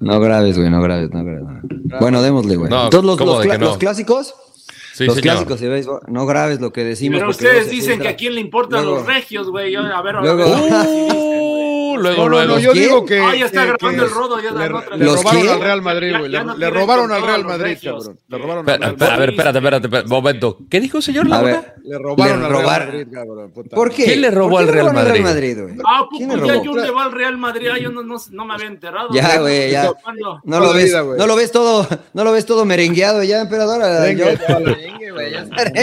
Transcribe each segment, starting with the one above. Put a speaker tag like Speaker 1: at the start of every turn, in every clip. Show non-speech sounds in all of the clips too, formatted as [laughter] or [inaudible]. Speaker 1: No grabes, güey, no grabes, no grabes. Bueno, démosle, güey.
Speaker 2: No,
Speaker 1: Entonces, los,
Speaker 2: ¿cómo
Speaker 1: los
Speaker 2: de que
Speaker 1: cla-
Speaker 2: no?
Speaker 1: los clásicos,
Speaker 2: Sí,
Speaker 1: los
Speaker 2: señor.
Speaker 1: clásicos de béisbol, no grabes lo que decimos.
Speaker 3: Pero
Speaker 1: porque
Speaker 3: ustedes
Speaker 1: luego se
Speaker 3: dicen que
Speaker 1: filtra.
Speaker 3: a quién le importan
Speaker 1: Luego-
Speaker 3: los regios, güey. Yo- A ver, ahora.
Speaker 1: Luego- [laughs]
Speaker 2: Uh, luego,
Speaker 4: No, no,
Speaker 2: luego.
Speaker 4: no, yo
Speaker 1: ¿Quién?
Speaker 4: digo que.
Speaker 3: Ah, ya está
Speaker 4: que-
Speaker 3: grabando
Speaker 4: que este,
Speaker 3: el rodo, ya
Speaker 4: le,
Speaker 3: dan otra.
Speaker 4: le
Speaker 1: ¿Los
Speaker 4: robaron
Speaker 1: qué?
Speaker 4: al Real Madrid, güey.
Speaker 3: Ya-
Speaker 4: Le,
Speaker 3: ya no
Speaker 4: le
Speaker 3: quieren
Speaker 4: robaron al
Speaker 3: control a
Speaker 4: Real
Speaker 3: los
Speaker 4: Madrid,
Speaker 3: regios.
Speaker 4: cabrón. Le robaron al
Speaker 2: Espera, espera, a
Speaker 4: Real
Speaker 2: ver,
Speaker 4: Madrid.
Speaker 2: espérate, espérate, espérate, momento. ¿Qué dijo, señor
Speaker 1: A
Speaker 2: Laura?
Speaker 1: ver,
Speaker 4: Le robaron
Speaker 1: Le
Speaker 4: al Real
Speaker 1: robaron.
Speaker 4: Madrid, cabrón. puta.
Speaker 1: ¿por qué?
Speaker 2: ¿Quién le robó
Speaker 1: ¿Por qué
Speaker 2: al Real
Speaker 1: robaron al Real
Speaker 2: Madrid?
Speaker 1: Madrid, güey?
Speaker 3: Ah,
Speaker 1: ¿Quién
Speaker 3: poco
Speaker 1: le
Speaker 3: ya
Speaker 1: robó?
Speaker 3: yo le va al Real Madrid. Ah, yo no, no, no me había enterado.
Speaker 1: Ya, güey, ya.
Speaker 3: Bueno,
Speaker 1: No
Speaker 4: Toda
Speaker 1: lo
Speaker 4: la
Speaker 1: ves,
Speaker 4: vida, güey.
Speaker 1: no lo ves todo, no lo ves todo merengueado ya, emperador. a-
Speaker 4: Venga,
Speaker 1: yo-
Speaker 4: toda la-
Speaker 1: [laughs] merengue,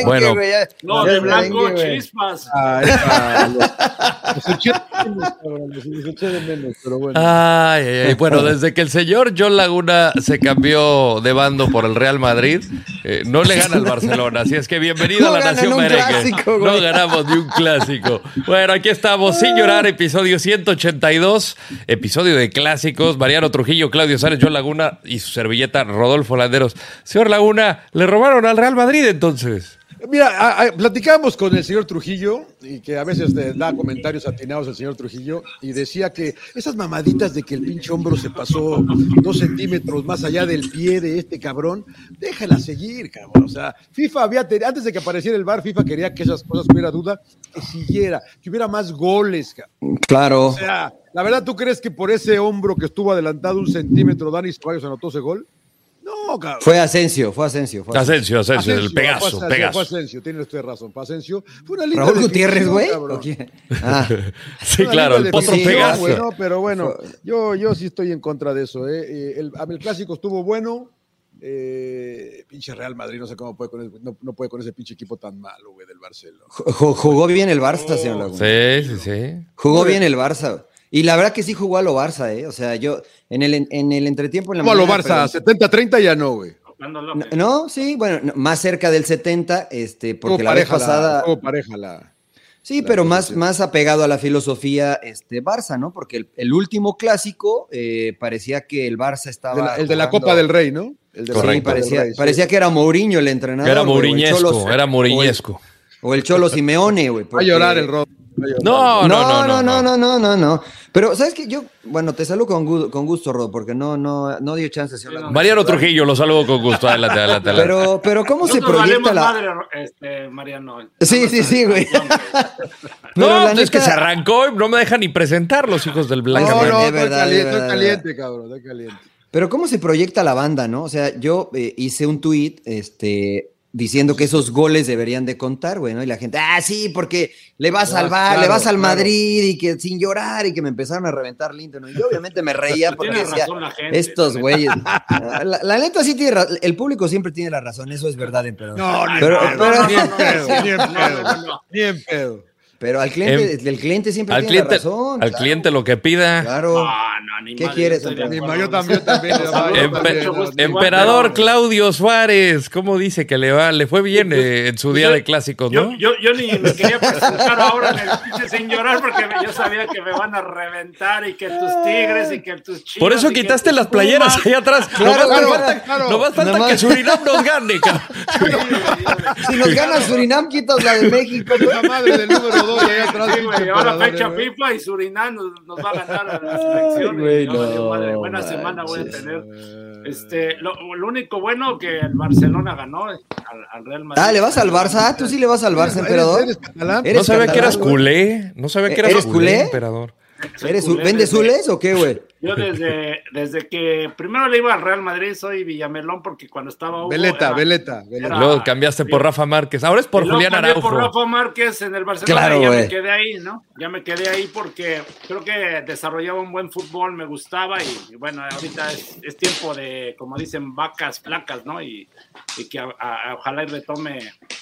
Speaker 2: Bueno.
Speaker 1: güey, ya.
Speaker 3: No,
Speaker 1: Ya
Speaker 3: de
Speaker 1: es
Speaker 3: blanco,
Speaker 1: merengue, güey.
Speaker 3: chispas.
Speaker 4: Ah, esa, los-
Speaker 2: [laughs]
Speaker 4: los eché de menos, cabrón, los- los eché de menos, pero bueno.
Speaker 2: Ay, ay, ay.
Speaker 1: [laughs]
Speaker 2: Bueno, desde que el señor John Laguna se cambió de bando por el Real Madrid, eh, no le gana al Barcelona. Así es que bienvenido
Speaker 1: No
Speaker 2: a la
Speaker 1: ganan
Speaker 2: Nación
Speaker 1: un
Speaker 2: Merengue.
Speaker 1: clásico, güey. Ah.
Speaker 2: no ganamos ni un clásico. Bueno, aquí estamos, sin llorar, episodio 182, episodio de clásicos. Mariano Trujillo, Claudio Sárez, John Laguna y su servilleta Rodolfo Landeros. Señor Laguna, le robaron al Real Madrid entonces.
Speaker 4: Mira, a- a- platicábamos con el señor Trujillo y que a veces le da comentarios atinados al señor Trujillo y decía que esas mamaditas de que el pinche hombro se pasó dos centímetros más allá del pie de este cabrón, déjala seguir, cabrón. O sea, FIFA había, te- antes de que apareciera el bar, FIFA quería que esas cosas hubiera duda, que siguiera, que hubiera más goles, cabrón.
Speaker 1: Claro.
Speaker 4: O sea, la verdad, ¿tú crees que por ese hombro que estuvo adelantado un centímetro, Dani Ceballos anotó ese gol? No, cabrón.
Speaker 1: Fue Asensio, fue Asensio. Fue Asensio.
Speaker 2: Asensio, Asensio, el
Speaker 4: Asensio, fue
Speaker 2: Pegaso,
Speaker 4: Asensio,
Speaker 2: Pegaso.
Speaker 4: Fue Asensio, tiene usted razón, fue Asensio. Fue una linda
Speaker 1: Raúl
Speaker 4: definición,
Speaker 1: Gutiérrez, güey.
Speaker 4: cabrón.
Speaker 1: ¿o quién? Ah.
Speaker 2: [laughs] Sí,
Speaker 4: Una
Speaker 2: claro,
Speaker 4: linda
Speaker 2: el potro
Speaker 4: definición,
Speaker 1: Pegaso.
Speaker 4: güey,
Speaker 2: Pegasus.
Speaker 4: no, pero bueno, yo, yo sí estoy en contra de eso. eh. Eh, El, a mí el clásico estuvo bueno. eh, pinche Real Madrid, no sé cómo puede con ese, no, no puede con ese pinche equipo tan malo, güey, del Barcelona.
Speaker 1: Ju- Jugó bien el Barça, señor Laguna.
Speaker 2: Sí, sí, sí.
Speaker 1: Jugó bien el Barça. Y la verdad que sí jugó a lo Barça, ¿eh? O sea, yo en el, en el entretiempo... En la
Speaker 4: Como a lo
Speaker 1: mañana,
Speaker 4: Barça,
Speaker 1: pero-
Speaker 4: 70-30 ya no, güey.
Speaker 3: Fernando
Speaker 1: No,
Speaker 3: López.
Speaker 1: no, sí, bueno, no, más cerca del 70, este, porque
Speaker 4: Estuvo
Speaker 1: la vez
Speaker 4: pareja
Speaker 1: pasada...
Speaker 4: estuvo pareja la-
Speaker 1: Sí,
Speaker 4: La
Speaker 1: pero más,
Speaker 4: situación.
Speaker 1: más apegado a la filosofía este, Barça, ¿no? Porque el, el último clásico eh, parecía que el Barça estaba.
Speaker 4: de la- el de la
Speaker 1: jugando-
Speaker 4: Copa del Rey, ¿no? El
Speaker 1: Sí,
Speaker 4: de la
Speaker 2: Correcto.
Speaker 4: Copa del
Speaker 1: parecía,
Speaker 4: Rey, sí.
Speaker 1: parecía que era Mourinho el entrenador.
Speaker 2: Era
Speaker 1: güey, o el Cholo-
Speaker 2: Mourinho, era Mourinho.
Speaker 1: O el Cholo Simeone, güey.
Speaker 4: Va [laughs] a
Speaker 1: porque-
Speaker 4: llorar el Rod. va a llorar.
Speaker 1: No,
Speaker 2: No,
Speaker 1: no, no, no, no, no, no, Pero, ¿sabes qué? Yo, bueno, te saludo con, gu- con gusto, Rod, porque no, no, no dio chance. de hablar.
Speaker 2: Mariano Trujillo, lo saludo con gusto. Adelante, adelante, adelante.
Speaker 1: Pero, pero, ¿cómo se
Speaker 3: Nosotros
Speaker 1: proyecta
Speaker 3: valemos
Speaker 1: la...?
Speaker 3: madre, este, Mariano.
Speaker 1: Sí, sí, sí, güey.
Speaker 2: no,
Speaker 1: pero la
Speaker 2: pues es que
Speaker 1: neta-
Speaker 2: se arrancó y no me dejan ni presentar los hijos del Blanca.
Speaker 4: No,
Speaker 1: de
Speaker 4: no, estoy
Speaker 1: verdad, de
Speaker 4: caliente, estoy
Speaker 1: verdad, de
Speaker 4: caliente, cabrón, estoy caliente.
Speaker 1: Pero ¿cómo se proyecta la banda, no? O sea, yo eh, hice un tuit este, diciendo que esos goles deberían de contar, güey, ¿no? Y la gente, ah, sí, porque le vas
Speaker 4: Ah,
Speaker 1: al Bar- le
Speaker 4: claro,
Speaker 1: vas al
Speaker 4: claro.
Speaker 1: Madrid y que sin llorar y que me empezaron a reventar lindo, ¿no? Y yo obviamente me reía porque
Speaker 3: Tiene
Speaker 1: decía,
Speaker 3: razón la gente.
Speaker 1: estos güeyes.
Speaker 4: [laughs]
Speaker 1: Ah, La, la neta sí tiene razón, el público siempre tiene la razón, eso es verdad, emperador.
Speaker 4: No, ni
Speaker 1: Pero-
Speaker 4: en
Speaker 1: pero-
Speaker 4: pedo, ni [laughs] en pedo, ni en
Speaker 3: No, no,
Speaker 4: pedo,
Speaker 3: no, no.
Speaker 4: ni en pedo.
Speaker 1: Pero al cliente, el cliente siempre
Speaker 2: Em, Al
Speaker 1: tiene
Speaker 2: cliente,
Speaker 1: la razón.
Speaker 2: al
Speaker 1: claro,
Speaker 2: cliente lo que pida.
Speaker 1: Claro.
Speaker 4: Ah.
Speaker 3: No, Ah, no, ni
Speaker 1: ¿Qué
Speaker 3: madre,
Speaker 1: quieres,
Speaker 3: yo estoy de
Speaker 1: Antonio?
Speaker 3: acuerdo.
Speaker 4: Ni yo también, también,
Speaker 3: Los saludo
Speaker 4: yo
Speaker 3: con
Speaker 2: Empe-
Speaker 3: mucho gusto, igual,
Speaker 2: Emperador
Speaker 3: pero-
Speaker 2: Claudio Suárez, ¿cómo dice que le va? Le fue bien eh, en su día de clásicos,
Speaker 3: Yo,
Speaker 2: ¿no?
Speaker 3: yo, yo ni me quería presentar ahora en el pinche sin llorar porque me- yo sabía que me van a reventar y que tus tigres y que tus chivas.
Speaker 2: Por eso
Speaker 3: y que
Speaker 2: quitaste
Speaker 3: tus
Speaker 1: [laughs]
Speaker 2: las playeras
Speaker 3: Pumas.
Speaker 2: ahí atrás.
Speaker 1: Claro,
Speaker 2: no más
Speaker 1: claro,
Speaker 2: falta,
Speaker 4: claro.
Speaker 2: nomás falta
Speaker 1: Nomás-
Speaker 2: que Surinam nos gane. cabrón.
Speaker 1: Si nos gana Surinam, quitas la de México. güey.
Speaker 4: La madre del número 2 ahí atrás.
Speaker 3: Sí, güey,
Speaker 4: pinche
Speaker 3: ahora
Speaker 4: emperador, eh,
Speaker 1: ¿eh?
Speaker 3: fecha
Speaker 4: güey.
Speaker 3: FIFA y Surinam nos, nos va a ganar a las elecciones.
Speaker 1: Ay, güey, no,
Speaker 3: Buena
Speaker 1: manches.
Speaker 3: semana voy a tener.
Speaker 4: eh,
Speaker 3: Este, lo, lo único bueno que el Barcelona ganó al, al Real Madrid.
Speaker 1: Ah, ¿le vas al Barça? Ah, ¿Tú sí le vas al Barça, emperador?
Speaker 4: ¿Eres, eres catalán?
Speaker 1: Eres
Speaker 2: No sabía
Speaker 1: catalán,
Speaker 2: que eras
Speaker 1: güey.
Speaker 2: culé. No sabía que eras,
Speaker 1: ¿Eres culé?
Speaker 2: emperador.
Speaker 3: Soy
Speaker 1: ¿Eres,
Speaker 3: culé
Speaker 1: ¿Vendes
Speaker 3: desde-
Speaker 1: zules o qué, güey?
Speaker 3: Yo desde, desde que primero le iba al Real Madrid, soy Villamelón, porque cuando estaba Hugo
Speaker 4: Veleta,
Speaker 3: era-
Speaker 4: veleta, veleta.
Speaker 3: era-
Speaker 2: Luego cambiaste por Rafa Márquez. Ahora es por
Speaker 3: y luego
Speaker 2: Julián
Speaker 3: cambié
Speaker 2: Araujo.
Speaker 3: Por Ah. Rafa Márquez en el Barcelona
Speaker 1: Claro,
Speaker 3: y ya
Speaker 1: güey.
Speaker 3: me quedé ahí, ¿no? Ya me quedé ahí porque creo que desarrollaba un buen fútbol, me gustaba y, y bueno, ahorita es, es tiempo de, como dicen, vacas flacas, ¿no? Y, y que a- a- ojalá y retome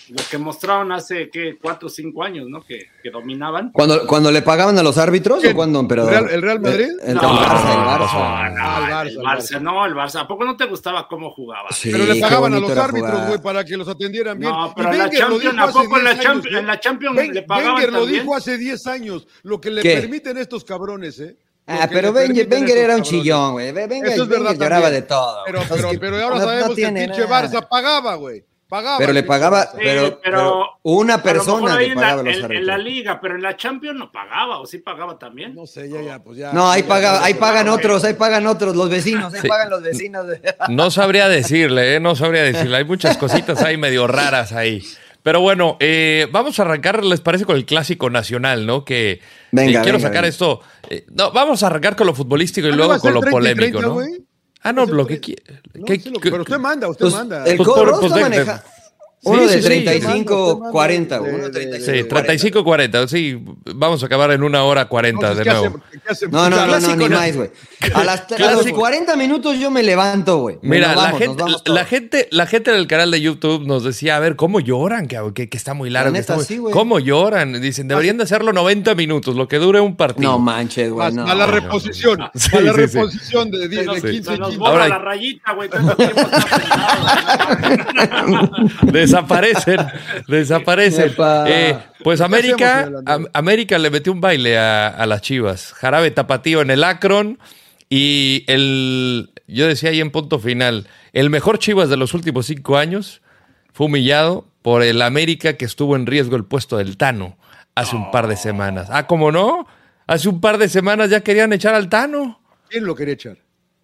Speaker 3: lo que mostraron hace, ¿qué? Cuatro o cinco años, ¿no? Que, que dominaban.
Speaker 1: ¿Cuando, cuando le pagaban a los árbitros o
Speaker 4: ¿Quién?
Speaker 1: cuando, emperador?
Speaker 4: ¿El Real- el Real Madrid?
Speaker 1: El, el
Speaker 3: No,
Speaker 1: Barça, el Barça.
Speaker 4: Ah, el
Speaker 3: No,
Speaker 4: Barça,
Speaker 3: el
Speaker 4: el
Speaker 3: Barça, no, el Barça. ¿A poco no te gustaba cómo jugaba?
Speaker 1: Sí,
Speaker 4: Pero
Speaker 1: qué
Speaker 4: le pagaban a
Speaker 1: bonito
Speaker 4: los
Speaker 1: era
Speaker 4: árbitros,
Speaker 1: jugar.
Speaker 4: güey, para que los atendieran bien.
Speaker 3: No,
Speaker 4: Y
Speaker 3: pero en la
Speaker 4: Wenger lo
Speaker 3: Champions,
Speaker 4: dijo
Speaker 3: ¿a
Speaker 4: hace
Speaker 3: poco en la
Speaker 4: 10 años,
Speaker 3: Champions- en la Champions
Speaker 4: Wen-
Speaker 3: le pagaban
Speaker 4: Wenger lo
Speaker 3: también?
Speaker 4: dijo hace 10 años, lo que le
Speaker 1: ¿Qué?
Speaker 4: permiten estos cabrones, ¿eh? Lo
Speaker 1: Ah,
Speaker 4: que
Speaker 1: pero Wenger,
Speaker 4: le permiten
Speaker 1: Wenger
Speaker 4: estos
Speaker 1: era un
Speaker 4: cabrones.
Speaker 1: chillón, güey. Wenger,
Speaker 4: Eso es
Speaker 1: Wenger
Speaker 4: verdad
Speaker 1: lloraba
Speaker 4: también.
Speaker 1: de todo.
Speaker 4: Pero,
Speaker 1: güey.
Speaker 4: pero,
Speaker 1: Entonces,
Speaker 4: pero ahora
Speaker 1: no- no
Speaker 4: sabemos que el
Speaker 1: tiene
Speaker 4: pinche
Speaker 1: nada.
Speaker 4: Barça pagaba, güey. Pagaba.
Speaker 1: Pero le
Speaker 4: Cristian
Speaker 1: pagaba,
Speaker 4: Pizarro.
Speaker 1: pero,
Speaker 3: pero-
Speaker 1: pero una
Speaker 3: A lo mejor
Speaker 1: persona
Speaker 3: ahí
Speaker 1: le
Speaker 3: en la-
Speaker 1: pagaba a los
Speaker 3: en- en, la
Speaker 1: árbitros.
Speaker 3: liga, pero en la Champions no pagaba, o sí pagaba también.
Speaker 4: No sé, ya, ya, pues ya.
Speaker 1: No, ahí,
Speaker 4: ya,
Speaker 1: paga,
Speaker 4: ya,
Speaker 1: ahí
Speaker 4: ya.
Speaker 1: pagan otros, ahí pagan otros, los vecinos, ahí
Speaker 2: Sí.
Speaker 1: pagan los vecinos.
Speaker 2: No sabría decirle, ¿eh? no sabría decirle. Hay muchas cositas ahí medio raras ahí. Pero bueno, eh, vamos a arrancar, ¿les parece? Con el clásico nacional, ¿no? Que
Speaker 1: Venga,
Speaker 2: eh, quiero
Speaker 1: venga,
Speaker 2: sacar
Speaker 1: venga.
Speaker 2: esto. eh, no, vamos a arrancar con lo futbolístico y
Speaker 4: Ah, ¿no va
Speaker 2: luego
Speaker 4: a
Speaker 2: con
Speaker 4: ser
Speaker 2: lo
Speaker 4: 30 y
Speaker 2: polémico,
Speaker 4: 30,
Speaker 2: ¿no?
Speaker 4: güey?
Speaker 2: Ah,
Speaker 4: Va
Speaker 2: no,
Speaker 4: a ser
Speaker 2: lo que
Speaker 4: 30.
Speaker 2: qui-
Speaker 4: No,
Speaker 2: que-
Speaker 4: sí lo-
Speaker 2: que-
Speaker 4: pero usted manda, usted
Speaker 1: Pues,
Speaker 4: manda.
Speaker 1: el
Speaker 2: Pues,
Speaker 1: cobro
Speaker 2: por- pues,
Speaker 1: está
Speaker 2: de- de-
Speaker 1: maneja- Uno
Speaker 2: Sí,
Speaker 1: de
Speaker 2: sí, sí.
Speaker 1: 35,
Speaker 4: Mando,
Speaker 1: 40,
Speaker 4: mando.
Speaker 1: uno
Speaker 4: Sí,
Speaker 1: de 35,
Speaker 2: Sí,
Speaker 1: 40.
Speaker 2: 35-40, sí, vamos a acabar en una hora 40
Speaker 4: Entonces,
Speaker 2: de
Speaker 4: pues, ¿qué
Speaker 2: nuevo.
Speaker 4: hacemos? ¿Qué hacemos?
Speaker 1: No, no, no, no,
Speaker 2: Clásico,
Speaker 1: ni
Speaker 2: ¿no?
Speaker 1: más, güey. A, las- a los
Speaker 2: Clásico.
Speaker 1: 40 minutos yo me levanto, güey. Bueno,
Speaker 2: Mira, la,
Speaker 1: vamos, nos
Speaker 2: gente,
Speaker 1: vamos
Speaker 2: la,
Speaker 1: todos.
Speaker 2: gente, la gente del canal de YouTube nos decía, a ver, ¿cómo lloran? cabrón? Que, que está muy largo.
Speaker 1: La
Speaker 2: que
Speaker 1: neta,
Speaker 2: está muy-
Speaker 1: sí, güey.
Speaker 2: ¿Cómo lloran? Dicen, deberían de hacerlo 90 minutos, lo que dure un partido.
Speaker 1: No manches, güey.
Speaker 4: Más-
Speaker 1: No.
Speaker 4: a la reposición,
Speaker 2: Sí,
Speaker 4: a la
Speaker 2: sí, sí.
Speaker 4: reposición de, 10,
Speaker 3: Se nos,
Speaker 4: de 15
Speaker 3: se nos
Speaker 4: 15.
Speaker 3: borra
Speaker 2: Ahora-
Speaker 3: la rayita,
Speaker 4: [laughs]
Speaker 3: güey. tanto tiempo está sentado, güey.
Speaker 2: desaparecen, desaparecen.
Speaker 1: Epa.
Speaker 2: Eh, pues
Speaker 4: ¿Qué
Speaker 2: América,
Speaker 4: hacemos,
Speaker 2: Am- América le metió un baile a, a las Chivas. Jarabe tapatío en el Akron y el, yo decía ahí en punto final, el mejor Chivas de los últimos cinco años fue humillado por el América que estuvo en riesgo el puesto del Tano hace un par de semanas. Ah, ¿cómo no? Hace un par de semanas ya querían echar al Tano.
Speaker 4: ¿Quién lo quería echar?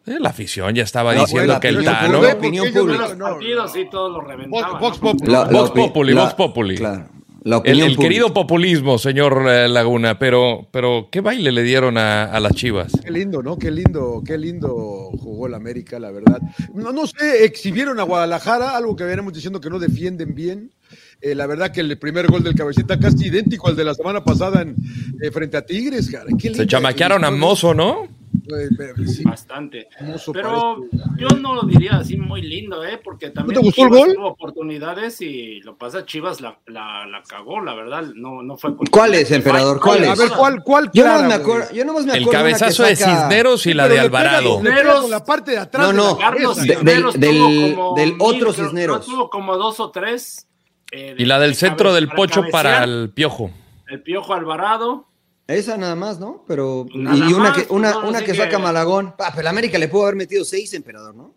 Speaker 2: Eh, La afición ya estaba
Speaker 1: No,
Speaker 2: diciendo
Speaker 1: la
Speaker 2: que el
Speaker 1: opinión
Speaker 2: Tano...
Speaker 1: pública. Opinión
Speaker 4: Porque yo
Speaker 1: pública.
Speaker 3: Los
Speaker 4: no- no,
Speaker 3: partidos sí todos los
Speaker 4: Vox
Speaker 3: reventaban.
Speaker 4: Vox
Speaker 3: ¿no?
Speaker 4: Populi.
Speaker 1: La- la
Speaker 2: Vox
Speaker 1: opi-
Speaker 2: Populi,
Speaker 1: la-
Speaker 2: Vox Populi.
Speaker 1: Claro. La
Speaker 2: El,
Speaker 1: opinión
Speaker 2: el querido
Speaker 1: pública.
Speaker 2: populismo, señor eh, Laguna, pero, pero qué baile le dieron a, a las chivas.
Speaker 4: Qué lindo, ¿no? Qué lindo, qué lindo jugó el América, la verdad. No, no sé, exhibieron a Guadalajara, algo que venimos diciendo que no defienden bien. Eh, la verdad que el primer gol del cabecita casi idéntico al de la semana pasada en, eh, frente a Tigres, cara. Qué
Speaker 2: Se
Speaker 4: linda
Speaker 2: chamaquearon a
Speaker 4: exhibición.
Speaker 2: Mozo, ¿no?
Speaker 4: Eh, pero sí.
Speaker 3: Bastante.
Speaker 4: Hermoso este-
Speaker 3: Pero
Speaker 4: parece.
Speaker 3: yo no lo diría así muy lindo, ¿eh? Porque también
Speaker 4: te gustó el
Speaker 3: Chivas
Speaker 4: gol?
Speaker 3: tuvo oportunidades y lo pasa Chivas la, la, la cagó, la verdad. No, no fue con-
Speaker 1: ¿Cuál es, emperador? ¿Cuál
Speaker 4: A
Speaker 1: es?
Speaker 4: ver, ¿cuál, cuál
Speaker 1: Yo
Speaker 4: clara,
Speaker 1: no me
Speaker 4: güey?
Speaker 1: acuerdo, yo nomás me
Speaker 2: El
Speaker 1: acuerdo una que
Speaker 2: cabezazo de
Speaker 1: saca-
Speaker 2: Cisneros y la
Speaker 4: Pero
Speaker 2: de
Speaker 4: le pega-
Speaker 2: Alvarado.
Speaker 4: le pega con la parte de atrás.
Speaker 1: No,
Speaker 4: de
Speaker 1: no,
Speaker 4: la cabeza,
Speaker 3: Carlos
Speaker 1: de-
Speaker 4: cara.
Speaker 1: del-
Speaker 3: Cisneros
Speaker 1: del-
Speaker 3: tuvo como
Speaker 1: del otro
Speaker 3: creo-
Speaker 1: Cisneros.
Speaker 3: no, tuvo como dos o tres. eh, de-
Speaker 2: Y la del
Speaker 3: de
Speaker 2: centro
Speaker 3: cabe-
Speaker 2: del pocho para
Speaker 3: cabecear.
Speaker 2: el piojo.
Speaker 3: El Piojo Alvarado.
Speaker 1: Esa nada más, ¿no? Pero y-
Speaker 3: Nada
Speaker 1: y una
Speaker 3: más,
Speaker 1: que una,
Speaker 3: no, no
Speaker 1: una
Speaker 3: sé
Speaker 1: que
Speaker 3: qué-
Speaker 1: saca Malagón. Ah, pero el América le pudo haber metido seis, emperador, ¿no?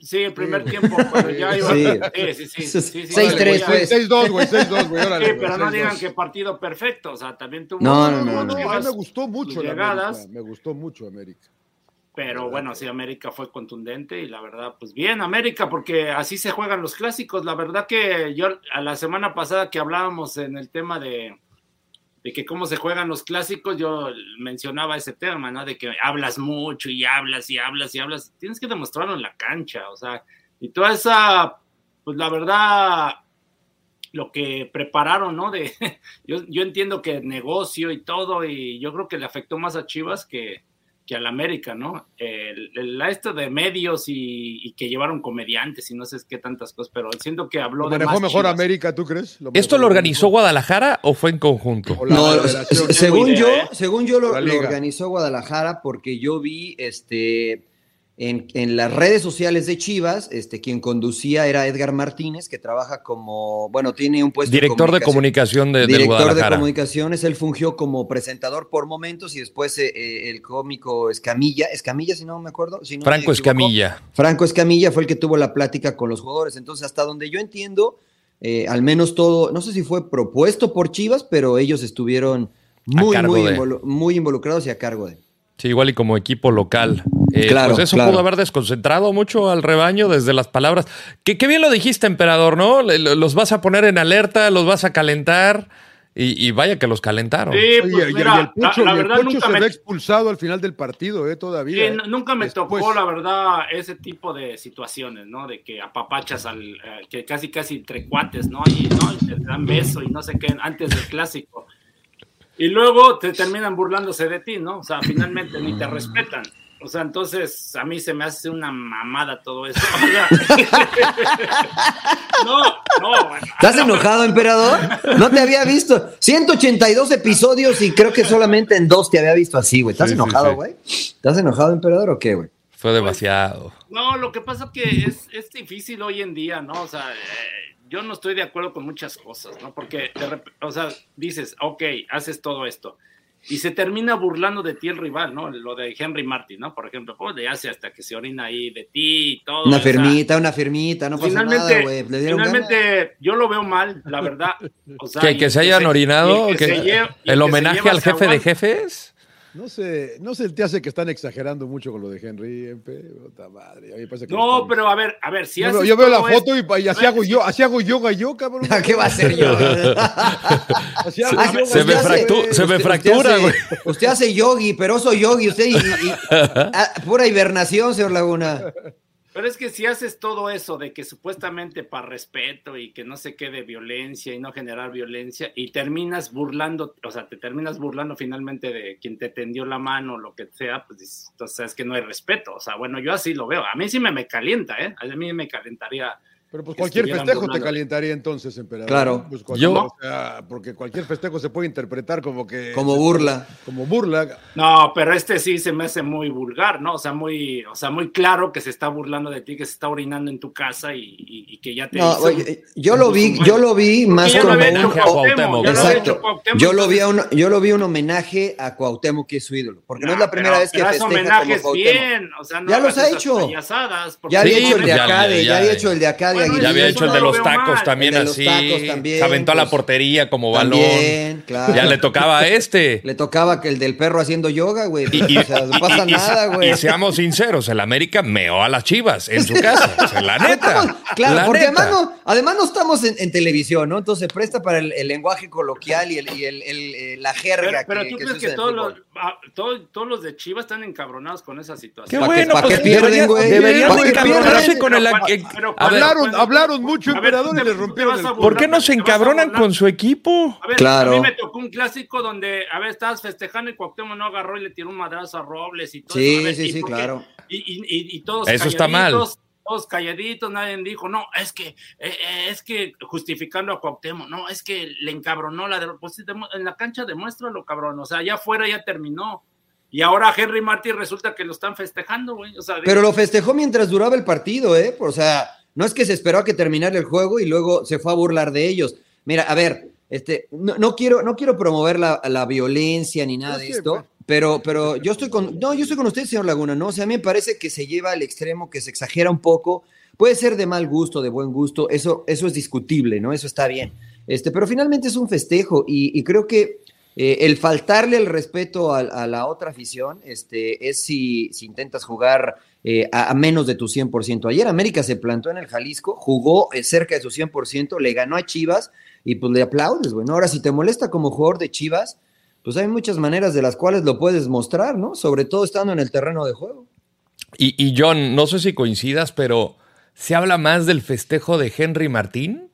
Speaker 3: Sí, el primer tiempo, cuando ya iba.
Speaker 1: Sí.
Speaker 3: Sí, sí, sí. sí, sí, sí,
Speaker 1: Seis,
Speaker 3: sí,
Speaker 1: tres,
Speaker 3: sí,
Speaker 1: pues.
Speaker 4: 6-2, güey, 6-2, güey.
Speaker 3: Sí,
Speaker 4: órale, güey,
Speaker 3: pero no
Speaker 4: 6-2.
Speaker 3: digan que partido perfecto. O sea, también tuvo.
Speaker 1: No,
Speaker 4: No, no, no, a mí
Speaker 3: Chivas,
Speaker 4: me gustó mucho
Speaker 3: sus
Speaker 4: la
Speaker 3: llegadas.
Speaker 4: América, me gustó mucho América.
Speaker 3: Pero bueno, sí, América fue contundente y la verdad, pues bien, América, porque así se juegan los clásicos. La verdad que yo a la semana pasada que hablábamos en el tema de, de que cómo se juegan los clásicos, yo mencionaba ese tema, ¿no? De que hablas mucho y hablas y hablas y hablas. Tienes que demostrarlo en la cancha, o sea, y toda esa, pues la verdad, lo que prepararon, ¿no? De, [laughs] yo, yo entiendo que negocio y todo, y yo creo que le afectó más a Chivas que que al América, ¿no? El, el- la esta de medios y, y que llevaron comediantes y no sé qué tantas cosas, pero siento que habló
Speaker 4: ¿Lo
Speaker 3: de
Speaker 4: manejó
Speaker 3: más
Speaker 4: mejor
Speaker 3: Chivas.
Speaker 4: América, tú crees?
Speaker 2: ¿Esto
Speaker 4: manejó
Speaker 2: lo
Speaker 4: mejor?
Speaker 2: organizó Guadalajara o fue en conjunto?
Speaker 4: O la
Speaker 1: No,
Speaker 4: Federación.
Speaker 1: se- según
Speaker 3: idea,
Speaker 1: yo,
Speaker 3: ¿eh?
Speaker 1: según yo lo,
Speaker 4: La
Speaker 1: lo
Speaker 4: liga.
Speaker 1: organizó Guadalajara porque yo vi este en, en las redes sociales de Chivas, este quien conducía era Edgar Martínez, que trabaja como, bueno, tiene un puesto
Speaker 2: Director de
Speaker 1: comunicación-
Speaker 2: comunicación de, del
Speaker 1: director de
Speaker 2: Guadalajara.
Speaker 1: comunicaciones, él fungió como presentador por momentos y después eh, eh, el cómico Escamilla, Escamilla si no me acuerdo, si no me
Speaker 2: Franco
Speaker 1: equivoco,
Speaker 2: Escamilla.
Speaker 1: Franco Escamilla fue el que tuvo la plática con los jugadores. Entonces, hasta donde yo entiendo, eh, al menos todo, no sé si fue propuesto por Chivas, pero ellos estuvieron muy,
Speaker 2: cargo
Speaker 1: muy,
Speaker 2: de.
Speaker 1: involu- muy involucrados y a cargo de.
Speaker 2: Sí, igual y como equipo local. Eh,
Speaker 1: Claro,
Speaker 2: pues eso
Speaker 1: claro.
Speaker 2: pudo haber desconcentrado mucho al rebaño desde las palabras. Que qué bien lo dijiste, emperador, ¿no? Le- lo- Los vas a poner en alerta, los vas a calentar. Y, y vaya que los calentaron.
Speaker 3: Sí,
Speaker 4: Oye,
Speaker 3: pues
Speaker 4: y- y,
Speaker 3: mira,
Speaker 4: el Pocho,
Speaker 3: la, la
Speaker 4: y el
Speaker 3: verdad
Speaker 4: Pocho
Speaker 3: nunca
Speaker 4: se
Speaker 3: me,
Speaker 4: ve expulsado al final del partido, eh, todavía.
Speaker 3: sí,
Speaker 4: eh.
Speaker 3: n- nunca me
Speaker 4: Después.
Speaker 3: tocó, la verdad, ese tipo de situaciones, ¿no? De que apapachas al, eh, que casi casi entre cuates, ¿no? Y, ¿no? Y te dan beso y no sé qué, antes del clásico. Y luego te terminan burlándose de ti, ¿no? O sea, finalmente ni te respetan. O sea, entonces a mí se me hace una mamada todo eso. [laughs] O sea, no, no, bueno.
Speaker 1: ¿Estás enojado, emperador? [laughs] No te había visto. 182 episodios y creo que solamente en dos te había visto así, güey. ¿Estás
Speaker 2: Sí, sí,
Speaker 1: enojado,
Speaker 2: sí.
Speaker 1: güey? ¿Estás enojado, emperador, o qué, güey?
Speaker 3: pues,
Speaker 2: Fue demasiado.
Speaker 3: No, lo que pasa que es, es difícil hoy en día, ¿no? O sea, eh, yo no estoy de acuerdo con muchas cosas, ¿no? Porque, de rep- o sea, dices, ok, haces todo esto. y se termina burlando de ti el rival, ¿no? Lo de Henry Martin, ¿no? Por ejemplo, pues le hace hasta que se orina ahí de ti y todo.
Speaker 1: Una fermita, una fermita, no pasa
Speaker 3: finalmente,
Speaker 1: nada, güey. Le dieron
Speaker 3: finalmente yo lo veo mal, la verdad. O sea,
Speaker 2: ¿Que,
Speaker 3: y
Speaker 2: que se hayan
Speaker 3: se-
Speaker 2: orinado?
Speaker 3: y
Speaker 2: ¿Que-
Speaker 3: que se lle- y que
Speaker 2: ¿El
Speaker 3: se
Speaker 2: homenaje
Speaker 3: lleva
Speaker 2: al
Speaker 3: hasta
Speaker 2: jefe de
Speaker 3: guantes.
Speaker 2: jefes?
Speaker 4: No sé, no sé, te hace que están exagerando mucho con lo de Henry, Empe, puta madre. a mí me parece que lo
Speaker 3: No,
Speaker 4: están-
Speaker 3: pero a ver, a ver, si
Speaker 4: Yo, veo-
Speaker 3: haces
Speaker 4: yo veo la
Speaker 3: todo esto-
Speaker 4: foto y, y así hago yo, así hago yoga yo, cabrón.
Speaker 1: nada. [laughs] ¿Qué va a hacer
Speaker 2: [laughs]
Speaker 1: yo?
Speaker 4: Así
Speaker 1: Ah,
Speaker 4: hago yoga,
Speaker 2: se me
Speaker 1: usted
Speaker 4: güey.
Speaker 1: hace-
Speaker 2: fractu- se me
Speaker 1: usted-
Speaker 2: fractura,
Speaker 1: usted hace- Usted hace yogi, pero soy yogi, usted y, y-
Speaker 2: [laughs]
Speaker 1: y- ah, pura hibernación, señor Laguna.
Speaker 3: Pero es que si haces todo eso de que supuestamente para respeto y que no se quede violencia y no generar violencia y terminas burlando, o sea, te terminas burlando finalmente de quien te tendió la mano o lo que sea, pues dices, entonces es que no hay respeto. O sea, bueno, yo así lo veo. A mí sí me, me calienta, ¿eh? A mí me calentaría.
Speaker 4: Pero pues
Speaker 3: que
Speaker 4: cualquier
Speaker 3: estuvieran
Speaker 4: festejo te
Speaker 3: burlando.
Speaker 4: calentaría entonces, emperador.
Speaker 1: Claro.
Speaker 4: Pues cualquier-
Speaker 2: Yo-
Speaker 4: o sea, porque cualquier festejo se puede interpretar como que.
Speaker 1: Como burla.
Speaker 4: Como burla.
Speaker 3: No, pero este sí se me hace muy vulgar, ¿no? O sea, muy, o sea, muy claro que se está burlando de ti, que se está orinando en tu casa y, y- y que ya te.
Speaker 1: No,
Speaker 3: hizo-
Speaker 1: oye, yo lo vi, yo lo vi más
Speaker 3: Porque ya lo
Speaker 1: como
Speaker 3: había hecho
Speaker 1: un
Speaker 2: homenaje a
Speaker 3: Cuauhtémoc,
Speaker 2: Cuauhtémoc.
Speaker 3: ya lo había hecho
Speaker 1: Exacto.
Speaker 3: Cuauhtémoc,
Speaker 1: Yo lo, vi
Speaker 3: entonces-
Speaker 1: a un, yo lo vi un homenaje a Cuauhtémoc, que es su ídolo. Porque
Speaker 2: Ah,
Speaker 1: no es la primera vez que
Speaker 3: hace
Speaker 1: festeja como Cuauhtémoc.
Speaker 3: bien, o sea, no
Speaker 1: Ya los
Speaker 3: hagas
Speaker 1: ha
Speaker 3: esas
Speaker 1: hecho.
Speaker 3: payasadas, porque-
Speaker 1: Ya había
Speaker 2: Sí,
Speaker 1: hecho el de
Speaker 2: pues ya,
Speaker 1: acá, de,
Speaker 2: ya,
Speaker 1: ya había
Speaker 2: ya.
Speaker 1: hecho el de acá, de
Speaker 3: Bueno,
Speaker 1: Aguirre.
Speaker 2: Ya había
Speaker 3: eso
Speaker 2: hecho el
Speaker 3: no
Speaker 2: de
Speaker 3: lo
Speaker 2: los
Speaker 3: veo
Speaker 2: tacos
Speaker 3: mal.
Speaker 1: El
Speaker 2: también
Speaker 1: de los
Speaker 2: así.
Speaker 1: tacos también,
Speaker 2: Se aventó a la
Speaker 1: pues.
Speaker 2: portería como balón.
Speaker 1: También, claro.
Speaker 2: Ya le tocaba a este.
Speaker 1: Le tocaba que el del perro haciendo yoga, güey.
Speaker 2: Y, y-
Speaker 1: O sea, no
Speaker 2: y-
Speaker 1: pasa
Speaker 2: y- y-
Speaker 1: nada, güey.
Speaker 2: y seamos sinceros, el América meó a las chivas en su casa. O sea, la
Speaker 1: Estamos-
Speaker 2: neta.
Speaker 1: claro,
Speaker 2: la
Speaker 1: porque
Speaker 2: neta.
Speaker 1: Además, no, además no estamos en, en televisión, ¿no? Entonces se presta para el, el lenguaje coloquial y, el, y el- el- eh, la
Speaker 3: Pero,
Speaker 1: jerga.
Speaker 3: pero
Speaker 1: que-
Speaker 3: tú
Speaker 1: que se
Speaker 3: crees
Speaker 1: usa
Speaker 3: que
Speaker 1: en el
Speaker 3: todos los,
Speaker 1: fútbol.
Speaker 3: ah, todos, todos los de Chivas están encabronados con esa
Speaker 2: Qué
Speaker 3: situación.
Speaker 1: Pa' que-
Speaker 2: bueno,
Speaker 1: pa'
Speaker 2: pues
Speaker 1: que pierden,
Speaker 2: deberían-
Speaker 1: güey.
Speaker 2: deberían
Speaker 1: Pa' que
Speaker 2: encabronarse
Speaker 1: pierden.
Speaker 2: con el...
Speaker 3: Pero cua-
Speaker 2: eh,
Speaker 3: pero
Speaker 2: a ver,
Speaker 4: hablaron,
Speaker 3: bueno,
Speaker 4: hablaron mucho,
Speaker 3: a ver,
Speaker 4: emperador, y
Speaker 3: te-
Speaker 4: le
Speaker 3: te
Speaker 4: rompieron
Speaker 3: vas
Speaker 4: el
Speaker 3: a
Speaker 4: culo.
Speaker 2: ¿por qué no se encabronan con su equipo?
Speaker 3: A ver,
Speaker 1: Claro.
Speaker 3: a mí me tocó un clásico donde, a ver, estabas festejando y Cuauhtémoc no agarró y le tiró un madrazo a Robles y todo.
Speaker 1: Sí,
Speaker 3: eso. A ver,
Speaker 1: sí,
Speaker 3: ¿y
Speaker 1: sí,
Speaker 3: por qué?
Speaker 1: claro.
Speaker 3: Y, y- y- y todos
Speaker 2: Eso está mal.
Speaker 3: calladitos, Todos calladitos, nadie dijo, no, es que, eh, eh, es que justificando a Cuauhtémoc, no, es que le encabronó la derrota. Pues sí, demu- en la cancha demuéstralo, cabrón. O sea, allá afuera ya terminó. Y ahora Henry Martí resulta que lo están festejando, güey. O sea,
Speaker 1: Pero lo festejó mientras duraba el partido, ¿eh? O sea, no es que se esperó a que terminara el juego y luego se fue a burlar de ellos. Mira, a ver, este, no, no quiero, no quiero promover la, la violencia ni nada
Speaker 4: No
Speaker 1: de
Speaker 4: sé,
Speaker 1: esto,
Speaker 4: güey.
Speaker 1: pero, pero yo estoy con, no, yo estoy con usted, señor Laguna, ¿no? O sea, a mí me parece que se lleva al extremo, que se exagera un poco. Puede ser de mal gusto, de buen gusto, eso, eso es discutible, ¿no? Eso está bien. Este, pero finalmente es un festejo y, y creo que eh, el faltarle el respeto a, a la otra afición este, es si, si intentas jugar eh, a, a menos de tu 100%. Ayer América se plantó en el Jalisco, jugó eh, cerca de su 100%, le ganó a Chivas y pues le aplaudes, bueno Ahora, si te molesta como jugador de Chivas, pues hay muchas maneras de las cuales lo puedes mostrar, ¿no? Sobre todo estando en el terreno de juego.
Speaker 2: Y, y John, no sé si coincidas, pero se habla más del festejo de Henry Martín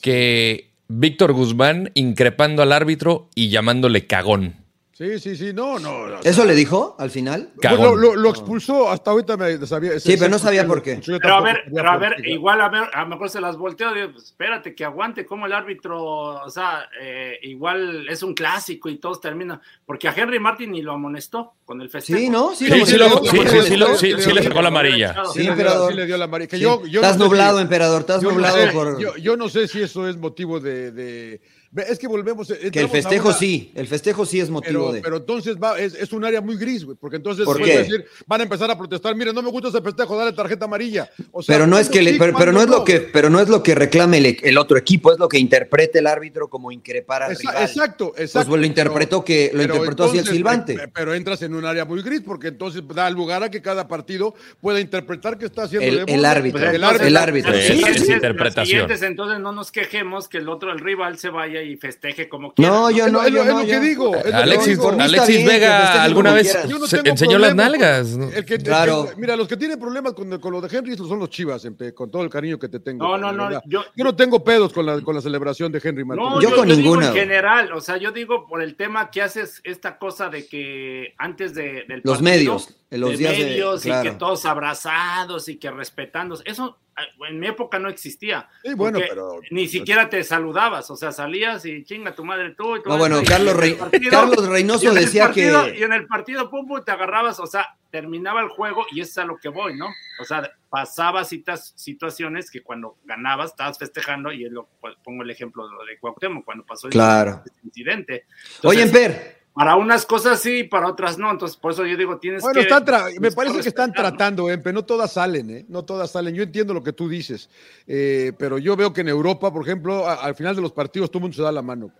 Speaker 2: que Víctor Guzmán increpando al árbitro y llamándole cagón.
Speaker 4: Sí, sí, sí, no, no. no.
Speaker 1: ¿Eso le dijo al final?
Speaker 2: Cagón.
Speaker 4: Lo, lo- lo expulsó, hasta ahorita me sabía.
Speaker 1: Sí, pero no sabía por qué.
Speaker 4: Yo
Speaker 3: Pero a
Speaker 4: tampoco
Speaker 3: ver,
Speaker 4: sabía
Speaker 3: pero a
Speaker 4: por
Speaker 3: ver, e
Speaker 4: qué.
Speaker 3: igual a ver, a lo mejor se las volteo, digo, pues, espérate que aguante, como el árbitro, o sea, eh, igual es un clásico y todos terminan, porque a Henry Martin ni lo amonestó con el festejo.
Speaker 1: Sí, ¿no?
Speaker 2: Sí, sí, lo-
Speaker 1: molestó,
Speaker 2: sí,
Speaker 1: lo
Speaker 2: sí, sí, lo-
Speaker 1: molestó.
Speaker 2: sí, sí le sacó la amarilla.
Speaker 1: Sí,
Speaker 4: Sí, le dio-
Speaker 1: emperador.
Speaker 4: sí le dio la mari- que
Speaker 1: Sí.
Speaker 4: yo- yo
Speaker 1: estás
Speaker 4: no sé
Speaker 1: nublado,
Speaker 4: si-
Speaker 1: emperador, estás
Speaker 4: yo no
Speaker 1: nublado
Speaker 4: sé,
Speaker 1: por...
Speaker 4: yo, yo no sé si eso es motivo de. de- Ve, Es que volvemos. eh,
Speaker 1: Que el
Speaker 4: entramos a
Speaker 1: festejo
Speaker 4: una-
Speaker 1: sí, el festejo sí es motivo
Speaker 4: Pero,
Speaker 1: de...
Speaker 4: pero entonces va, es, es un área muy gris, güey, porque entonces
Speaker 1: ¿Por
Speaker 4: puedes
Speaker 1: qué?
Speaker 4: decir, van a empezar a protestar, mire, no me gusta ese festejo, dale tarjeta amarilla. O sea,
Speaker 1: pero no es
Speaker 4: ¿cuándo
Speaker 1: que le-
Speaker 4: sí,
Speaker 1: pero, pero no es
Speaker 4: cuándo
Speaker 1: lo que pero no es lo que reclame el, el otro equipo es lo que interprete el árbitro como increpar al
Speaker 4: Exa-
Speaker 1: rival
Speaker 4: Exacto,
Speaker 1: pues
Speaker 4: exacto.
Speaker 1: lo interpretó que lo
Speaker 4: Pero
Speaker 1: interpretó así el
Speaker 4: entonces,
Speaker 1: silbante
Speaker 4: pe- Pero entras en un área muy gris, porque entonces da lugar a que cada partido pueda interpretar que está haciendo
Speaker 1: El-
Speaker 4: de
Speaker 1: el
Speaker 4: burla.
Speaker 1: árbitro,
Speaker 4: Pues
Speaker 1: el árbitro.
Speaker 3: las
Speaker 2: Sí, es
Speaker 3: siguientes-
Speaker 2: interpretación.
Speaker 3: las siguientes, entonces no nos quejemos que el otro, el rival, se vaya y festeje como quiera.
Speaker 1: no yo
Speaker 4: Es
Speaker 1: no
Speaker 4: lo- es
Speaker 1: yo
Speaker 4: lo- es
Speaker 1: no,
Speaker 4: lo
Speaker 1: yo-
Speaker 4: que digo. es lo que
Speaker 2: Alexis,
Speaker 4: digo.
Speaker 1: Por mí está
Speaker 2: Alexis
Speaker 1: bien, que festejen
Speaker 2: Vega
Speaker 1: como
Speaker 2: alguna vez
Speaker 1: quieran.
Speaker 4: Yo no
Speaker 2: se-
Speaker 4: tengo
Speaker 2: enseñó las
Speaker 4: problema,
Speaker 2: nalgas. ¿no?
Speaker 4: El que- el que-
Speaker 1: Claro.
Speaker 4: mira, los que tienen problemas con, con lo de Henry son los chivas, empe, con todo el cariño que te tengo.
Speaker 3: No,
Speaker 4: de
Speaker 3: no, no,
Speaker 4: verdad.
Speaker 3: yo-
Speaker 4: Yo, no tengo pedos con la, con la celebración de Henry Martínez.
Speaker 3: No,
Speaker 1: Yo
Speaker 3: yo,
Speaker 1: con
Speaker 3: yo digo
Speaker 1: ninguna,
Speaker 3: en
Speaker 1: güey.
Speaker 3: general, o sea, yo digo por el tema que haces esta cosa de que antes de, del
Speaker 1: Los
Speaker 3: partido,
Speaker 1: medios, en los
Speaker 3: de
Speaker 1: días de-
Speaker 3: medios y
Speaker 1: claro.
Speaker 3: que todos abrazados y que respetándose, eso eh, en mi época no existía.
Speaker 4: Sí, bueno,
Speaker 3: porque
Speaker 4: pero-
Speaker 3: ni siquiera te saludabas, o sea, salías y chinga tu madre tú. y tú
Speaker 1: No, bueno,
Speaker 3: y-
Speaker 1: Carlos
Speaker 3: y en
Speaker 1: Rey-
Speaker 3: el partido-
Speaker 1: Carlos Reynoso
Speaker 3: y en el
Speaker 1: decía que-
Speaker 3: partido- Y en el partido, pum, pum, te agarrabas, o sea, terminaba el juego y eso es a lo que voy, ¿no? O sea, pasaba citas, situaciones que cuando ganabas estabas festejando pues, y es lo, pongo el ejemplo de lo de Cuauhtémoc, cuando pasó el
Speaker 1: claro
Speaker 3: incidente.
Speaker 1: oye
Speaker 3: Entonces,
Speaker 1: Emper
Speaker 3: Para unas cosas sí, para otras no. Entonces, por eso yo digo, tienes
Speaker 4: Bueno,
Speaker 3: que.
Speaker 4: están tra- me
Speaker 3: pues,
Speaker 4: parece que están
Speaker 3: respetar, ¿no?
Speaker 4: tratando, Empe, no todas salen, ¿eh? No todas salen. Yo entiendo lo que tú dices, eh, pero yo veo que en Europa, por ejemplo, a- al final de los partidos todo el mundo se da la mano.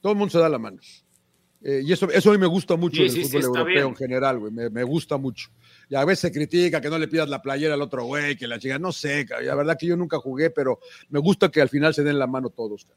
Speaker 4: Todo el mundo se da la mano. Eh, y eso, eso a mí me gusta mucho
Speaker 3: Sí,
Speaker 4: del
Speaker 3: sí, sí,
Speaker 4: fútbol
Speaker 3: está
Speaker 4: europeo
Speaker 3: bien.
Speaker 4: en general, güey. Me, me gusta mucho. Y a veces se critica que no le pidas la playera al otro güey, que la chica, no sé, cabrón. la verdad que yo nunca jugué, pero me gusta que al final se den la mano todos. cabrón.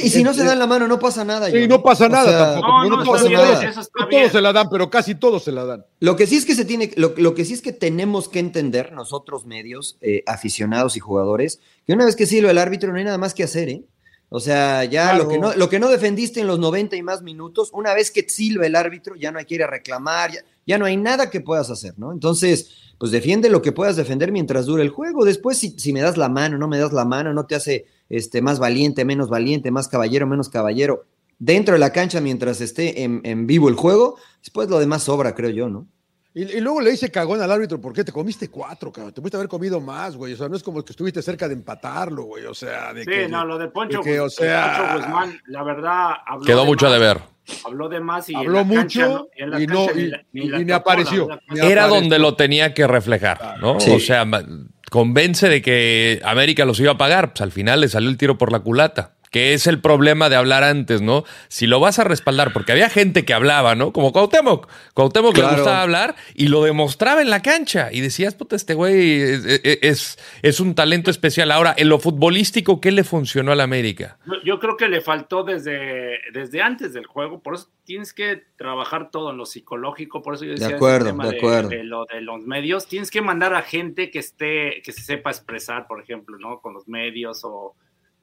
Speaker 1: Y si no se dan la mano, no pasa nada.
Speaker 4: Y
Speaker 1: John.
Speaker 4: no pasa
Speaker 1: O
Speaker 4: nada
Speaker 1: sea,
Speaker 4: tampoco.
Speaker 3: No,
Speaker 4: No,
Speaker 3: no,
Speaker 1: está
Speaker 4: pasa
Speaker 1: bien,
Speaker 4: nada.
Speaker 3: eso está
Speaker 4: No
Speaker 3: bien.
Speaker 4: todos se la dan, pero casi todos se la dan.
Speaker 1: Lo que sí es que se tiene, lo, lo que sí es que tenemos que entender nosotros medios, eh, aficionados y jugadores, que una vez que sirve el árbitro no hay nada más que hacer, ¿eh? O sea, ya
Speaker 4: Claro.
Speaker 1: lo, que no, lo que no defendiste en los 90 y más minutos, una vez que silba el árbitro, ya no hay que ir a reclamar, ya, ya no hay nada que puedas hacer, ¿no? Entonces, pues defiende lo que puedas defender mientras dure el juego. Después, si, si me das la mano, no me das la mano, no te hace este, más valiente, menos valiente, más caballero, menos caballero. Dentro de la cancha, mientras esté en, en vivo el juego, después lo demás sobra, creo yo, ¿no?
Speaker 4: Y, y luego le dice cagón al árbitro, ¿por qué te comiste cuatro, cabrón? Te pudiste haber comido más, güey. O sea, no es como que estuviste cerca de empatarlo, güey. O sea, de
Speaker 3: Sí,
Speaker 4: que.
Speaker 3: no, lo de Poncho,
Speaker 4: de que, o
Speaker 3: Guz-
Speaker 4: sea,
Speaker 3: Poncho Guzmán, la verdad. habló
Speaker 2: Quedó
Speaker 3: de
Speaker 2: mucho a
Speaker 3: más,
Speaker 2: deber.
Speaker 3: Habló de más y. en
Speaker 4: Habló
Speaker 3: la cancha
Speaker 4: mucho
Speaker 3: en la
Speaker 4: y no-
Speaker 3: cancha
Speaker 4: y-
Speaker 3: la-
Speaker 4: y-
Speaker 3: la
Speaker 4: y ni
Speaker 3: tapó,
Speaker 4: apareció.
Speaker 3: la verdad.
Speaker 4: Ni
Speaker 2: Era
Speaker 4: apareció.
Speaker 2: donde lo tenía que reflejar, ¿no?
Speaker 1: Sí.
Speaker 2: O sea, ma- convence de que América los iba a pagar. Pues al final le salió el tiro por la culata. Que es el problema de hablar antes, ¿no? Si lo vas a respaldar, porque había gente que hablaba, ¿no? Como Cuauhtémoc. Cuauhtémoc le
Speaker 1: Claro.
Speaker 2: gustaba hablar y lo demostraba en la cancha. Y decías, puta, este güey es, es- es un talento especial. Ahora, en lo futbolístico, ¿qué le funcionó al América?
Speaker 3: Yo, yo creo que le faltó desde, desde antes del juego, por eso tienes que trabajar todo en lo psicológico, por eso yo decía ese
Speaker 1: acuerdo,
Speaker 3: tema
Speaker 1: de acuerdo.
Speaker 3: lo de los medios, tienes que mandar a gente que esté, que se sepa expresar, por ejemplo, ¿no? Con los medios o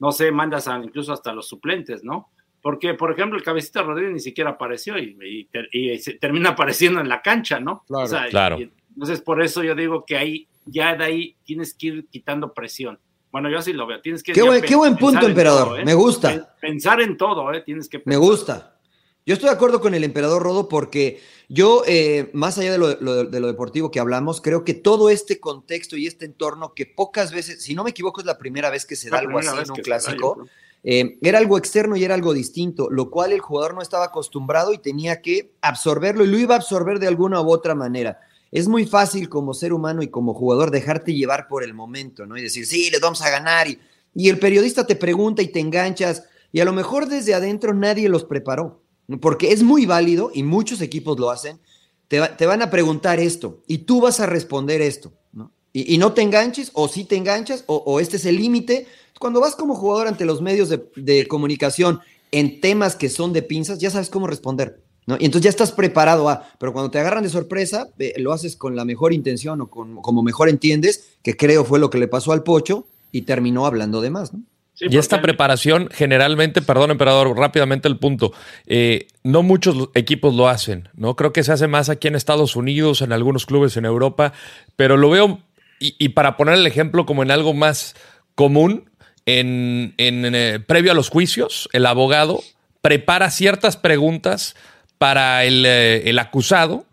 Speaker 3: no sé, mandas a- incluso hasta los suplentes, ¿no? Porque, por ejemplo, el cabecita Rodríguez ni siquiera apareció y, y ter- y se termina [laughs] apareciendo en la cancha, ¿no?
Speaker 4: Claro,
Speaker 3: y-
Speaker 2: claro.
Speaker 3: y entonces, por eso yo digo que ahí, ya de ahí, tienes que ir quitando presión. Bueno, yo así lo veo. Tienes que
Speaker 1: Qué
Speaker 3: ya
Speaker 1: buen-
Speaker 3: pe-
Speaker 1: qué buen
Speaker 3: pensar
Speaker 1: punto,
Speaker 3: en
Speaker 1: emperador.
Speaker 3: todo, ¿eh?
Speaker 1: Me gusta.
Speaker 3: Pen- Pensar en todo, ¿eh? Tienes que
Speaker 1: Me gusta. Yo estoy de acuerdo con el emperador Rodo porque yo, eh, más allá de lo, lo- de lo deportivo que hablamos, creo que todo este contexto y este entorno que pocas veces, si no me equivoco, es la primera vez que se
Speaker 3: Es
Speaker 1: da
Speaker 3: la
Speaker 1: algo
Speaker 3: primera
Speaker 1: así
Speaker 3: vez
Speaker 1: en un
Speaker 3: que se da,
Speaker 1: clásico.
Speaker 3: yo creo.
Speaker 1: Eh, era algo externo y era algo distinto, lo cual el jugador no estaba acostumbrado y tenía que absorberlo y lo iba a absorber de alguna u otra manera. Es muy fácil como ser humano y como jugador dejarte llevar por el momento, ¿no? Y decir, sí, les vamos a ganar. Y, y el periodista te pregunta y te enganchas y a lo mejor desde adentro nadie los preparó, porque es muy válido y muchos equipos lo hacen. Te, va- te van a preguntar esto y tú vas a responder esto, ¿no? Y, y no te enganches o sí te enganchas o, o este es el límite. Cuando vas como jugador ante los medios de, de comunicación en temas que son de pinzas, ya sabes cómo responder. ¿No? Y entonces ya estás preparado a, pero cuando te agarran de sorpresa, eh, lo haces con la mejor intención o con, como mejor entiendes, que creo fue lo que le pasó al Pocho y terminó hablando de más. ¿no?
Speaker 3: Sí,
Speaker 2: Y esta
Speaker 3: porque-
Speaker 2: preparación generalmente, perdón emperador, rápidamente el punto, eh, no muchos lo- equipos lo hacen, ¿no? Creo que se hace más aquí en Estados Unidos, en algunos clubes en Europa, pero lo veo, y, y para poner el ejemplo como en algo más común, en, en, eh, previo a los juicios, el abogado prepara ciertas preguntas para el, eh, el acusado,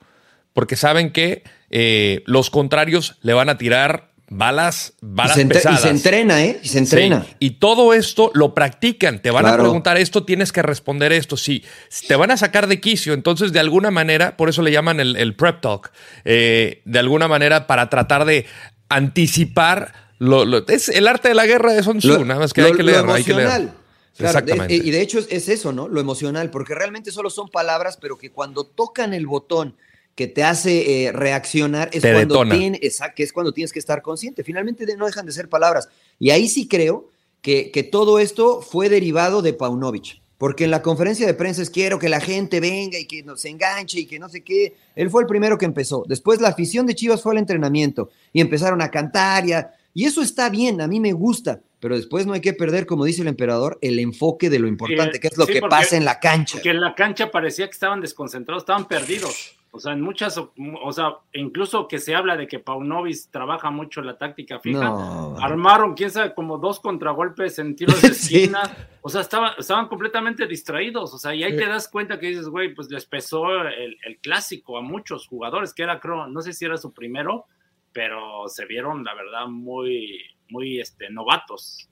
Speaker 2: porque saben que eh, los contrarios le van a tirar balas,
Speaker 1: Y,
Speaker 2: balas
Speaker 1: se entre- y
Speaker 2: pesadas.
Speaker 1: se entrena, ¿eh? Y se entrena.
Speaker 2: Sí, Y todo esto lo practican. Te van a
Speaker 1: Claro.
Speaker 2: preguntar esto, tienes que responder esto. Sí, te van a sacar de quicio. Entonces, de alguna manera, por eso le llaman el, el prep talk. eh, de alguna manera, para tratar de anticipar. Lo, lo- es el arte de la guerra de Sun Tzu,
Speaker 1: Lo-
Speaker 2: nada más que
Speaker 1: lo-
Speaker 2: hay que
Speaker 1: lo
Speaker 2: leer. hay que leer.
Speaker 1: emocional. Claro,
Speaker 2: Exactamente.
Speaker 4: Eh,
Speaker 1: de- y de hecho es, es eso, ¿no? Lo emocional, porque realmente solo son palabras, pero que cuando tocan el botón que te hace eh, reaccionar es
Speaker 2: Te
Speaker 1: cuando
Speaker 2: detona.
Speaker 1: tien- esa- que es cuando tienes que estar consciente. Finalmente de- no dejan de ser palabras. Y ahí sí creo que, que todo esto fue derivado de Paunovic, porque en la conferencia de prensa es quiero que la gente venga y que nos enganche y que no sé qué. Él fue el primero que empezó. Después la afición de Chivas fue al entrenamiento y empezaron a cantar y, a- y eso está bien, a mí me gusta. Pero después no hay que perder, como dice el emperador, el enfoque de lo importante,
Speaker 3: Eh,
Speaker 1: que es lo
Speaker 3: sí,
Speaker 1: que
Speaker 3: porque-
Speaker 1: pasa en la cancha.
Speaker 3: Porque en la cancha parecía que estaban desconcentrados, estaban perdidos. O sea, en muchas, o o sea, incluso que se habla de que Paunovic trabaja mucho la táctica fija.
Speaker 1: No.
Speaker 3: Armaron, quién sabe, como dos contragolpes en tiros
Speaker 1: [laughs]
Speaker 3: de
Speaker 1: Sí.
Speaker 3: esquina. O sea, estaba- estaban completamente distraídos. O sea, y ahí
Speaker 4: Sí.
Speaker 3: te das cuenta que dices, güey, pues les pesó el, el clásico a muchos jugadores, que era, creo, no sé si era su primero, pero se vieron, la verdad, muy, muy este, novatos.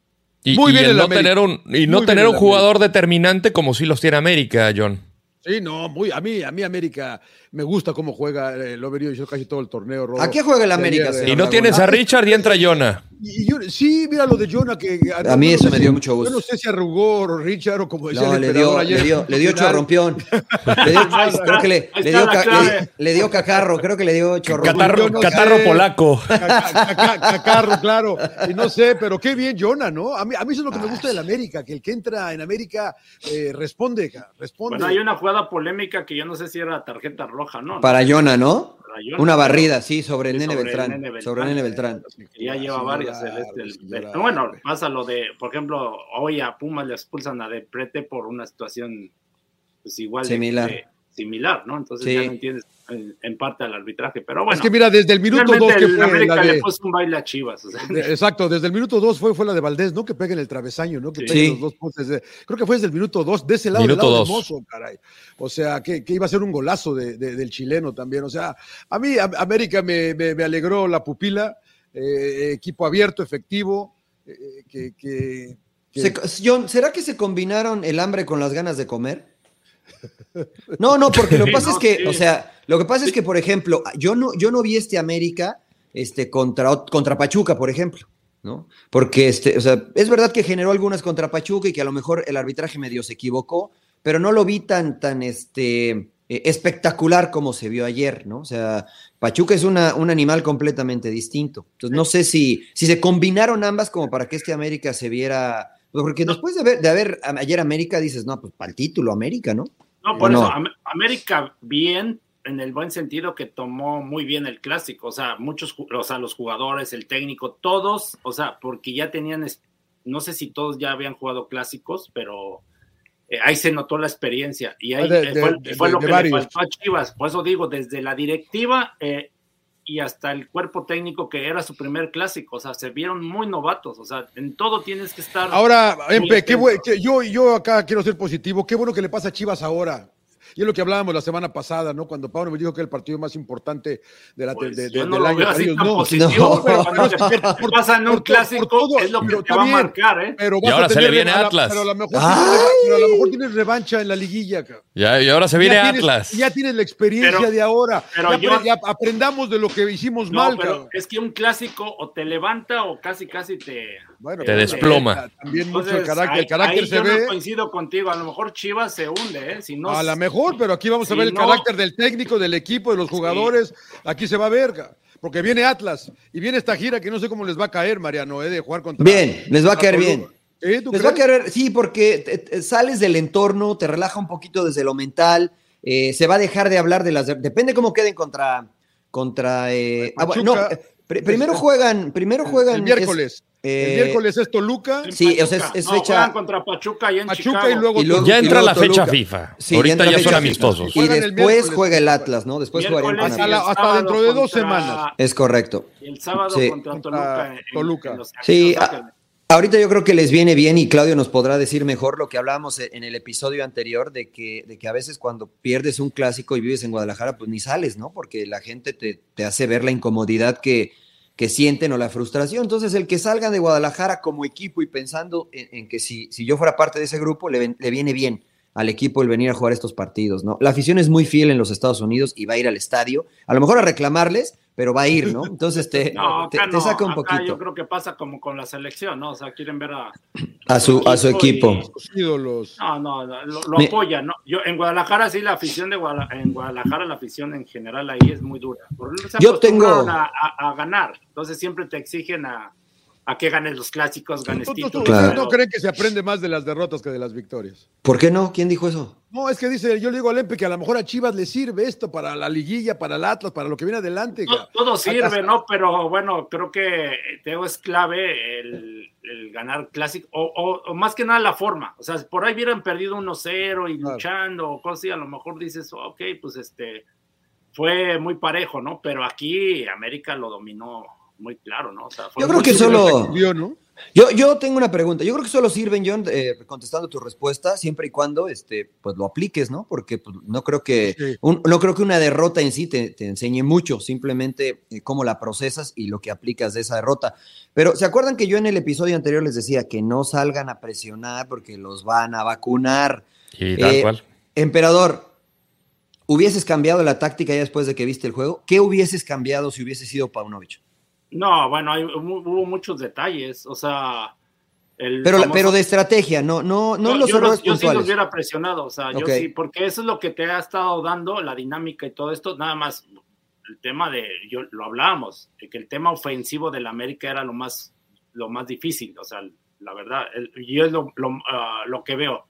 Speaker 2: Y,
Speaker 4: Muy
Speaker 2: y
Speaker 4: bien
Speaker 2: el
Speaker 4: el
Speaker 2: no
Speaker 4: América.
Speaker 2: tener un, y
Speaker 4: Muy
Speaker 2: no
Speaker 4: bien
Speaker 2: tener
Speaker 4: el
Speaker 2: un jugador determinante como sí los tiene América, John.
Speaker 4: Sí, no, muy, a mí, a mí América me gusta cómo juega eh, el Overio y yo casi todo el torneo. Rodo.
Speaker 1: ¿A qué juega el América,
Speaker 4: De ayer,
Speaker 1: señor?
Speaker 2: Y
Speaker 4: de-
Speaker 2: no tienes a Richard y entra Jonah.
Speaker 4: Y yo- sí, mira lo de Jonah que
Speaker 1: A mí
Speaker 4: yo
Speaker 1: eso
Speaker 4: no sé
Speaker 1: me
Speaker 4: si-
Speaker 1: dio mucho gusto.
Speaker 4: Yo no sé si arrugó o Richard o como decía
Speaker 1: No,
Speaker 4: el
Speaker 1: le
Speaker 4: emperador
Speaker 1: dio,
Speaker 4: ayer.
Speaker 1: le dio, le dio
Speaker 3: [laughs]
Speaker 4: Final.
Speaker 1: chorrompión. Le dio,
Speaker 3: Ahí está,
Speaker 1: creo que le,
Speaker 3: ahí
Speaker 1: le
Speaker 3: está
Speaker 1: dio
Speaker 3: la
Speaker 1: ca-
Speaker 3: clave.
Speaker 1: le- le dio cacarro, creo que le dio chorrompión.
Speaker 2: Catarro,
Speaker 4: yo no
Speaker 2: catarro
Speaker 4: sé.
Speaker 2: polaco.
Speaker 4: Ca- ca- ca- Cacarro, claro. Y no sé, pero qué bien Jonah, ¿no? A mí, a mí eso es lo que me
Speaker 1: Ah,
Speaker 4: gusta del América, que el que entra en América eh, responde, ca- responde.
Speaker 3: Bueno, hay una jugada polémica que yo no sé si era tarjeta roja, ¿no?
Speaker 1: Para Yona, ¿no?
Speaker 3: Para Jonah.
Speaker 1: Una barrida, sí, sobre el
Speaker 3: Sí,
Speaker 1: nene
Speaker 3: sobre el
Speaker 1: Beltrán.
Speaker 3: nene Beltrán.
Speaker 1: Sobre el nene Beltrán.
Speaker 3: Que ya lleva
Speaker 4: Ah, Sí,
Speaker 3: varias.
Speaker 4: llorar,
Speaker 3: el este, el-
Speaker 4: sí,
Speaker 3: de-
Speaker 4: llorar.
Speaker 3: bueno, pasa lo de, por ejemplo, hoy a Pumas le expulsan a Deprete por una situación pues igual de-
Speaker 1: Similar.
Speaker 3: de- similar, ¿no? Entonces
Speaker 1: Sí.
Speaker 3: ya no entiendes en, en parte al arbitraje, pero bueno.
Speaker 4: es que mira, desde el minuto
Speaker 3: realmente
Speaker 4: dos que
Speaker 3: el
Speaker 4: fue
Speaker 3: América
Speaker 4: la
Speaker 3: le
Speaker 4: de,
Speaker 3: puso un baile a Chivas. o sea,
Speaker 4: de- Exacto, desde el minuto dos fue, fue la de Valdés, ¿no? Que peguen el travesaño, ¿no? Que
Speaker 3: Sí.
Speaker 4: peguen los dos puntos. de- creo que fue desde el minuto dos, de ese lado, del
Speaker 2: Minuto
Speaker 4: lado
Speaker 2: dos.
Speaker 4: de Mozo, caray. O sea, que, que iba a ser un golazo de- de- del chileno también. O sea, a mí a- América me, me- me alegró la pupila, eh, equipo abierto, efectivo, eh, que- que
Speaker 1: Se- John, ¿será que se combinaron el hambre con las ganas de comer? No, no, porque lo que
Speaker 3: Sí,
Speaker 1: pasa
Speaker 3: no,
Speaker 1: es que,
Speaker 3: sí.
Speaker 1: o sea, lo que pasa es que, por ejemplo, yo no, yo no vi este América este, contra, ot- contra Pachuca, por ejemplo, ¿no? Porque este, o sea, es verdad que generó algunas contra Pachuca y que a lo mejor el arbitraje medio se equivocó, pero no lo vi tan, tan este, eh, espectacular como se vio ayer, ¿no? O sea, Pachuca es una, un animal completamente distinto. Entonces, no sé si, si se combinaron ambas como para que este América se viera. pues, Porque después de haber, de haber a- ayer América, dices, no, pues para el título, América, ¿no?
Speaker 3: no, por
Speaker 1: No.
Speaker 3: eso, Am- América bien, en el buen sentido que tomó muy bien el clásico, o sea, muchos, ju- o sea, los jugadores, el técnico, todos, o sea, porque ya tenían, es- no sé si todos ya habían jugado clásicos, pero eh, ahí se notó la experiencia y ahí
Speaker 4: Ah, de-
Speaker 3: eh,
Speaker 4: de-
Speaker 3: fue,
Speaker 4: de-
Speaker 3: fue
Speaker 4: de-
Speaker 3: lo
Speaker 4: de
Speaker 3: que
Speaker 4: varios.
Speaker 3: le faltó a Chivas, por eso digo, desde la directiva eh, y hasta el cuerpo técnico que era su primer clásico, o sea, se vieron muy novatos, o sea, en todo tienes que estar...
Speaker 4: Ahora,
Speaker 3: Muy
Speaker 4: Empe, qué
Speaker 3: atento.
Speaker 4: bue- que yo, yo acá quiero ser positivo. Qué bueno que le pasa a Chivas ahora. Y es lo que hablábamos la semana pasada, ¿no? Cuando Pablo me dijo que era el partido más importante de la,
Speaker 3: Pues,
Speaker 4: de- de-
Speaker 3: yo no
Speaker 4: del
Speaker 3: lo
Speaker 4: año
Speaker 3: veo
Speaker 4: para
Speaker 3: así
Speaker 4: ellos,
Speaker 3: tan
Speaker 4: no.
Speaker 3: positivo,
Speaker 1: No.
Speaker 3: [laughs] pero cuando
Speaker 4: [laughs]
Speaker 3: te
Speaker 4: Por-
Speaker 3: pasa en
Speaker 4: por
Speaker 3: un
Speaker 4: todo-
Speaker 3: clásico
Speaker 4: por todo,
Speaker 3: es lo que
Speaker 4: pero
Speaker 3: te
Speaker 4: está
Speaker 3: va a
Speaker 4: bien.
Speaker 3: marcar, ¿eh?
Speaker 4: Pero
Speaker 2: Y ahora se le
Speaker 4: tener
Speaker 2: viene
Speaker 4: reva-
Speaker 2: Atlas.
Speaker 4: Pero a, lo mejor
Speaker 1: ¡Ay!
Speaker 4: tienes, pero a lo mejor tienes revancha en la liguilla, cabrón.
Speaker 2: Ya, y ahora se viene
Speaker 4: ya tienes-
Speaker 2: Atlas.
Speaker 4: ya tienes la experiencia
Speaker 3: Pero-
Speaker 4: de ahora.
Speaker 3: pero
Speaker 4: ya,
Speaker 3: yo-
Speaker 4: apre- ya aprendamos de lo que hicimos
Speaker 3: No,
Speaker 4: pues mal,
Speaker 3: pero
Speaker 4: cabrón.
Speaker 3: es que un clásico o te levanta o casi casi te...
Speaker 4: Bueno,
Speaker 2: Te
Speaker 4: pero-
Speaker 2: desploma.
Speaker 4: También mucho el
Speaker 3: Entonces,
Speaker 4: carácter.
Speaker 3: ahí-
Speaker 4: El carácter
Speaker 3: ahí
Speaker 4: se
Speaker 3: yo
Speaker 4: ve.
Speaker 3: no coincido contigo, a lo mejor Chivas se hunde, ¿eh? Si no,
Speaker 4: a lo mejor, pero aquí vamos a
Speaker 3: si
Speaker 4: ver el
Speaker 3: no-
Speaker 4: carácter del técnico, del equipo, de los jugadores. Aquí se va a ver, ca- porque viene Atlas y viene esta gira que no sé cómo les va a caer, Mariano, eh, de jugar contra.
Speaker 1: Bien, les va a
Speaker 4: contra
Speaker 1: caer bien.
Speaker 4: Toluca. ¿Eh? ¿Tú
Speaker 1: Les va a
Speaker 4: crees?
Speaker 1: querer, sí, porque te- te- sales del entorno, te relaja un poquito desde lo mental, eh, se va a dejar de hablar de las. Depende cómo queden contra. contra eh, ah, bueno,
Speaker 4: Pues, Pachuca.
Speaker 1: no, eh,
Speaker 4: este,
Speaker 1: pr- primero juegan. Primero juegan.
Speaker 4: El miércoles.
Speaker 1: es, eh,
Speaker 4: el miércoles es Toluca.
Speaker 3: en
Speaker 1: sí, o sea, es-
Speaker 3: Pachuca.
Speaker 1: es
Speaker 3: No,
Speaker 1: fecha-
Speaker 3: juegan contra Pachuca y en
Speaker 4: Pachuca
Speaker 3: Chicago.
Speaker 4: y luego,
Speaker 1: Y luego-
Speaker 2: Ya entra
Speaker 1: luego
Speaker 2: la fecha
Speaker 1: Toluca.
Speaker 2: FIFA.
Speaker 1: Sí,
Speaker 2: Ahorita
Speaker 1: entra
Speaker 2: ya
Speaker 1: la
Speaker 2: son
Speaker 1: fecha
Speaker 2: amistosos.
Speaker 1: Y
Speaker 4: Juegan el
Speaker 1: después
Speaker 4: miércoles.
Speaker 1: juega el Atlas, ¿no? Después juega el
Speaker 3: Miércoles y
Speaker 4: Hasta
Speaker 3: el
Speaker 4: la-
Speaker 1: Atlas.
Speaker 4: hasta
Speaker 3: sábado
Speaker 4: dentro de dos
Speaker 3: contra-
Speaker 4: semanas.
Speaker 1: Es correcto.
Speaker 3: El sábado
Speaker 1: Sí.
Speaker 3: contra
Speaker 4: Contra
Speaker 3: Toluca. en- en
Speaker 4: Toluca.
Speaker 3: los-
Speaker 1: Sí, ah,
Speaker 3: o sea, que-
Speaker 1: a- ahorita yo creo que les viene bien y Claudio nos podrá decir mejor lo que hablábamos e- en el episodio anterior de que, de que a veces cuando pierdes un clásico y vives en Guadalajara, pues ni sales, ¿no? Porque la gente te, te hace ver la incomodidad que, que sienten o la frustración. Entonces, el que salga de Guadalajara como equipo y pensando en, en que si, si yo fuera parte de ese grupo, le, ven- le viene bien al equipo el venir a jugar estos partidos, ¿no? La afición es muy fiel en los Estados Unidos y va a ir al estadio, a lo mejor a reclamarles, pero va a ir, ¿no? Entonces te,
Speaker 3: [laughs] No,
Speaker 1: te,
Speaker 3: acá
Speaker 1: te
Speaker 3: no,
Speaker 1: saca un
Speaker 3: acá
Speaker 1: poquito
Speaker 3: yo creo que pasa como con la selección, ¿no? O sea, quieren ver a...
Speaker 1: a su, a su equipo.
Speaker 3: y-
Speaker 4: Los ídolos.
Speaker 3: No, no, no, lo, lo
Speaker 1: Me-
Speaker 3: apoyan, ¿no? Yo, en Guadalajara sí, la afición de Guadala- en Guadalajara, la afición en general ahí es muy dura. Por- se
Speaker 1: Yo tengo-
Speaker 3: acostumbraron A, a- a ganar, entonces siempre te exigen a, a que ganes los clásicos, ganes
Speaker 4: ¿Tú- tú- tú-
Speaker 3: títulos.
Speaker 1: Claro.
Speaker 4: ¿Ustedes no creen que se aprende más de las derrotas que de las victorias?
Speaker 1: ¿Por qué no? ¿Quién dijo eso?
Speaker 4: No, es que dice, yo le digo al Empe que a lo mejor a Chivas le sirve esto para la liguilla, para el Atlas, para lo que viene adelante.
Speaker 3: To-
Speaker 4: ca.
Speaker 3: todo, sirve, ¿no? Pero bueno, creo que Teo es clave el, el ganar clásico, o, o- o más que nada la forma. O sea, si por ahí hubieran perdido 1-0 y
Speaker 4: Claro.
Speaker 3: luchando o cosas, y a lo mejor dices, ok, pues este fue muy parejo, ¿no? Pero aquí América lo dominó muy claro, ¿no? O sea, fue
Speaker 1: Yo creo
Speaker 3: muy
Speaker 1: que
Speaker 3: superior.
Speaker 1: solo-
Speaker 4: Vio, ¿no?
Speaker 1: Yo, yo tengo una pregunta. Yo creo que solo sirven, John, eh, contestando tu respuesta, siempre y cuando este, pues lo apliques, ¿no? Porque pues, no, creo que,
Speaker 4: Sí. eh,
Speaker 1: un- no creo que una derrota en sí te, te enseñe mucho, simplemente eh, cómo la procesas y lo que aplicas de esa derrota. Pero, ¿se acuerdan que yo en el episodio anterior les decía que no salgan a presionar porque los van a vacunar?
Speaker 2: Y tal
Speaker 1: Eh,
Speaker 2: cual.
Speaker 1: Emperador, ¿Hubieses cambiado la táctica ya después de que viste el juego? ¿Qué hubieses cambiado si hubiese sido Paunovic?
Speaker 3: No, bueno, hay- hubo hubo muchos detalles, o sea... el
Speaker 1: Pero, la-
Speaker 3: famoso-
Speaker 1: pero de estrategia, no, no, no
Speaker 3: Yo-
Speaker 1: los
Speaker 3: yo
Speaker 1: errores
Speaker 3: yo sí los
Speaker 1: puntuales.
Speaker 3: hubiera presionado, o sea,
Speaker 1: Ok.
Speaker 3: yo sí, porque eso es lo que te ha estado dando, la dinámica y todo esto, nada más el tema de, yo lo hablábamos, de que el tema ofensivo del América era lo más, lo más difícil, o sea, la verdad, el- y es lo, lo, ah, lo que veo,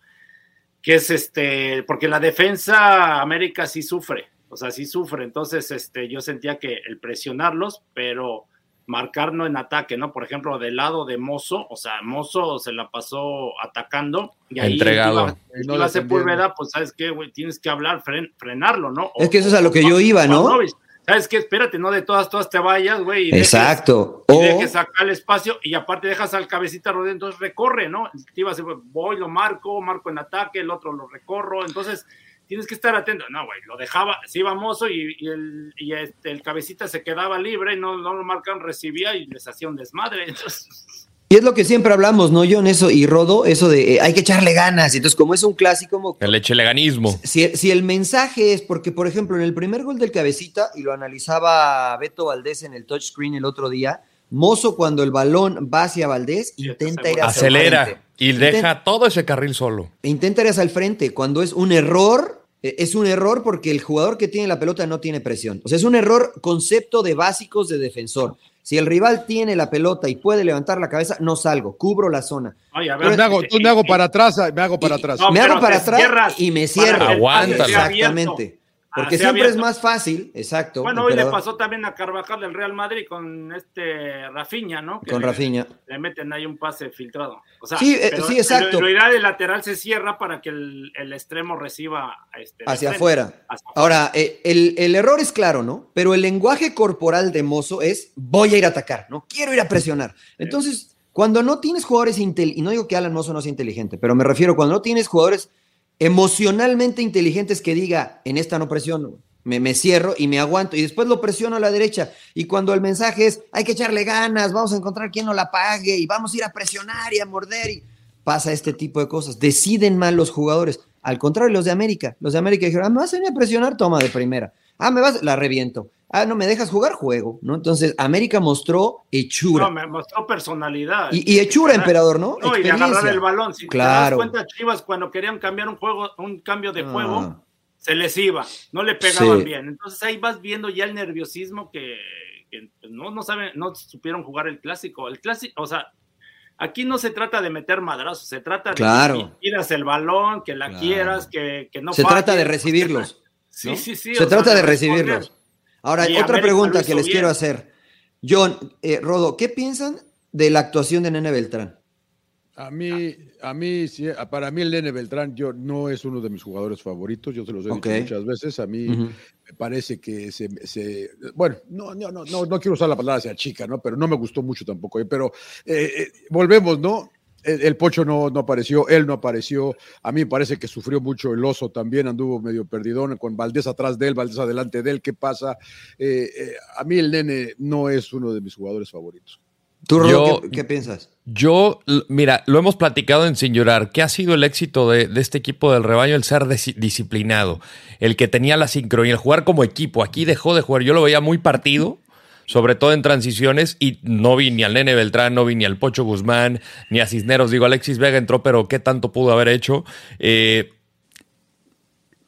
Speaker 3: que es este, porque la defensa América sí sufre, o sea, sí sufre, entonces este, yo sentía que el presionarlos, pero marcar no en ataque, ¿no? Por ejemplo, del lado de Mozo, o sea, Mozo se la pasó atacando y ahí
Speaker 2: Entregado.
Speaker 3: iba-
Speaker 4: Y no
Speaker 3: iba
Speaker 4: defendiendo.
Speaker 3: a Sepúlveda, pues sabes qué, güey, tienes que hablar, fren- frenarlo, ¿no? O-
Speaker 1: Es que eso es a lo que yo iba, ¿no?
Speaker 3: Pavlovich, ¿Sabes qué? Espérate, no de todas, todas te vayas, güey. y dejes-
Speaker 1: Exacto.
Speaker 3: Y
Speaker 1: O,
Speaker 3: dejes sacar el espacio y aparte dejas al cabecita rodeo, entonces recorre, ¿no? Te ibas, güey, voy, lo marco, marco en ataque, el otro lo recorro, entonces tienes que estar atento. No, güey, lo dejaba, se iba mozo y, y el, y este, el cabecita se quedaba libre, no, no lo marcan, recibía y les hacía un desmadre. [laughs] Entonces,
Speaker 1: y es lo que siempre hablamos, ¿no, John? Eso, y Rodo, eso de eh, hay que echarle ganas. Entonces, como es un clásico, como
Speaker 2: El echeleganismo.
Speaker 1: Si, si el mensaje es, porque por ejemplo, en el primer gol del cabecita, y lo analizaba Beto Valdés en el touchscreen el otro día, Mozo cuando el balón va hacia Valdés,
Speaker 3: Sí,
Speaker 1: intenta
Speaker 3: está
Speaker 1: ir hacia el
Speaker 2: Acelera
Speaker 1: frente.
Speaker 2: y
Speaker 1: Inten-
Speaker 2: deja todo ese carril solo.
Speaker 1: Intenta ir hacia el frente. Cuando es un error, eh, es un error porque el jugador que tiene la pelota no tiene presión. O sea, es un error concepto de básicos de defensor. Si el rival tiene la pelota y puede levantar la cabeza, no salgo, cubro la zona.
Speaker 3: oye, a ver,
Speaker 4: Yo me hago, yo me hago
Speaker 3: y-
Speaker 4: para atrás, ah, me hago para atrás.
Speaker 3: eh, No,
Speaker 1: me hago
Speaker 3: pero
Speaker 1: para
Speaker 3: te
Speaker 1: atrás
Speaker 3: cierras
Speaker 1: y me
Speaker 3: para
Speaker 1: cierro.
Speaker 2: que el Aguántala. pase esté
Speaker 1: Exactamente.
Speaker 3: abierto.
Speaker 1: Porque
Speaker 3: Ah, sea
Speaker 1: siempre es
Speaker 3: abierto.
Speaker 1: más fácil, exacto.
Speaker 3: Bueno, hoy le
Speaker 1: emperador,
Speaker 3: pasó también a Carvajal del Real Madrid con este Rafiña, ¿no? Que
Speaker 1: con
Speaker 3: le-
Speaker 1: Rafiña.
Speaker 3: Le meten ahí un pase filtrado. O sea,
Speaker 1: Sí, eh, sí, exacto.
Speaker 3: Lo, lo irá de lateral se cierra para que el, el extremo reciba este, de
Speaker 1: Hacia
Speaker 3: frente.
Speaker 1: afuera.
Speaker 3: Hacia afuera.
Speaker 1: Ahora, eh, el, el error es claro, ¿no? Pero el lenguaje corporal de Mozo es voy a ir a atacar, ¿no? Quiero ir a presionar. Entonces, cuando no tienes jugadores inteligentes, y no digo que Alan Mozo no sea inteligente, pero me refiero cuando no tienes jugadores emocionalmente inteligentes que diga, en esta no presiono, me, me cierro y me aguanto, y después lo presiono a la derecha, y cuando el mensaje es, hay que echarle ganas, vamos a encontrar quien no la pague, y vamos a ir a presionar y a morder, y pasa este tipo de cosas, deciden mal los jugadores, al contrario los de América, los de América dijeron, ah, me vas a venir a presionar, toma de primera, ah, me vas, la reviento, ah, no me dejas jugar, juego, ¿no? Entonces, América mostró hechura,
Speaker 3: No, me mostró personalidad.
Speaker 1: y, y hechura, emperador, ¿no?
Speaker 3: No, y de agarrar
Speaker 1: Experiencia.
Speaker 3: el balón. Si
Speaker 1: Claro.
Speaker 3: te das cuenta, Chivas, cuando querían cambiar un juego, un cambio de
Speaker 1: Ah.
Speaker 3: juego, se les iba, no le pegaban
Speaker 1: Sí.
Speaker 3: bien. Entonces ahí vas viendo ya el nerviosismo que, que pues, no, no saben, no supieron jugar el clásico. El clásico, o sea, aquí no se trata de meter madrazos, se trata de
Speaker 1: Claro.
Speaker 3: que tiras el balón, que la
Speaker 1: Claro.
Speaker 3: quieras, que, que no
Speaker 1: Se trata de
Speaker 3: falles.
Speaker 1: recibirlos.
Speaker 3: [laughs] Sí,
Speaker 1: ¿no?
Speaker 3: sí, sí,
Speaker 1: Se
Speaker 3: o sea,
Speaker 1: trata de
Speaker 3: responder.
Speaker 1: recibirlos. Ahora,
Speaker 3: Y
Speaker 1: otra
Speaker 3: América
Speaker 1: pregunta
Speaker 3: lo
Speaker 1: que
Speaker 3: hizo
Speaker 1: les
Speaker 3: bien.
Speaker 1: quiero hacer. John, eh, Rodo, ¿qué piensan de la actuación de Nene Beltrán?
Speaker 4: A mí, a mí, sí, para mí el Nene Beltrán yo, no es uno de mis jugadores favoritos, yo se los he
Speaker 1: Ok.
Speaker 4: dicho muchas veces, a mí
Speaker 1: Ujú.
Speaker 4: me parece que se, se- bueno, no, no, no, no, no quiero usar la palabra sea chica, ¿no? Pero no me gustó mucho tampoco, eh, pero eh, eh, volvemos, ¿no? El, el Pocho no, no apareció, él no apareció, a mí me parece que sufrió mucho el oso también, anduvo medio perdidón, con Valdés atrás de él, Valdés adelante de él, ¿qué pasa? Eh, eh, a mí el Nene no es uno de mis jugadores favoritos.
Speaker 1: ¿Tú, Rodo,
Speaker 2: Yo-
Speaker 1: ¿qué, qué piensas?
Speaker 2: Yo, l- mira, lo hemos platicado en Sin Llorar. ¿Qué ha sido el éxito de, de este equipo del rebaño? El ser desi- disciplinado, el que tenía la sincronía, el jugar como equipo. Aquí dejó de jugar. Yo lo veía muy partido, sobre todo en transiciones, y no vi ni al Nene Beltrán, no vi ni al Pocho Guzmán, ni a Cisneros. Digo, Alexis Vega entró, pero ¿qué tanto pudo haber hecho? Eh,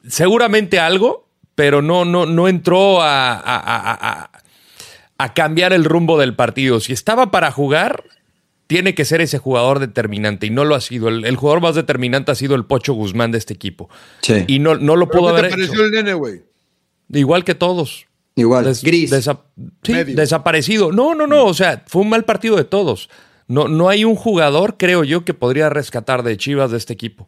Speaker 2: seguramente algo, pero no, no, no entró a- a- a- a- a, a cambiar el rumbo del partido. Si estaba para jugar, tiene que ser ese jugador determinante y no lo ha sido. El, el jugador más determinante ha sido el Pocho Guzmán de este equipo.
Speaker 1: Sí.
Speaker 2: Y no, no lo
Speaker 4: ¿Pero
Speaker 2: pudo
Speaker 4: ¿Qué te
Speaker 2: haber
Speaker 4: pareció
Speaker 2: hecho.
Speaker 4: el Nene, güey?
Speaker 2: Igual que todos.
Speaker 1: Igual,
Speaker 2: Des-
Speaker 1: gris.
Speaker 2: desa- sí,
Speaker 4: Medio.
Speaker 2: desaparecido. No, no, no. O sea, fue un mal partido de todos. No, no hay un jugador, creo yo, que podría rescatar de Chivas de este equipo.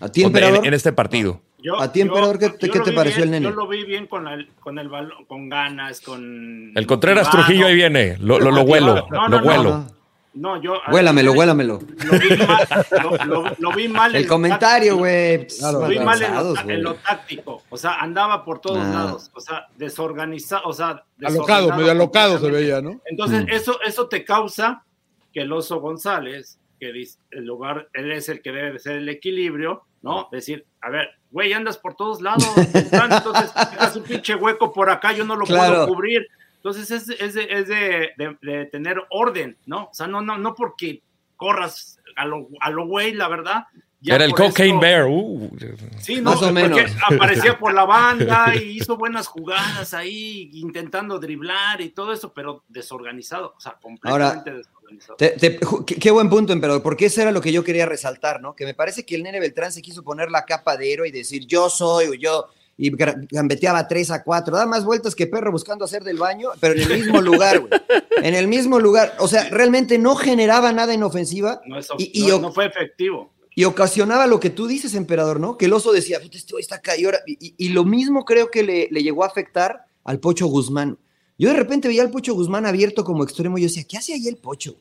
Speaker 1: ¿A ti,
Speaker 2: O de- en-
Speaker 1: emperador?
Speaker 2: en este partido.
Speaker 3: Yo-
Speaker 1: ¿A ti, emperador, qué te-
Speaker 3: yo
Speaker 1: qué
Speaker 3: lo
Speaker 1: te
Speaker 3: vi
Speaker 1: pareció
Speaker 3: bien,
Speaker 1: el nene?
Speaker 3: Yo lo vi bien con, la- con el balón, con ganas, con.
Speaker 2: El Contreras
Speaker 3: motivado.
Speaker 2: Trujillo ahí viene. Lo, lo, lo huelo.
Speaker 3: Ah, No, no,
Speaker 2: lo
Speaker 3: no,
Speaker 2: huelo.
Speaker 1: no.
Speaker 3: No, yo.
Speaker 1: Huélamelo, huélamelo.
Speaker 3: Lo vi mal. lo- lo- lo vi mal en
Speaker 1: El
Speaker 3: lo
Speaker 1: comentario,
Speaker 3: táctico.
Speaker 1: güey.
Speaker 4: Claro,
Speaker 1: Pss,
Speaker 3: Lo vi mal en lo,
Speaker 1: avanzados,
Speaker 3: ta- en
Speaker 1: güey.
Speaker 3: lo táctico. O sea, andaba por todos
Speaker 1: Ah.
Speaker 3: lados. O sea, desorganizado. O sea,
Speaker 4: Alocado, medio alocado se
Speaker 3: completamente.
Speaker 4: veía, ¿no?
Speaker 3: Entonces,
Speaker 1: Mm.
Speaker 3: eso, eso te causa que el oso González, que dice, el lugar, él es el que debe de ser el equilibrio, ¿no? Decir, a ver, güey, andas por todos
Speaker 4: [laughs]
Speaker 3: lados, entonces dejas un pinche hueco por acá, yo no lo
Speaker 1: Claro.
Speaker 3: puedo cubrir. Entonces es, es de, es de- de- de tener orden, ¿no? O sea, no, no, no porque corras a lo, a lo güey, la verdad. Ya
Speaker 2: Era el
Speaker 3: por
Speaker 2: Cocaine
Speaker 3: eso-
Speaker 2: Bear. uh.
Speaker 3: Sí, no,
Speaker 1: Más o
Speaker 3: porque
Speaker 1: menos.
Speaker 3: aparecía por
Speaker 1: [laughs]
Speaker 3: la banda y hizo buenas jugadas ahí, intentando driblar y todo eso, pero desorganizado, o sea, completamente desorganizado.
Speaker 1: Te- te- ju- qué, qué buen punto, emperador, porque eso era lo que yo quería resaltar, ¿no? Que me parece que el Nene Beltrán se quiso poner la capa de héroe y decir yo soy o yo, y gra- gambeteaba 3 a 4, da más vueltas que perro buscando hacer del baño, pero en el mismo lugar, güey. En el mismo lugar, o sea, realmente no generaba nada en ofensiva
Speaker 3: No, eso-
Speaker 1: y, y
Speaker 3: no-
Speaker 1: oc-
Speaker 3: no fue efectivo.
Speaker 1: y ocasionaba lo que tú dices, emperador, ¿no? Que el oso decía, puta, este güey está acá y ahora. Y, y- y lo mismo creo que le, le llegó a afectar al Pocho Guzmán. Yo de repente veía al Pocho Guzmán abierto como extremo y yo decía, ¿qué hace ahí el Pocho?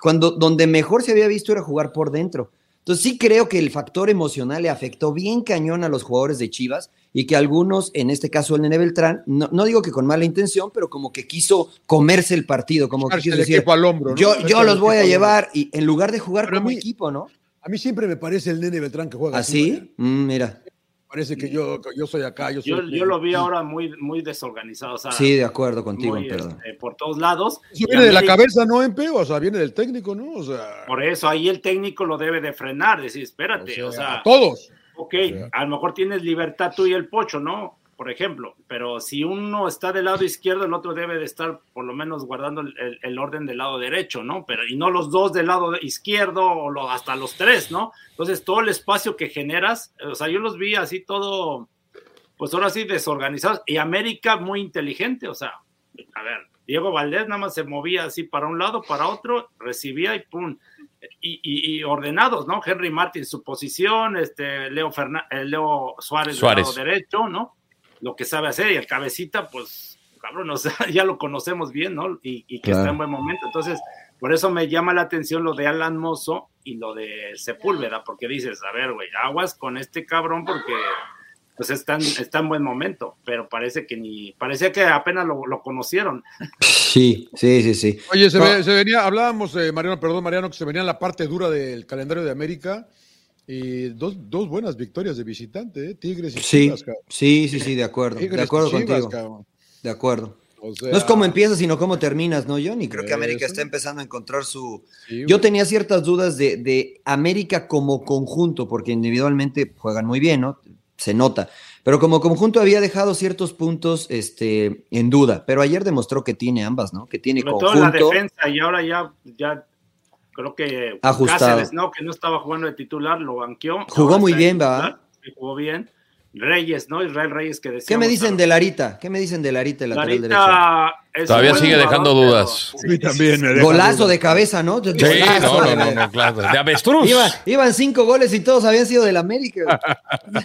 Speaker 1: Cuando donde mejor se había visto era jugar por dentro. Entonces sí creo que el factor emocional le afectó bien cañón a los jugadores de Chivas y que algunos, en este caso el Nene Beltrán, no, no digo que con mala intención, pero como que quiso comerse el partido, como que
Speaker 4: Echarse
Speaker 1: quiso
Speaker 4: el
Speaker 1: decir,
Speaker 4: equipo al hombro. ¿no?
Speaker 1: yo,
Speaker 4: Echarse
Speaker 1: yo
Speaker 4: el
Speaker 1: los voy a
Speaker 4: equipo al hombro.
Speaker 1: llevar y en lugar de jugar
Speaker 4: Pero a
Speaker 1: como
Speaker 4: mí-
Speaker 1: equipo, ¿no?
Speaker 4: A mí siempre me parece el nene Beltrán que juega
Speaker 3: ¿Ah,
Speaker 4: ¿vale?
Speaker 1: ¿Así? Mm, mira.
Speaker 4: Parece que yo, que yo soy acá, yo soy.
Speaker 3: Yo, yo lo vi ahora muy, muy desorganizado, o sea,
Speaker 1: Sí, de acuerdo contigo,
Speaker 3: Ah, muy,
Speaker 1: perdón.
Speaker 3: este, por todos lados.
Speaker 4: Eso
Speaker 3: Y
Speaker 4: viene de la
Speaker 3: América-
Speaker 4: cabeza, ¿no, Empe? O sea, viene del técnico, ¿no? O sea,
Speaker 3: Por eso ahí el técnico lo debe de frenar, decir, espérate, o sea,
Speaker 4: a todos.
Speaker 3: ok, a lo mejor tienes libertad tú y el pocho, ¿no? Por ejemplo, pero si uno está del lado izquierdo, el otro debe de estar por lo menos guardando el, el- el orden del lado derecho, ¿no? Pero y no los dos del lado izquierdo o lo- hasta los tres, ¿no? Entonces todo el espacio que generas, o sea, yo los vi así todo, pues ahora sí desorganizados y América muy inteligente, o sea, a ver, Diego Valdés nada más se movía así para un lado, para otro, recibía y pum. Y, y- y ordenados, ¿no? Henry Martin su posición, este Leo, Ferna- eh, Leo Suárez, del
Speaker 2: Suárez.
Speaker 3: lado derecho, ¿no? Lo que sabe hacer y el cabecita, pues, cabrón, o sea, [laughs] ya lo conocemos bien, ¿no? Y, y que
Speaker 1: Claro.
Speaker 3: está en buen momento. Entonces, por eso me llama la atención lo de Alan Mozo y lo de Sepúlveda, porque dices, a ver, güey, aguas con este cabrón porque pues está en, está en buen momento, pero parece que ni, parecía que apenas lo, lo conocieron.
Speaker 1: Sí, sí, sí, sí.
Speaker 4: Oye, se,
Speaker 1: No.
Speaker 4: ve- se venía, hablábamos, eh, Mariano, perdón, Mariano, que se venía la parte dura del calendario de América. Y dos, dos buenas victorias de visitante, ¿eh? Tigres y
Speaker 1: Sí,
Speaker 4: Chivas, cabrón.
Speaker 1: sí, sí, sí, de acuerdo.
Speaker 4: Tigres
Speaker 1: De
Speaker 4: y
Speaker 1: acuerdo
Speaker 4: Chivas,
Speaker 1: contigo.
Speaker 4: cabrón.
Speaker 1: De acuerdo.
Speaker 4: O sea,
Speaker 1: No es cómo empiezas, sino cómo terminas, ¿no, Johnny? Creo que América
Speaker 4: Eso.
Speaker 1: está empezando a encontrar su...
Speaker 4: sí,
Speaker 1: Yo
Speaker 4: güey.
Speaker 1: tenía ciertas dudas de, de América como conjunto, porque individualmente juegan muy bien, ¿no? Se nota. Pero como conjunto había dejado ciertos puntos este, en duda. Pero ayer demostró que tiene ambas, ¿no? Que tiene
Speaker 3: Sobre todo en la
Speaker 1: conjunto.
Speaker 3: defensa y ahora ya, ya creo que
Speaker 1: Ajustado.
Speaker 3: Cáceres, ¿no? Que no estaba jugando de titular, lo banqueó.
Speaker 1: Jugó
Speaker 3: Ahora
Speaker 1: muy
Speaker 3: está de
Speaker 1: bien, ¿verdad?
Speaker 3: titular, sí, Jugó bien. Reyes, ¿no? Israel Reyes que decía.
Speaker 1: ¿Qué me dicen de Larita? ¿Qué me dicen de Larita, el lateral derecho?
Speaker 3: Larita es un
Speaker 2: Todavía
Speaker 3: buen
Speaker 2: sigue dejando
Speaker 3: jugador,
Speaker 2: dudas.
Speaker 3: pero-
Speaker 4: A mí también me deja
Speaker 1: Golazo
Speaker 4: dudas.
Speaker 1: de cabeza, ¿no?
Speaker 2: Sí,
Speaker 1: Golazo
Speaker 2: no, no,
Speaker 1: de-
Speaker 2: no, no, claro. De avestruz.
Speaker 1: Iban, iban cinco goles y todos habían sido del América. güey.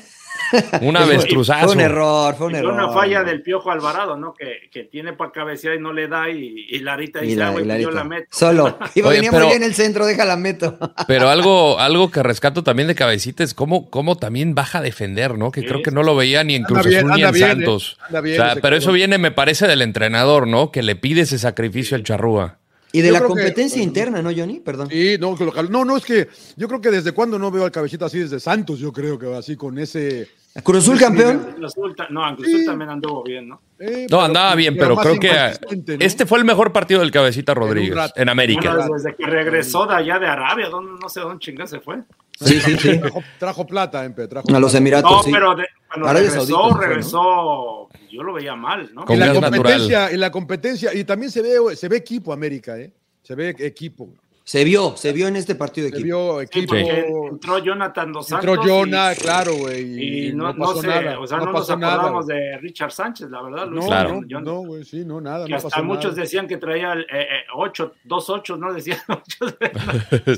Speaker 2: Un
Speaker 1: Fue
Speaker 2: avestruzazo.
Speaker 1: un error, fue
Speaker 3: Y
Speaker 1: un
Speaker 3: fue
Speaker 1: error.
Speaker 3: una falla del Piojo Alvarado, ¿no? Que, que tiene para cabecear y no le da y, y Larita
Speaker 1: Y
Speaker 3: dice,
Speaker 1: la-
Speaker 3: ah, güey,
Speaker 1: y
Speaker 3: pues yo
Speaker 1: Larita.
Speaker 3: la meto. [laughs]
Speaker 1: Solo. Iba,
Speaker 2: Oye,
Speaker 1: venía
Speaker 2: pero-
Speaker 1: muy bien el centro, déjala meto.
Speaker 2: Pero algo, algo que rescato también de Cabecita es cómo, cómo también baja a defender, ¿no? Que
Speaker 3: Sí.
Speaker 2: creo que no lo veía ni en
Speaker 4: Anda
Speaker 2: Cruz
Speaker 4: bien,
Speaker 2: Azul ni
Speaker 4: anda
Speaker 2: en
Speaker 4: bien,
Speaker 2: Santos.
Speaker 4: eh. Anda bien
Speaker 2: O sea,
Speaker 4: ese
Speaker 2: pero eso
Speaker 4: cabrón.
Speaker 2: viene, me parece, del entrenador, ¿no? Que le pide ese sacrificio al charrúa.
Speaker 1: Y de
Speaker 4: Yo
Speaker 1: la
Speaker 4: creo que-
Speaker 1: competencia interna, ¿no, Johnny? Perdón.
Speaker 4: Sí, no, que lo cal- no, no, es que yo creo que desde cuando no veo al cabecita así, desde Santos, yo creo que así con ese.
Speaker 1: Cruz Azul campeón.
Speaker 3: Resulta, no, incluso
Speaker 4: Sí.
Speaker 3: también anduvo bien, ¿no?
Speaker 4: eh,
Speaker 2: No,
Speaker 4: pero-
Speaker 2: andaba bien, pero,
Speaker 4: más
Speaker 2: creo que
Speaker 4: inconsistente, ¿no?
Speaker 2: este fue el mejor partido del Cabecita
Speaker 4: un
Speaker 2: Rodríguez
Speaker 4: rato.
Speaker 2: en, América.
Speaker 3: Bueno, desde que regresó de allá de Arabia, ¿dónde- no sé dónde chingada se fue.
Speaker 1: Sí, sí, sí.
Speaker 4: Trajo, trajo plata, Empe, trajo
Speaker 1: A los
Speaker 4: plata.
Speaker 1: Emiratos,
Speaker 3: No,
Speaker 1: sí.
Speaker 3: pero de- cuando
Speaker 1: Arabia
Speaker 3: regresó,
Speaker 1: Saudita fue, ¿no?
Speaker 3: regresó, yo lo veía mal, ¿no?
Speaker 2: Con
Speaker 4: y la
Speaker 2: gas
Speaker 4: competencia, y la competencia, y también se ve, se ve equipo América, ¿eh? Se ve equipo.
Speaker 1: Se vio, se vio en este partido de
Speaker 4: Se
Speaker 1: equipo.
Speaker 4: vio
Speaker 3: Sí,
Speaker 4: equipo.
Speaker 3: porque entró Jonathan Dos Santos.
Speaker 4: Entró Jonah,
Speaker 3: y-
Speaker 4: claro, güey.
Speaker 3: Y, no, no,
Speaker 4: pasó
Speaker 3: sé,
Speaker 4: nada.
Speaker 3: o sea, no, nos
Speaker 4: pasó nada,
Speaker 3: acordamos
Speaker 4: güey.
Speaker 3: de Richard Sánchez, la verdad, Luis.
Speaker 4: No,
Speaker 2: Claro.
Speaker 4: no,
Speaker 3: Jonathan.
Speaker 4: no, güey, sí, no, nada.
Speaker 3: Que
Speaker 4: no
Speaker 3: hasta
Speaker 4: pasó
Speaker 3: muchos
Speaker 4: nada.
Speaker 3: decían que traía eh, eh, ocho, dos ochos, ¿no? Decían [laughs] ocho,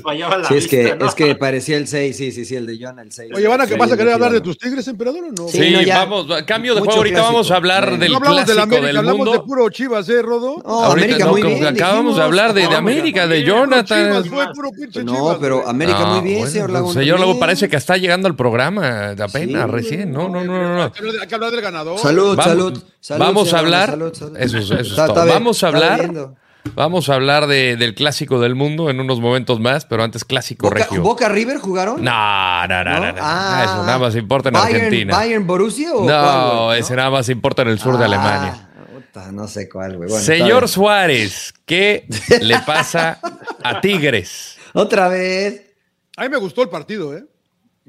Speaker 3: fallaba la
Speaker 1: Sí, es que,
Speaker 3: vista, ¿no?
Speaker 1: es que parecía el 6, sí, sí, sí, el de Jonah, el 6.
Speaker 4: Oye, ¿van a,
Speaker 1: Sí,
Speaker 4: ¿vas a querer hablar de
Speaker 1: definitivamente.
Speaker 4: tus tigres, emperador, o no?
Speaker 1: Sí,
Speaker 2: Sí,
Speaker 1: no, ya.
Speaker 2: vamos, va- cambio de
Speaker 1: Mucho
Speaker 2: juego. Ahorita
Speaker 1: clásico.
Speaker 2: vamos a hablar
Speaker 1: No
Speaker 2: del
Speaker 4: no hablamos de la
Speaker 2: clásico
Speaker 4: América,
Speaker 2: del
Speaker 4: hablamos
Speaker 2: mundo.
Speaker 4: de puro Chivas, ¿eh, Rodo?
Speaker 1: No,
Speaker 2: Ahorita
Speaker 1: América
Speaker 2: no,
Speaker 1: muy
Speaker 2: como
Speaker 1: bien.
Speaker 2: que acabamos de
Speaker 1: dijimos.
Speaker 2: hablar de, de
Speaker 3: Vamos,
Speaker 2: América, de
Speaker 3: América,
Speaker 2: Jonathan.
Speaker 4: Chivas, fue puro pinche
Speaker 1: No,
Speaker 4: Chivas,
Speaker 1: pero
Speaker 4: güey.
Speaker 1: América muy bien,
Speaker 2: Ah, bueno, pues,
Speaker 1: señor Laguna.
Speaker 2: señor Laguna
Speaker 1: también.
Speaker 2: parece que está llegando al programa de apenas,
Speaker 1: Sí.
Speaker 2: recién. No, no, no, no. no.
Speaker 4: Hay que hablar del ganador.
Speaker 1: Salud,
Speaker 2: Vamos-
Speaker 1: salud, salud,
Speaker 2: vamos a
Speaker 1: señor Laguna,
Speaker 2: hablar-
Speaker 1: salud, salud.
Speaker 2: eso es- eso es
Speaker 1: [laughs] Está-
Speaker 2: todo.
Speaker 1: está bien,
Speaker 2: Vamos a
Speaker 1: está
Speaker 2: hablar
Speaker 1: viendo.
Speaker 2: Vamos a hablar de- del clásico del mundo en unos momentos más, pero antes clásico
Speaker 1: Boca,
Speaker 2: regio.
Speaker 1: Boca River jugaron?
Speaker 2: No, no, no, no, no.
Speaker 1: Ah.
Speaker 2: Eso nada más importa en
Speaker 1: Bayern-
Speaker 2: Argentina.
Speaker 1: ¿Bayern Borussia o cuál,
Speaker 2: no,
Speaker 1: güey?
Speaker 2: ese nada más importa en el sur de
Speaker 1: Ah,
Speaker 2: Alemania.
Speaker 1: puta, no sé cuál, güey. Bueno,
Speaker 2: Señor
Speaker 1: está
Speaker 2: Suárez, ¿qué le pasa a Tigres?
Speaker 1: bien. Otra vez.
Speaker 4: A mí me gustó el partido, ¿eh?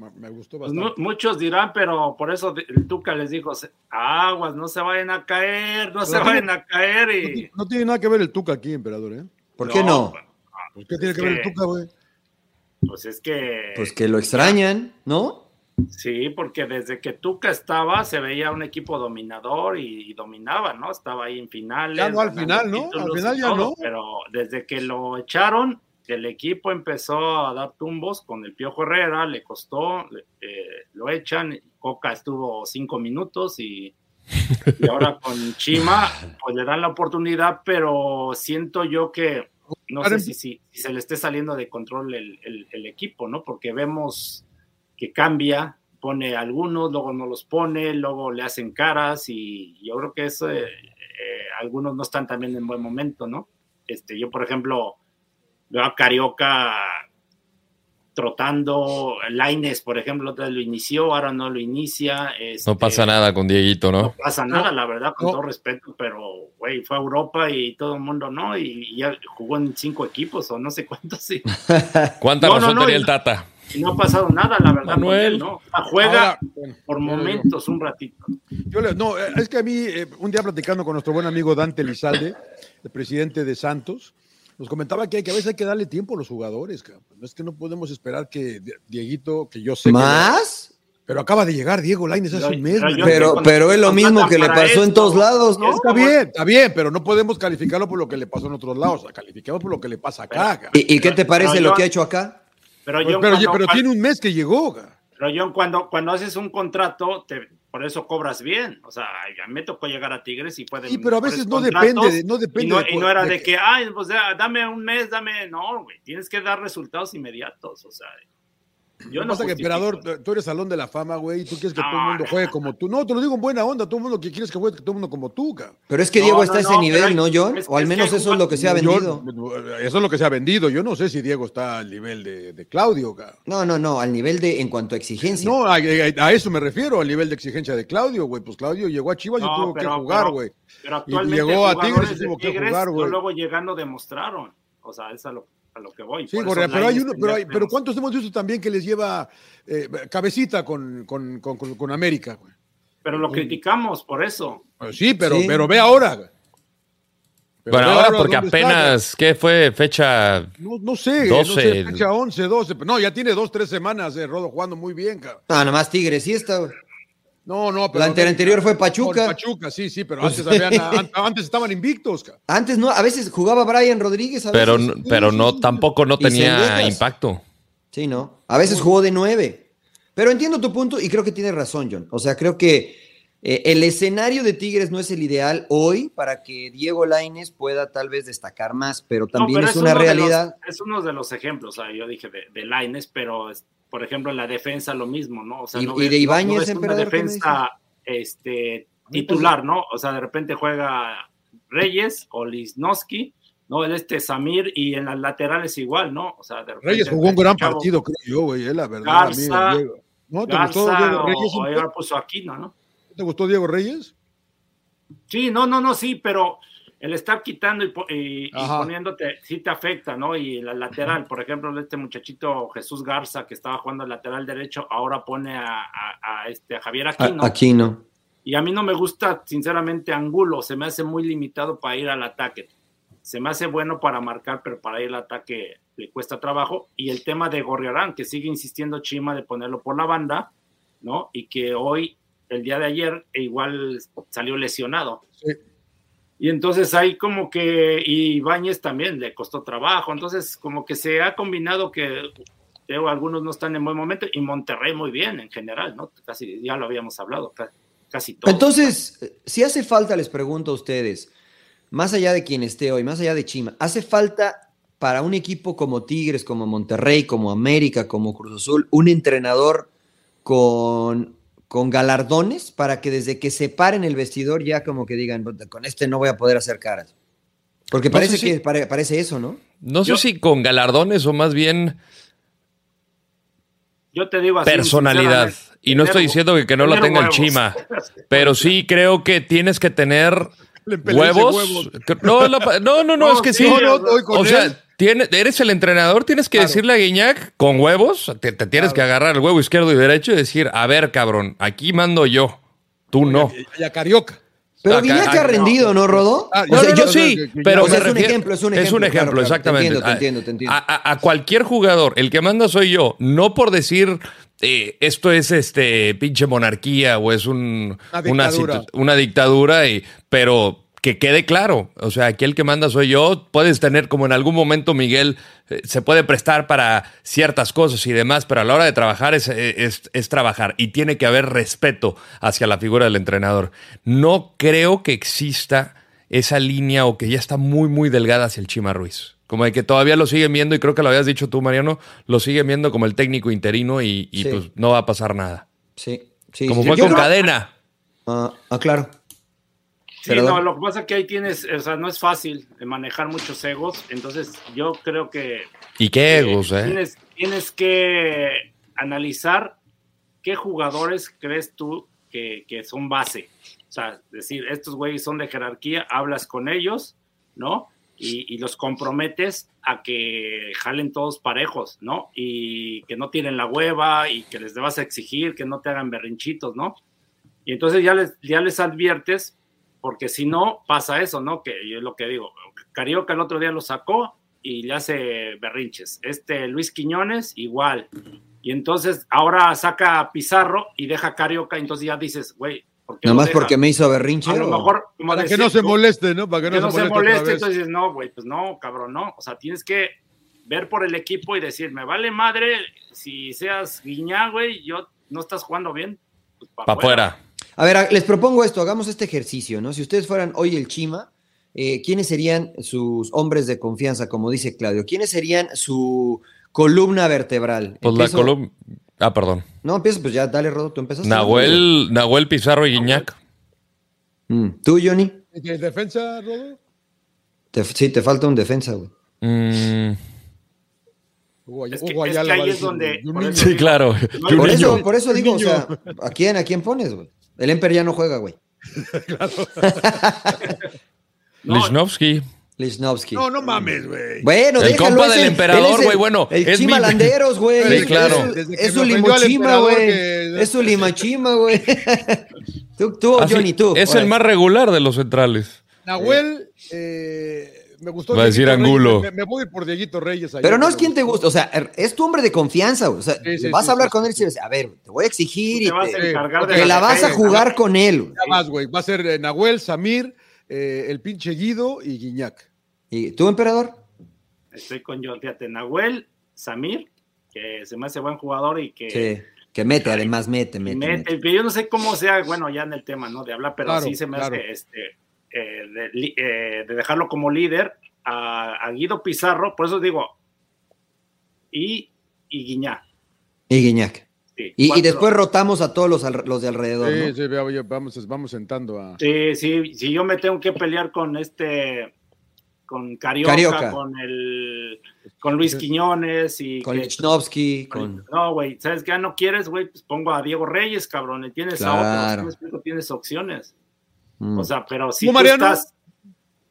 Speaker 4: Me me gustó
Speaker 3: Pues
Speaker 4: bastante.
Speaker 3: mu- muchos dirán, pero por eso de- el Tuca les dijo, "Se- aguas, no se vayan a caer, no se
Speaker 4: Pero
Speaker 3: vayan a caer
Speaker 4: No ti-
Speaker 3: y...
Speaker 4: No tiene nada que ver el Tuca aquí, emperador, ¿eh?
Speaker 1: ¿Por qué no?
Speaker 4: Pues, ¿Qué tiene que ver el Tuca, güey?
Speaker 3: Pues es que...
Speaker 1: Pues que lo extrañan, ¿no?
Speaker 3: Sí, porque desde que Tuca estaba se veía un equipo dominador y, y dominaba, ¿no? Estaba ahí en finales.
Speaker 4: Ya no, al
Speaker 3: ganando
Speaker 4: final, ¿no?
Speaker 3: títulos
Speaker 4: Al final
Speaker 3: y
Speaker 4: ya no.
Speaker 3: Pero desde que lo echaron, el equipo empezó a dar tumbos con el Piojo Herrera, le costó, le- eh, lo echan, Coca estuvo cinco minutos y, y ahora con Chima, pues le dan la oportunidad, pero siento yo que no sé
Speaker 4: Ahora-
Speaker 3: si, si- si se le esté saliendo de control el, el- el equipo, ¿no? Porque vemos que cambia, pone algunos, luego no los pone, luego le hacen caras y yo creo que eso, eh, eh, algunos no están también en buen momento, ¿no? Este, yo, por ejemplo, veo a Carioca trotando, Laines, por ejemplo, otra vez lo inició, ahora no lo inicia. este,
Speaker 2: No pasa nada con Dieguito,
Speaker 3: no
Speaker 2: ¿no?
Speaker 3: pasa nada, la verdad, con
Speaker 4: No.
Speaker 3: todo respeto, pero, güey, fue a Europa y todo el mundo, ¿no? Y, y ya jugó en cinco equipos o no sé cuántos, sí.
Speaker 2: ¿Cuánta
Speaker 3: No, no,
Speaker 2: razón
Speaker 3: no,
Speaker 2: tenía
Speaker 3: y-
Speaker 2: el Tata?
Speaker 3: Y no ha pasado nada, la verdad, con
Speaker 2: Manuel.
Speaker 3: él, ¿no? O sea, juega
Speaker 4: Ahora, bueno,
Speaker 3: por
Speaker 4: yo le digo.
Speaker 3: momentos un ratito.
Speaker 4: Yo le- no, eh, es que a mí, eh, un día platicando con nuestro buen amigo Dante Lizalde, el presidente de Santos, nos comentaba que, hay- que a veces hay que darle tiempo a los jugadores, cabrón. No es que no podemos esperar que Die- Dieguito, que yo sé. que-
Speaker 1: ¿Más?
Speaker 4: pero acaba de llegar Diego Laines hace
Speaker 3: Pero-
Speaker 4: un mes.
Speaker 3: pero
Speaker 4: güey.
Speaker 3: yo-
Speaker 1: Pero,
Speaker 3: cuando-
Speaker 1: pero es lo
Speaker 3: nos
Speaker 1: mismo
Speaker 3: matan
Speaker 1: que le
Speaker 3: para
Speaker 1: pasó en
Speaker 3: esto,
Speaker 1: todos lados,
Speaker 4: No,
Speaker 1: ¿no?
Speaker 4: está bien, está bien, pero no podemos calificarlo por lo que le pasó en otros lados. Calificamos por lo que le pasa acá. cabrón.
Speaker 1: ¿Y, y qué te parece
Speaker 3: Pero
Speaker 1: lo
Speaker 3: yo-
Speaker 1: que ha hecho acá?
Speaker 3: Pero
Speaker 4: Pues,
Speaker 3: yo
Speaker 4: pero,
Speaker 3: cuando-
Speaker 4: pero tiene un mes que llegó. güey.
Speaker 3: Pero John, cuando, cuando haces un contrato, te, por eso cobras bien. O sea, a mí me tocó llegar a Tigres y puede.
Speaker 4: Sí, pero a veces no depende de- no depende
Speaker 3: Y no,
Speaker 4: de
Speaker 3: y
Speaker 4: cu-
Speaker 3: no era
Speaker 4: de
Speaker 3: de,
Speaker 4: que-
Speaker 3: que, ay, pues ya, dame un mes, dame. No, güey, tienes que dar resultados inmediatos. O sea, yo
Speaker 4: Lo que
Speaker 3: no.
Speaker 4: pasa que,
Speaker 3: justifico.
Speaker 4: emperador, tú- tú eres salón de la fama, güey, y tú quieres que
Speaker 3: No,
Speaker 4: todo el mundo
Speaker 3: no.
Speaker 4: juegue como tú. No, te lo digo en buena onda, todo el mundo que quieres que juegue, todo el mundo como tú, cabrón.
Speaker 1: Pero es que
Speaker 3: No,
Speaker 1: Diego
Speaker 3: no,
Speaker 1: está a ese
Speaker 3: no,
Speaker 1: nivel,
Speaker 3: pero hay-
Speaker 1: ¿no, John?
Speaker 3: es-
Speaker 1: o al
Speaker 3: es que
Speaker 1: menos
Speaker 3: hay
Speaker 1: eso es lo que se ha vendido.
Speaker 4: Yo- eso es lo que se ha vendido. Yo no sé si Diego está al nivel de, de Claudio. cabrón.
Speaker 1: No, no, no, al nivel de en cuanto a exigencia.
Speaker 4: No, a, a- a eso me refiero, al nivel de exigencia de Claudio, güey. Pues Claudio llegó a Chivas
Speaker 3: No,
Speaker 4: y tuvo
Speaker 3: pero-
Speaker 4: que jugar,
Speaker 3: pero-
Speaker 4: güey.
Speaker 3: Pero actualmente.
Speaker 4: llegó a
Speaker 3: jugadores
Speaker 4: Tigres y
Speaker 3: de
Speaker 4: tuvo que
Speaker 3: Tigres,
Speaker 4: jugar,
Speaker 3: no
Speaker 4: güey.
Speaker 3: luego llegando demostraron. O sea, es a lo, a lo que voy.
Speaker 4: Sí,
Speaker 3: Por eso
Speaker 4: Gorrea, pero hay
Speaker 3: Lainez
Speaker 4: uno,
Speaker 3: tenía
Speaker 4: pero, hay-
Speaker 3: que
Speaker 4: pero
Speaker 3: demostrar.
Speaker 4: ¿cuántos hemos visto también que les lleva eh, cabecita con, con, con- con- con América, güey?
Speaker 3: Pero lo criticamos por eso.
Speaker 4: Pues sí, pero,
Speaker 1: Sí.
Speaker 4: pero ve ahora. güey. Pero
Speaker 2: Bueno,
Speaker 4: ve
Speaker 2: ahora porque
Speaker 4: dónde está,
Speaker 2: apenas, ¿qué fue? Fecha.
Speaker 4: güey. no, no sé,
Speaker 2: 12.
Speaker 4: no sé, fecha 11, 12. pero No, ya tiene dos, tres semanas, eh, Rodo, jugando muy bien, cabrón.
Speaker 1: Ah, nada más Tigres, sí está. güey.
Speaker 4: No, no, pero.
Speaker 1: La ante- anterior fue Pachuca.
Speaker 4: Con Pachuca, sí, sí, pero antes, habían- an- antes estaban invictos, cabrón.
Speaker 1: Antes no, a veces jugaba Brian Rodríguez, a
Speaker 2: Pero,
Speaker 1: veces.
Speaker 2: n- pero no, tampoco no
Speaker 1: Pues, Y sin
Speaker 2: tenía
Speaker 1: ligas.
Speaker 2: impacto.
Speaker 1: Sí, no. A veces jugó de nueve. Pero entiendo tu punto y creo que tienes razón, John. O sea, creo que eh, el escenario de Tigres no es el ideal hoy para que Diego Laines pueda tal vez destacar más, pero también
Speaker 3: No, pero
Speaker 1: es una
Speaker 3: uno de los-
Speaker 1: realidad.
Speaker 3: es uno de los ejemplos, o sea, yo dije de, de Laines, pero es- por ejemplo en la defensa lo mismo, ¿no? O sea,
Speaker 1: Y-
Speaker 3: no
Speaker 1: y de
Speaker 3: no-
Speaker 1: Ibáñez,
Speaker 3: no es una
Speaker 1: emperador, ¿qué me
Speaker 3: defensa este, titular, ¿no? O sea, de repente juega Reyes o Lisnowski, ¿no? El este Samir y en las laterales igual, ¿no? O sea, de repente
Speaker 4: Reyes jugó un gran
Speaker 3: Chavo
Speaker 4: partido, creo yo, güey, eh, la verdad.
Speaker 3: Garza,
Speaker 4: amigo, Diego. ¿No te
Speaker 3: Garza
Speaker 4: gustó Diego
Speaker 3: o-
Speaker 4: Reyes?
Speaker 3: o ahora puso Aquino, ¿no?
Speaker 4: ¿Te gustó Diego Reyes?
Speaker 3: Sí, no, no, no, sí, pero el estar quitando y, po- y- y
Speaker 4: Ajá.
Speaker 3: poniéndote, sí te afecta, ¿no? Y la lateral, por ejemplo, este muchachito Jesús Garza, que estaba jugando al lateral derecho, ahora pone a, a- a este, a Javier Aquino.
Speaker 1: A- Aquí no.
Speaker 3: Y a mí no me gusta, sinceramente, Angulo, se me hace muy limitado para ir al ataque. Se me hace bueno para marcar, pero para ir al ataque le cuesta trabajo. Y el tema de Gorriarán, que sigue insistiendo Chima de ponerlo por la banda, ¿no? Y que hoy, el día de ayer, e igual salió lesionado.
Speaker 4: Sí.
Speaker 3: Y entonces ahí como que y Ibáñez también le costó trabajo. Entonces como que se ha combinado que digo, algunos no están en buen momento y Monterrey muy bien en general, ¿no? Casi ya lo habíamos hablado, ca- casi todo.
Speaker 1: Entonces, eh, si hace falta, les pregunto a ustedes, más allá de quien esté hoy, más allá de Chima, ¿hace falta para un equipo como Tigres, como Monterrey, como América, como Cruz Azul, un entrenador con, con galardones para que desde que se paren el vestidor ya como que digan, "Puta, con este no voy a poder hacer caras? Porque
Speaker 2: No
Speaker 1: parece
Speaker 2: sé si-
Speaker 1: que pare- parece eso, ¿no?
Speaker 2: No
Speaker 3: Yo-
Speaker 2: sé si con galardones o más bien
Speaker 3: Yo te digo así.
Speaker 2: personalidad.
Speaker 3: sinceramente,
Speaker 2: Y no estoy
Speaker 3: tener-
Speaker 2: diciendo que, que no la
Speaker 3: tener
Speaker 2: tenga el
Speaker 3: huevos.
Speaker 2: Chima,
Speaker 3: [laughs]
Speaker 2: pero sí creo que tienes que tener
Speaker 4: Le peleé ese
Speaker 2: huevos.
Speaker 4: huevo.
Speaker 2: Que- No, es la pa- no, no, no,
Speaker 3: No,
Speaker 2: es que
Speaker 3: sí,
Speaker 2: sí.
Speaker 4: No, no, doy con
Speaker 2: O
Speaker 4: él.
Speaker 2: sea, tiene- eres el entrenador, tienes que decirle a Guiñac con huevos, te, te tienes que agarrar el huevo izquierdo y derecho y decir, a ver, cabrón, aquí mando yo, tú no.
Speaker 4: Y a Carioca.
Speaker 1: Pero
Speaker 2: Acá-
Speaker 1: Guiñac ha
Speaker 2: acá-
Speaker 1: rendido, ¿no, Rodo?
Speaker 4: Ah,
Speaker 1: O
Speaker 2: No,
Speaker 1: sea,
Speaker 2: no,
Speaker 1: yo
Speaker 2: no,
Speaker 1: sí.
Speaker 2: sí,
Speaker 4: que- que-
Speaker 2: pero
Speaker 1: o sea,
Speaker 2: me
Speaker 1: es un
Speaker 2: refiero-
Speaker 1: ejemplo, es un
Speaker 2: Es un
Speaker 1: ejemplo,
Speaker 2: ejemplo,
Speaker 1: claro, claro, te
Speaker 2: exactamente.
Speaker 1: entiendo, te
Speaker 2: A-
Speaker 1: entiendo, te entiendo.
Speaker 2: A, a- a cualquier jugador, el que manda soy yo, no por decir eh, esto es este pinche monarquía o es un,
Speaker 4: Una
Speaker 2: situ-
Speaker 4: dictadura.
Speaker 2: una dictadura y, pero que quede claro, o sea, aquí el que manda soy yo, puedes tener como en algún momento Miguel eh, se puede prestar para ciertas cosas y demás, pero a la hora de trabajar es, eh, es- es trabajar y tiene que haber respeto hacia la figura del entrenador. No creo que exista esa línea o que ya está muy, muy delgada hacia el Chima Ruiz. Como de que todavía lo siguen viendo, y creo que lo habías dicho tú, Mariano, lo siguen viendo como el técnico interino y, y,
Speaker 1: Sí.
Speaker 2: pues no va a pasar nada.
Speaker 1: Sí, sí.
Speaker 2: Como
Speaker 1: sí.
Speaker 2: fue
Speaker 1: Yo
Speaker 2: con
Speaker 1: creo-
Speaker 2: cadena.
Speaker 1: Ah, ah, claro.
Speaker 3: Sí,
Speaker 1: Perdón.
Speaker 3: no, lo que pasa es que ahí tienes, o sea, no es fácil eh, manejar muchos egos, entonces yo creo que
Speaker 2: Y qué egos,
Speaker 3: eh,
Speaker 2: ¿eh?
Speaker 3: Tienes, tienes que analizar qué jugadores crees tú que, que son base. O sea, decir, estos güeyes son de jerarquía, hablas con ellos, ¿no? Y, y los comprometes a que jalen todos parejos, ¿no? Y que no tienen la hueva y que les debas exigir, que no te hagan berrinchitos, ¿no? Y entonces ya les, ya les adviertes, porque si no, pasa eso, ¿no? Que yo es lo que digo, Carioca el otro día lo sacó y le hace berrinches. Este Luis Quiñones, igual. Y entonces ahora saca a Pizarro y deja a Carioca, entonces ya dices, güey, ¿por qué
Speaker 1: Nada
Speaker 3: lo
Speaker 1: más
Speaker 3: deja?
Speaker 1: porque me hizo berrinche.
Speaker 3: A lo
Speaker 1: o-
Speaker 3: mejor, como
Speaker 4: Para que
Speaker 3: decir,
Speaker 4: no se
Speaker 3: tú,
Speaker 4: moleste, ¿no? Para que
Speaker 3: que
Speaker 4: no,
Speaker 3: no se
Speaker 4: moleste. otra
Speaker 3: moleste,
Speaker 4: vez.
Speaker 3: entonces dices, no, güey, pues no, cabrón, no. O sea, tienes que ver por el equipo y decir, me vale madre si seas guiñá, güey, yo no estás jugando bien. Pues, pa'
Speaker 2: Para afuera.
Speaker 1: A ver, a- les propongo esto, hagamos este ejercicio, ¿no? Si ustedes fueran hoy el Chima, eh, ¿quiénes serían sus hombres de confianza, como dice Claudio? ¿Quiénes serían su columna vertebral?
Speaker 2: Pues
Speaker 1: Empiezo-
Speaker 2: la columna. Ah, perdón.
Speaker 1: No, empieza, pues ya, dale, Rodo, tú empezaste.
Speaker 2: Nahuel, Nahuel Pizarro y Guiñac.
Speaker 1: Mm, ¿Tú, Johnny?
Speaker 4: ¿Y de defensa, Rodo?
Speaker 1: Te- sí, te falta un defensa, güey.
Speaker 2: Mm,
Speaker 4: Hugo Ay-
Speaker 3: Es que-
Speaker 4: Hugo
Speaker 3: es que
Speaker 4: Ayala
Speaker 3: ahí
Speaker 4: va a
Speaker 3: es
Speaker 4: decir,
Speaker 3: donde-
Speaker 4: y un
Speaker 3: por
Speaker 4: niño.
Speaker 3: eso-
Speaker 2: sí, claro.
Speaker 3: No,
Speaker 2: Y un
Speaker 1: Por
Speaker 2: niño.
Speaker 1: eso, por eso
Speaker 4: Un
Speaker 1: digo, o
Speaker 4: niño.
Speaker 1: sea, ¿a quién, a quién pones, güey? El Emper ya no juega, güey.
Speaker 3: No,
Speaker 2: Lichnowsky.
Speaker 1: Lichnowsky.
Speaker 4: No, no mames, güey.
Speaker 1: Bueno,
Speaker 2: El
Speaker 1: déjalo,
Speaker 2: compa
Speaker 1: es
Speaker 2: del emperador,
Speaker 1: él es el-
Speaker 2: güey, bueno,
Speaker 1: El
Speaker 2: es mi-
Speaker 1: Chima Landeros, güey.
Speaker 4: Sí,
Speaker 1: Es-
Speaker 2: claro.
Speaker 1: Es,
Speaker 4: Desde
Speaker 1: es
Speaker 4: que
Speaker 1: su
Speaker 4: me ofendió al
Speaker 1: limochima,
Speaker 4: emperador
Speaker 1: güey.
Speaker 4: que-
Speaker 1: Es
Speaker 4: [laughs]
Speaker 1: su limachima, güey. [laughs] tú, tú,
Speaker 2: Así-
Speaker 1: Johnny, tú.
Speaker 2: Ah,
Speaker 1: pues.
Speaker 2: es
Speaker 1: Órale.
Speaker 2: el más regular de los centrales.
Speaker 4: Nahuel, eh, me gustó.
Speaker 2: Va a decir
Speaker 4: Dieguito
Speaker 2: Angulo.
Speaker 4: Reyes, Me, me voy a ir por Dieguito Reyes. ayer,
Speaker 1: Pero no
Speaker 4: me
Speaker 1: es quien te gusta,
Speaker 4: gustó.
Speaker 1: o sea, er- es tu hombre de confianza, güey. O sea,
Speaker 4: Sí, sí,
Speaker 1: vas
Speaker 4: sí,
Speaker 1: a hablar
Speaker 4: sí,
Speaker 1: con
Speaker 4: sí,
Speaker 1: él y decir, a ver, te voy a exigir
Speaker 3: tú
Speaker 1: y
Speaker 3: te vas a
Speaker 1: te,
Speaker 3: encargar de
Speaker 1: te la vas a
Speaker 3: defensa.
Speaker 1: jugar con él. güey.
Speaker 4: Ya más, güey. Va a ser eh, Nahuel, Samir, eh, el pinche Guido y Guiñac.
Speaker 1: ¿Y tú, emperador?
Speaker 3: Estoy con yo, fíjate, Nahuel, Samir, que se me hace buen jugador y que
Speaker 1: Sí. Que mete, además, mete, mete. mete.
Speaker 3: mete, que yo no sé cómo sea, bueno, ya en el tema, ¿no? De hablar, pero
Speaker 4: Claro,
Speaker 3: sí se me
Speaker 4: claro.
Speaker 3: hace este, eh, de, li- eh, de dejarlo como líder a, a Guido Pizarro, por eso digo, y, y Guiñá.
Speaker 1: Y Guiñac.
Speaker 3: sí,
Speaker 1: Y, y
Speaker 3: cuatro.
Speaker 1: después rotamos a todos los, al- los de alrededor.
Speaker 4: Sí,
Speaker 1: ¿no?
Speaker 4: sí, vea, oye, vamos, vamos sentando a.
Speaker 3: Sí, sí, si yo me tengo que pelear con este, con Carioca,
Speaker 1: Carioca.
Speaker 3: con el, con Luis Quiñones y
Speaker 1: Con
Speaker 3: que-
Speaker 1: Lichnowsky, con.
Speaker 3: No, güey, ¿sabes qué? Ah, No quieres, güey, pues pongo a Diego Reyes, cabrón, y tienes a
Speaker 1: Claro.
Speaker 3: otros, ¿sí me explico? tienes opciones.
Speaker 1: Mm.
Speaker 3: O sea, pero si
Speaker 4: ¿Tú,
Speaker 3: tú
Speaker 4: Mariano?
Speaker 3: estás...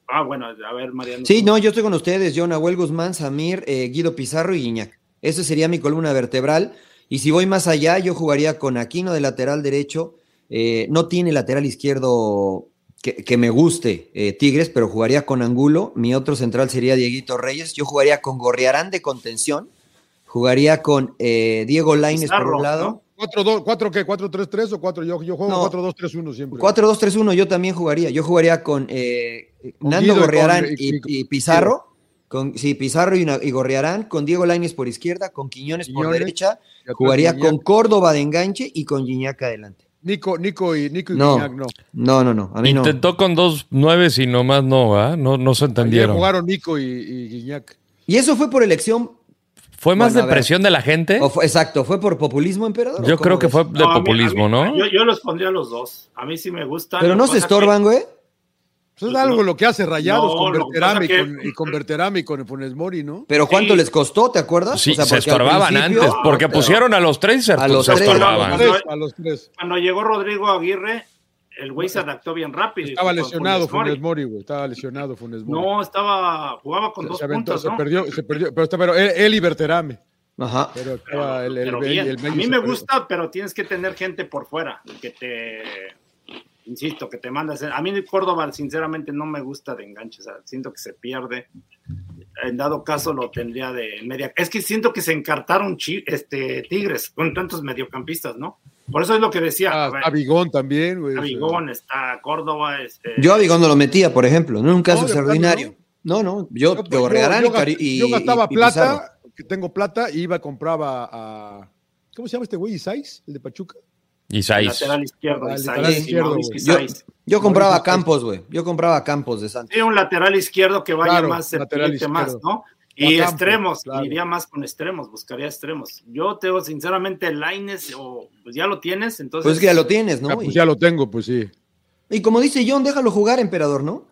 Speaker 3: Ah, bueno, pues, a ver, Mariano.
Speaker 1: Sí,
Speaker 3: tú.
Speaker 1: no, yo estoy con ustedes, yo, Nahuel Guzmán, Samir, eh, Guido Pizarro y Guiñac. Esa sería mi columna vertebral. Y si voy más allá, yo jugaría con Aquino de lateral derecho. Eh, no tiene lateral izquierdo que, que me guste eh, Tigres, pero jugaría con Angulo. Mi otro central sería Dieguito Reyes. Yo jugaría con Gorriarán de contención. Jugaría con eh, Diego Laines por
Speaker 3: Pizarro,
Speaker 1: un lado.
Speaker 3: ¿no?
Speaker 4: ¿Cuatro, dos, cuatro qué? ¿Cuatro, tres, tres o cuatro? Yo, yo juego
Speaker 1: No.
Speaker 4: cuatro, dos, tres, uno siempre.
Speaker 1: 4-2-3-1 yo también jugaría. Yo jugaría con eh,
Speaker 4: Con
Speaker 1: Nando
Speaker 4: Guido y con-
Speaker 1: Gorriarán
Speaker 4: y-
Speaker 1: y,
Speaker 4: y-
Speaker 1: y Pizarro. Con, sí, Pizarro y, una- y Gorriarán, con Diego Laines por izquierda, con Quiñones, por
Speaker 4: Quiñones,
Speaker 1: derecha,
Speaker 4: Y atrás
Speaker 1: jugaría
Speaker 4: Guiñac.
Speaker 1: con Córdoba de enganche y con Giñaca adelante.
Speaker 4: Nico, Nico y Nico y
Speaker 1: No.
Speaker 4: Guiñac, no.
Speaker 1: No, no, no, a mí no.
Speaker 2: Intentó con dos nueves y nomás no, ¿ah? No, no se
Speaker 4: Ayer
Speaker 2: entendieron.
Speaker 4: jugaron Nico y, y Guiñac. Pues
Speaker 1: Y eso fue por elección,
Speaker 2: ¿Fue más
Speaker 1: Bueno, a ver.
Speaker 2: depresión de la gente?
Speaker 1: o fue- exacto, fue por populismo, emperador.
Speaker 2: ¿Eh? Yo
Speaker 1: ¿o cómo
Speaker 2: creo que
Speaker 1: ves?
Speaker 2: fue de
Speaker 3: No, a mí-
Speaker 2: populismo,
Speaker 3: a mí-
Speaker 2: ¿no?
Speaker 3: Yo, yo los pondría a los dos. A mí sí me gusta.
Speaker 1: Pero no se estorban, güey.
Speaker 4: Pues es algo lo que hace Rayados
Speaker 3: No,
Speaker 4: con
Speaker 3: lo que pasa
Speaker 4: Berterame y
Speaker 3: que-
Speaker 4: con, y con Berterame y con Funes Mori, ¿no?
Speaker 1: Pero ¿cuánto
Speaker 3: Sí.
Speaker 1: les costó? ¿Te acuerdas?
Speaker 2: Sí,
Speaker 1: O sea,
Speaker 2: se
Speaker 1: porque al
Speaker 2: estorbaban
Speaker 1: principio-
Speaker 2: antes, porque pusieron a los tres y se,
Speaker 1: A los
Speaker 2: se
Speaker 1: tres.
Speaker 4: A
Speaker 2: estorbaban.
Speaker 4: los tres, a los tres.
Speaker 3: Cuando llegó Rodrigo Aguirre, el güey se adaptó bien rápido.
Speaker 4: Estaba
Speaker 3: Y con-
Speaker 4: lesionado
Speaker 3: con Funes
Speaker 4: Funes Mori, güey. Estaba lesionado Funes Mori.
Speaker 3: No, estaba, jugaba con
Speaker 4: Se-
Speaker 3: dos
Speaker 4: se, aventó,
Speaker 3: puntas,
Speaker 4: se
Speaker 3: ¿no?
Speaker 4: perdió, se perdió, pero, está- pero él, él y Berterame.
Speaker 1: Ajá.
Speaker 4: Pero estaba el, el,
Speaker 3: Pero
Speaker 4: el-
Speaker 3: bien.
Speaker 4: el medio
Speaker 3: A mí
Speaker 4: se
Speaker 3: me
Speaker 4: perdió.
Speaker 3: gusta, pero tienes que tener gente por fuera, que te, insisto, que te manda a hacer. A mí Córdoba, sinceramente, no me gusta de enganche, o sea, siento que se pierde. En dado caso, lo tendría de media. Es que siento que se encartaron chi- este, Tigres con tantos mediocampistas, ¿no? Por eso es lo que decía.
Speaker 4: Ah,
Speaker 3: a ver,
Speaker 4: está Bigón también, güey.
Speaker 3: está Bigón, está Córdoba. Este,
Speaker 1: Yo a Bigón no lo metía, por ejemplo, no en un caso
Speaker 4: No, de plano,
Speaker 1: extraordinario. No, no, yo,
Speaker 4: pues, Yo, yo-
Speaker 1: Gorrearán
Speaker 4: yo
Speaker 1: y Cari-
Speaker 4: gast-
Speaker 1: y
Speaker 4: yo gastaba
Speaker 1: y Pizarro.
Speaker 4: plata, que tengo plata, y iba y compraba a. ¿Cómo se llama este güey? ¿Isais? ¿El de Pachuca?
Speaker 2: Y seis.
Speaker 3: Lateral izquierdo,
Speaker 4: Ah,
Speaker 3: Isais,
Speaker 4: lateral
Speaker 3: y
Speaker 4: izquierdo,
Speaker 3: Mauricio
Speaker 4: güey.
Speaker 1: Yo,
Speaker 3: Isais.
Speaker 1: yo compraba
Speaker 4: Mauricio
Speaker 1: Campos, güey. Yo compraba Campos de Santos.
Speaker 3: Sí, un lateral izquierdo que vaya
Speaker 4: Claro,
Speaker 3: más, se
Speaker 4: lateral
Speaker 3: proyecte
Speaker 4: izquierdo.
Speaker 3: más, ¿no? Y
Speaker 4: A campo,
Speaker 3: extremos,
Speaker 4: claro.
Speaker 3: iría más con extremos, buscaría extremos. Yo te digo, sinceramente, Laines, o pues ya lo tienes, entonces.
Speaker 1: Pues es que ya lo tienes, ¿no?
Speaker 4: Ah, pues
Speaker 1: Y,
Speaker 4: ya lo tengo, pues sí.
Speaker 1: y como dice John, déjalo jugar, emperador, ¿no? O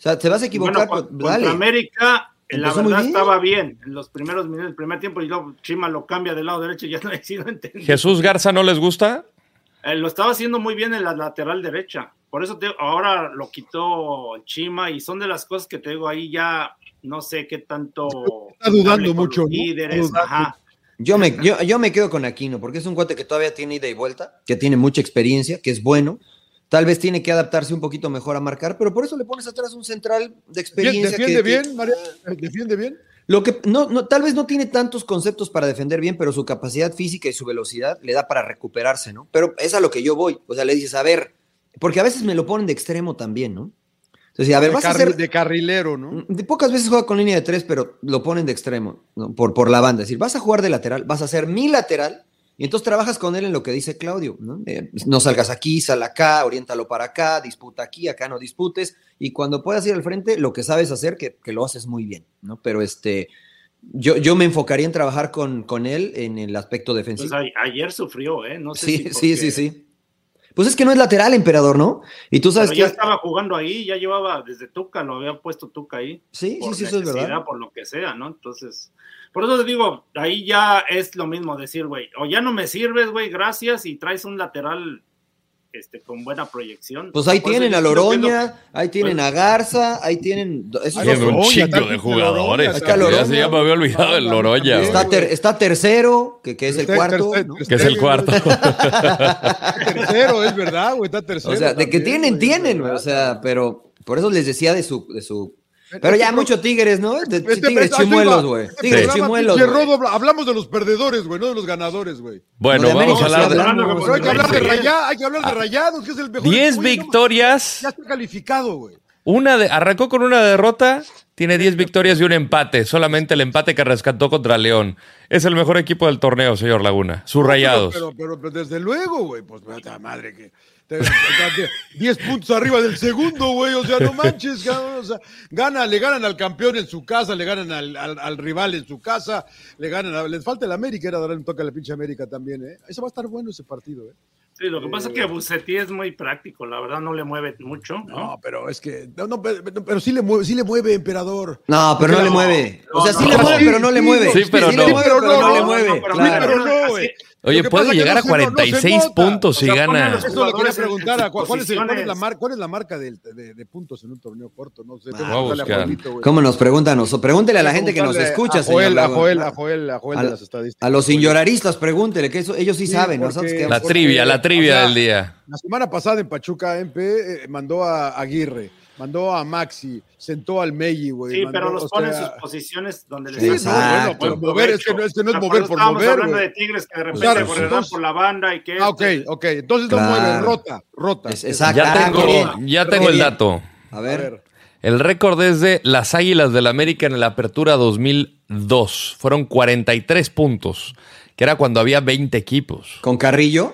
Speaker 1: sea, te vas a
Speaker 3: bueno,
Speaker 1: equivocar,
Speaker 3: con-
Speaker 1: pues,
Speaker 3: contra
Speaker 1: dale.
Speaker 3: América, eh, la
Speaker 1: Empezó muy
Speaker 3: verdad
Speaker 1: bien.
Speaker 3: estaba bien en los primeros minutos del primer tiempo, y luego Chima lo cambia del lado derecho, y ya [laughs] no he sido
Speaker 4: [laughs]
Speaker 3: entendido.
Speaker 2: Jesús Garza no les gusta.
Speaker 3: Eh, lo estaba haciendo muy bien en la lateral derecha. Por eso te- ahora lo quitó Chima y son de las cosas que te digo ahí ya no sé qué tanto
Speaker 4: Está dudando
Speaker 3: hable con
Speaker 4: mucho,
Speaker 3: los
Speaker 4: ¿no?
Speaker 3: líderes,
Speaker 4: Está dudando.
Speaker 3: ajá.
Speaker 1: Yo me, yo, yo me quedo con Aquino, porque es un cuate que todavía tiene ida y vuelta, que tiene mucha experiencia, que es bueno. Tal vez tiene que adaptarse un poquito mejor a marcar, pero por eso le pones atrás un central de
Speaker 4: Bien,
Speaker 1: experiencia. que-
Speaker 4: ¿Defiende
Speaker 1: que-
Speaker 4: bien, María? ¿Defiende bien?
Speaker 1: Lo que no, no, tal vez no tiene tantos conceptos para defender bien, pero su capacidad física y su velocidad le da para recuperarse, ¿no? Pero es a lo que yo voy. O sea, le dices, a ver, porque a veces me lo ponen de extremo también, ¿no? Entonces, a ver,
Speaker 4: de,
Speaker 1: vas a
Speaker 4: carri-
Speaker 1: hacer.
Speaker 4: de carrilero, ¿no?
Speaker 1: De pocas veces juega con línea de tres, pero lo ponen de extremo, ¿no? por, por la banda. Es decir, vas a jugar de lateral, vas a ser mi lateral, y entonces trabajas con él en lo que dice Claudio. No, Eh, no salgas aquí, sal acá, oriéntalo para acá, disputa aquí, acá no disputes, y cuando puedas ir al frente, lo que sabes hacer, que, que lo haces muy bien, ¿no? Pero este, yo, yo me enfocaría en trabajar con, con él en el aspecto
Speaker 3: Pues
Speaker 1: defensivo.
Speaker 3: a- ayer sufrió, ¿eh? No sé
Speaker 1: sí,
Speaker 3: si porque-
Speaker 1: sí, sí, sí. Pues es que no es lateral, emperador, ¿no? Y tú sabes
Speaker 3: Pero
Speaker 1: que.
Speaker 3: ya estaba jugando ahí, ya llevaba desde Tuca, lo había puesto Tuca ahí.
Speaker 1: Sí, sí,
Speaker 3: por
Speaker 1: sí, eso es
Speaker 3: necesidad,
Speaker 1: verdad.
Speaker 3: Por lo que sea, ¿no? Entonces, por eso te digo, ahí ya es lo mismo decir, güey, o ya no me sirves, güey, gracias, y traes un lateral este, con buena proyección.
Speaker 1: Pues ahí
Speaker 3: Por eso
Speaker 1: tienen
Speaker 3: yo
Speaker 1: a
Speaker 3: creo que es lo- Pues
Speaker 1: Loroña, ahí tienen a Garza, ahí tienen. esos
Speaker 4: Ahí
Speaker 2: Tiene
Speaker 1: dos-
Speaker 2: un
Speaker 4: Loroña,
Speaker 2: chingo de
Speaker 4: también,
Speaker 2: jugadores.
Speaker 1: Loroña,
Speaker 2: cabrón. Ya,
Speaker 1: Loroña.
Speaker 2: se- ya me había olvidado el Loroña.
Speaker 4: También.
Speaker 2: güey.
Speaker 1: está, ter- está tercero, que, que es el
Speaker 4: Ter-
Speaker 1: cuarto.
Speaker 4: tercer-
Speaker 1: ¿no?
Speaker 4: tercer-
Speaker 2: Que es el cuarto. [laughs]
Speaker 4: Está tercero, es verdad, güey. Está tercero.
Speaker 1: O sea, de que
Speaker 4: también,
Speaker 1: tienen,
Speaker 4: güey,
Speaker 1: tienen,
Speaker 4: es verdad.
Speaker 1: o sea, pero por eso les decía de su. De su pero
Speaker 4: Este
Speaker 1: ya
Speaker 4: pro-
Speaker 1: muchos tigres, ¿no? De- de
Speaker 4: este-
Speaker 1: tigres
Speaker 4: este- ahí te
Speaker 1: chimuelos,
Speaker 4: iba.
Speaker 1: güey.
Speaker 4: Este
Speaker 1: Tigres
Speaker 2: programa,
Speaker 1: chimuelos.
Speaker 4: pinche
Speaker 1: güey.
Speaker 4: Rodo, habla- hablamos de los perdedores, güey, no de los ganadores, güey.
Speaker 2: Bueno,
Speaker 1: No, de
Speaker 2: vamos a
Speaker 1: América,
Speaker 2: hablar
Speaker 1: sí,
Speaker 2: de.
Speaker 1: hablamos.
Speaker 4: Pero hay que hablar de
Speaker 3: Sí.
Speaker 4: rayados, hay que hablar
Speaker 2: Ah.
Speaker 4: de rayados, que es el mejor.
Speaker 2: 10
Speaker 4: equipo, güey, no,
Speaker 2: victorias.
Speaker 4: Ya está calificado, güey.
Speaker 2: Una de, arrancó con una derrota, tiene 10 victorias y un empate. Solamente el empate que rescató contra León. Es el mejor equipo del torneo, señor Laguna. Sus rayados.
Speaker 4: Pero, pero, pero desde luego, güey, pues puta madre que. te- te- te- 10 puntos arriba del segundo, güey. O sea, no manches, cabrón. O sea, gana, le ganan al campeón en su casa, le ganan al, al- al rival en su casa, le ganan. a- les falta el América, era darle un toque a la pinche América también, ¿eh? Eso va a estar bueno ese partido, ¿eh?
Speaker 3: Sí, lo que pasa es
Speaker 1: Eh.
Speaker 3: que Bucetí es muy práctico, la verdad, no le mueve mucho, ¿no
Speaker 4: No, pero es que. No, no, pero, pero sí, le mueve, sí le mueve, emperador.
Speaker 1: No, pero no,
Speaker 4: No,
Speaker 1: le mueve. O sea,
Speaker 3: no,
Speaker 1: sí
Speaker 3: no,
Speaker 1: le mueve,
Speaker 4: sí,
Speaker 1: pero no le
Speaker 4: sí,
Speaker 1: mueve.
Speaker 2: sí, pero no.
Speaker 1: le mueve, pero
Speaker 4: Pero no,
Speaker 1: no le
Speaker 4: no,
Speaker 1: mueve.
Speaker 3: pero
Speaker 1: claro.
Speaker 4: Sí, pero no, güey.
Speaker 2: Oye,
Speaker 4: Lo que
Speaker 2: puede
Speaker 4: pasa es que
Speaker 2: llegar
Speaker 4: no
Speaker 2: a
Speaker 4: se- no- no se
Speaker 2: 46
Speaker 4: nota.
Speaker 2: puntos
Speaker 3: O
Speaker 2: si
Speaker 3: sea,
Speaker 2: gana.
Speaker 3: ponle los-
Speaker 4: Eso lo quería
Speaker 3: jugadores en
Speaker 4: preguntar. ¿a
Speaker 3: sus
Speaker 4: cu- ¿Cuál es, el- cuál es la
Speaker 3: posiciones.
Speaker 4: mar- cuál es la marca del- de, de puntos en un torneo corto? No sé.
Speaker 1: Ah,
Speaker 4: tengo que
Speaker 1: voy
Speaker 2: a
Speaker 4: preguntarle
Speaker 2: buscar.
Speaker 4: Juanito, güey.
Speaker 1: ¿Cómo nos preguntan? Oso? Pregúntele a la gente que nos
Speaker 4: Preguntarle
Speaker 1: escucha,
Speaker 4: a Joel,
Speaker 1: señor
Speaker 4: a
Speaker 1: Lago.
Speaker 4: Joel, a Joel, a Joel
Speaker 1: A-
Speaker 4: de las estadísticas.
Speaker 1: A los sin lloraristas, pregúntele, que eso, ellos sí,
Speaker 4: Sí,
Speaker 1: saben.
Speaker 4: porque-
Speaker 1: Nosotros que
Speaker 2: La
Speaker 4: porque-
Speaker 2: trivia, la trivia
Speaker 4: o sea,
Speaker 2: del día.
Speaker 4: La semana pasada en Pachuca, MP eh, mandó a Aguirre, mandó a Maxi, sentó al Meji, güey.
Speaker 3: Sí,
Speaker 4: mandó,
Speaker 3: pero los
Speaker 4: o
Speaker 3: pone en
Speaker 4: sea,
Speaker 3: sus posiciones donde les
Speaker 4: Sí, pues,
Speaker 3: hacen
Speaker 1: no, bueno,
Speaker 3: buen
Speaker 1: por
Speaker 4: mover,
Speaker 3: provecho.
Speaker 4: es que no- es que no es
Speaker 3: O sea,
Speaker 4: mover
Speaker 3: cuando
Speaker 4: por
Speaker 3: estábamos
Speaker 4: mover,
Speaker 3: hablando
Speaker 4: güey.
Speaker 3: de Tigres que de repente
Speaker 4: Claro,
Speaker 3: correrán
Speaker 4: entonces-
Speaker 3: por la banda y que
Speaker 4: Ah, ok,
Speaker 3: este-
Speaker 4: ok. Entonces
Speaker 1: Claro.
Speaker 4: no mueve, rota, rota.
Speaker 1: Es- exacto.
Speaker 2: Ya
Speaker 1: Ah, qué
Speaker 2: tengo,
Speaker 1: bien.
Speaker 2: ya
Speaker 1: Qué
Speaker 2: tengo el
Speaker 1: bien.
Speaker 2: dato.
Speaker 1: A
Speaker 4: A
Speaker 1: ver.
Speaker 4: ver,
Speaker 2: El récord es de las Águilas del América en la apertura 2002. Fueron 43 puntos, que era cuando había 20 equipos.
Speaker 1: ¿Con Carrillo?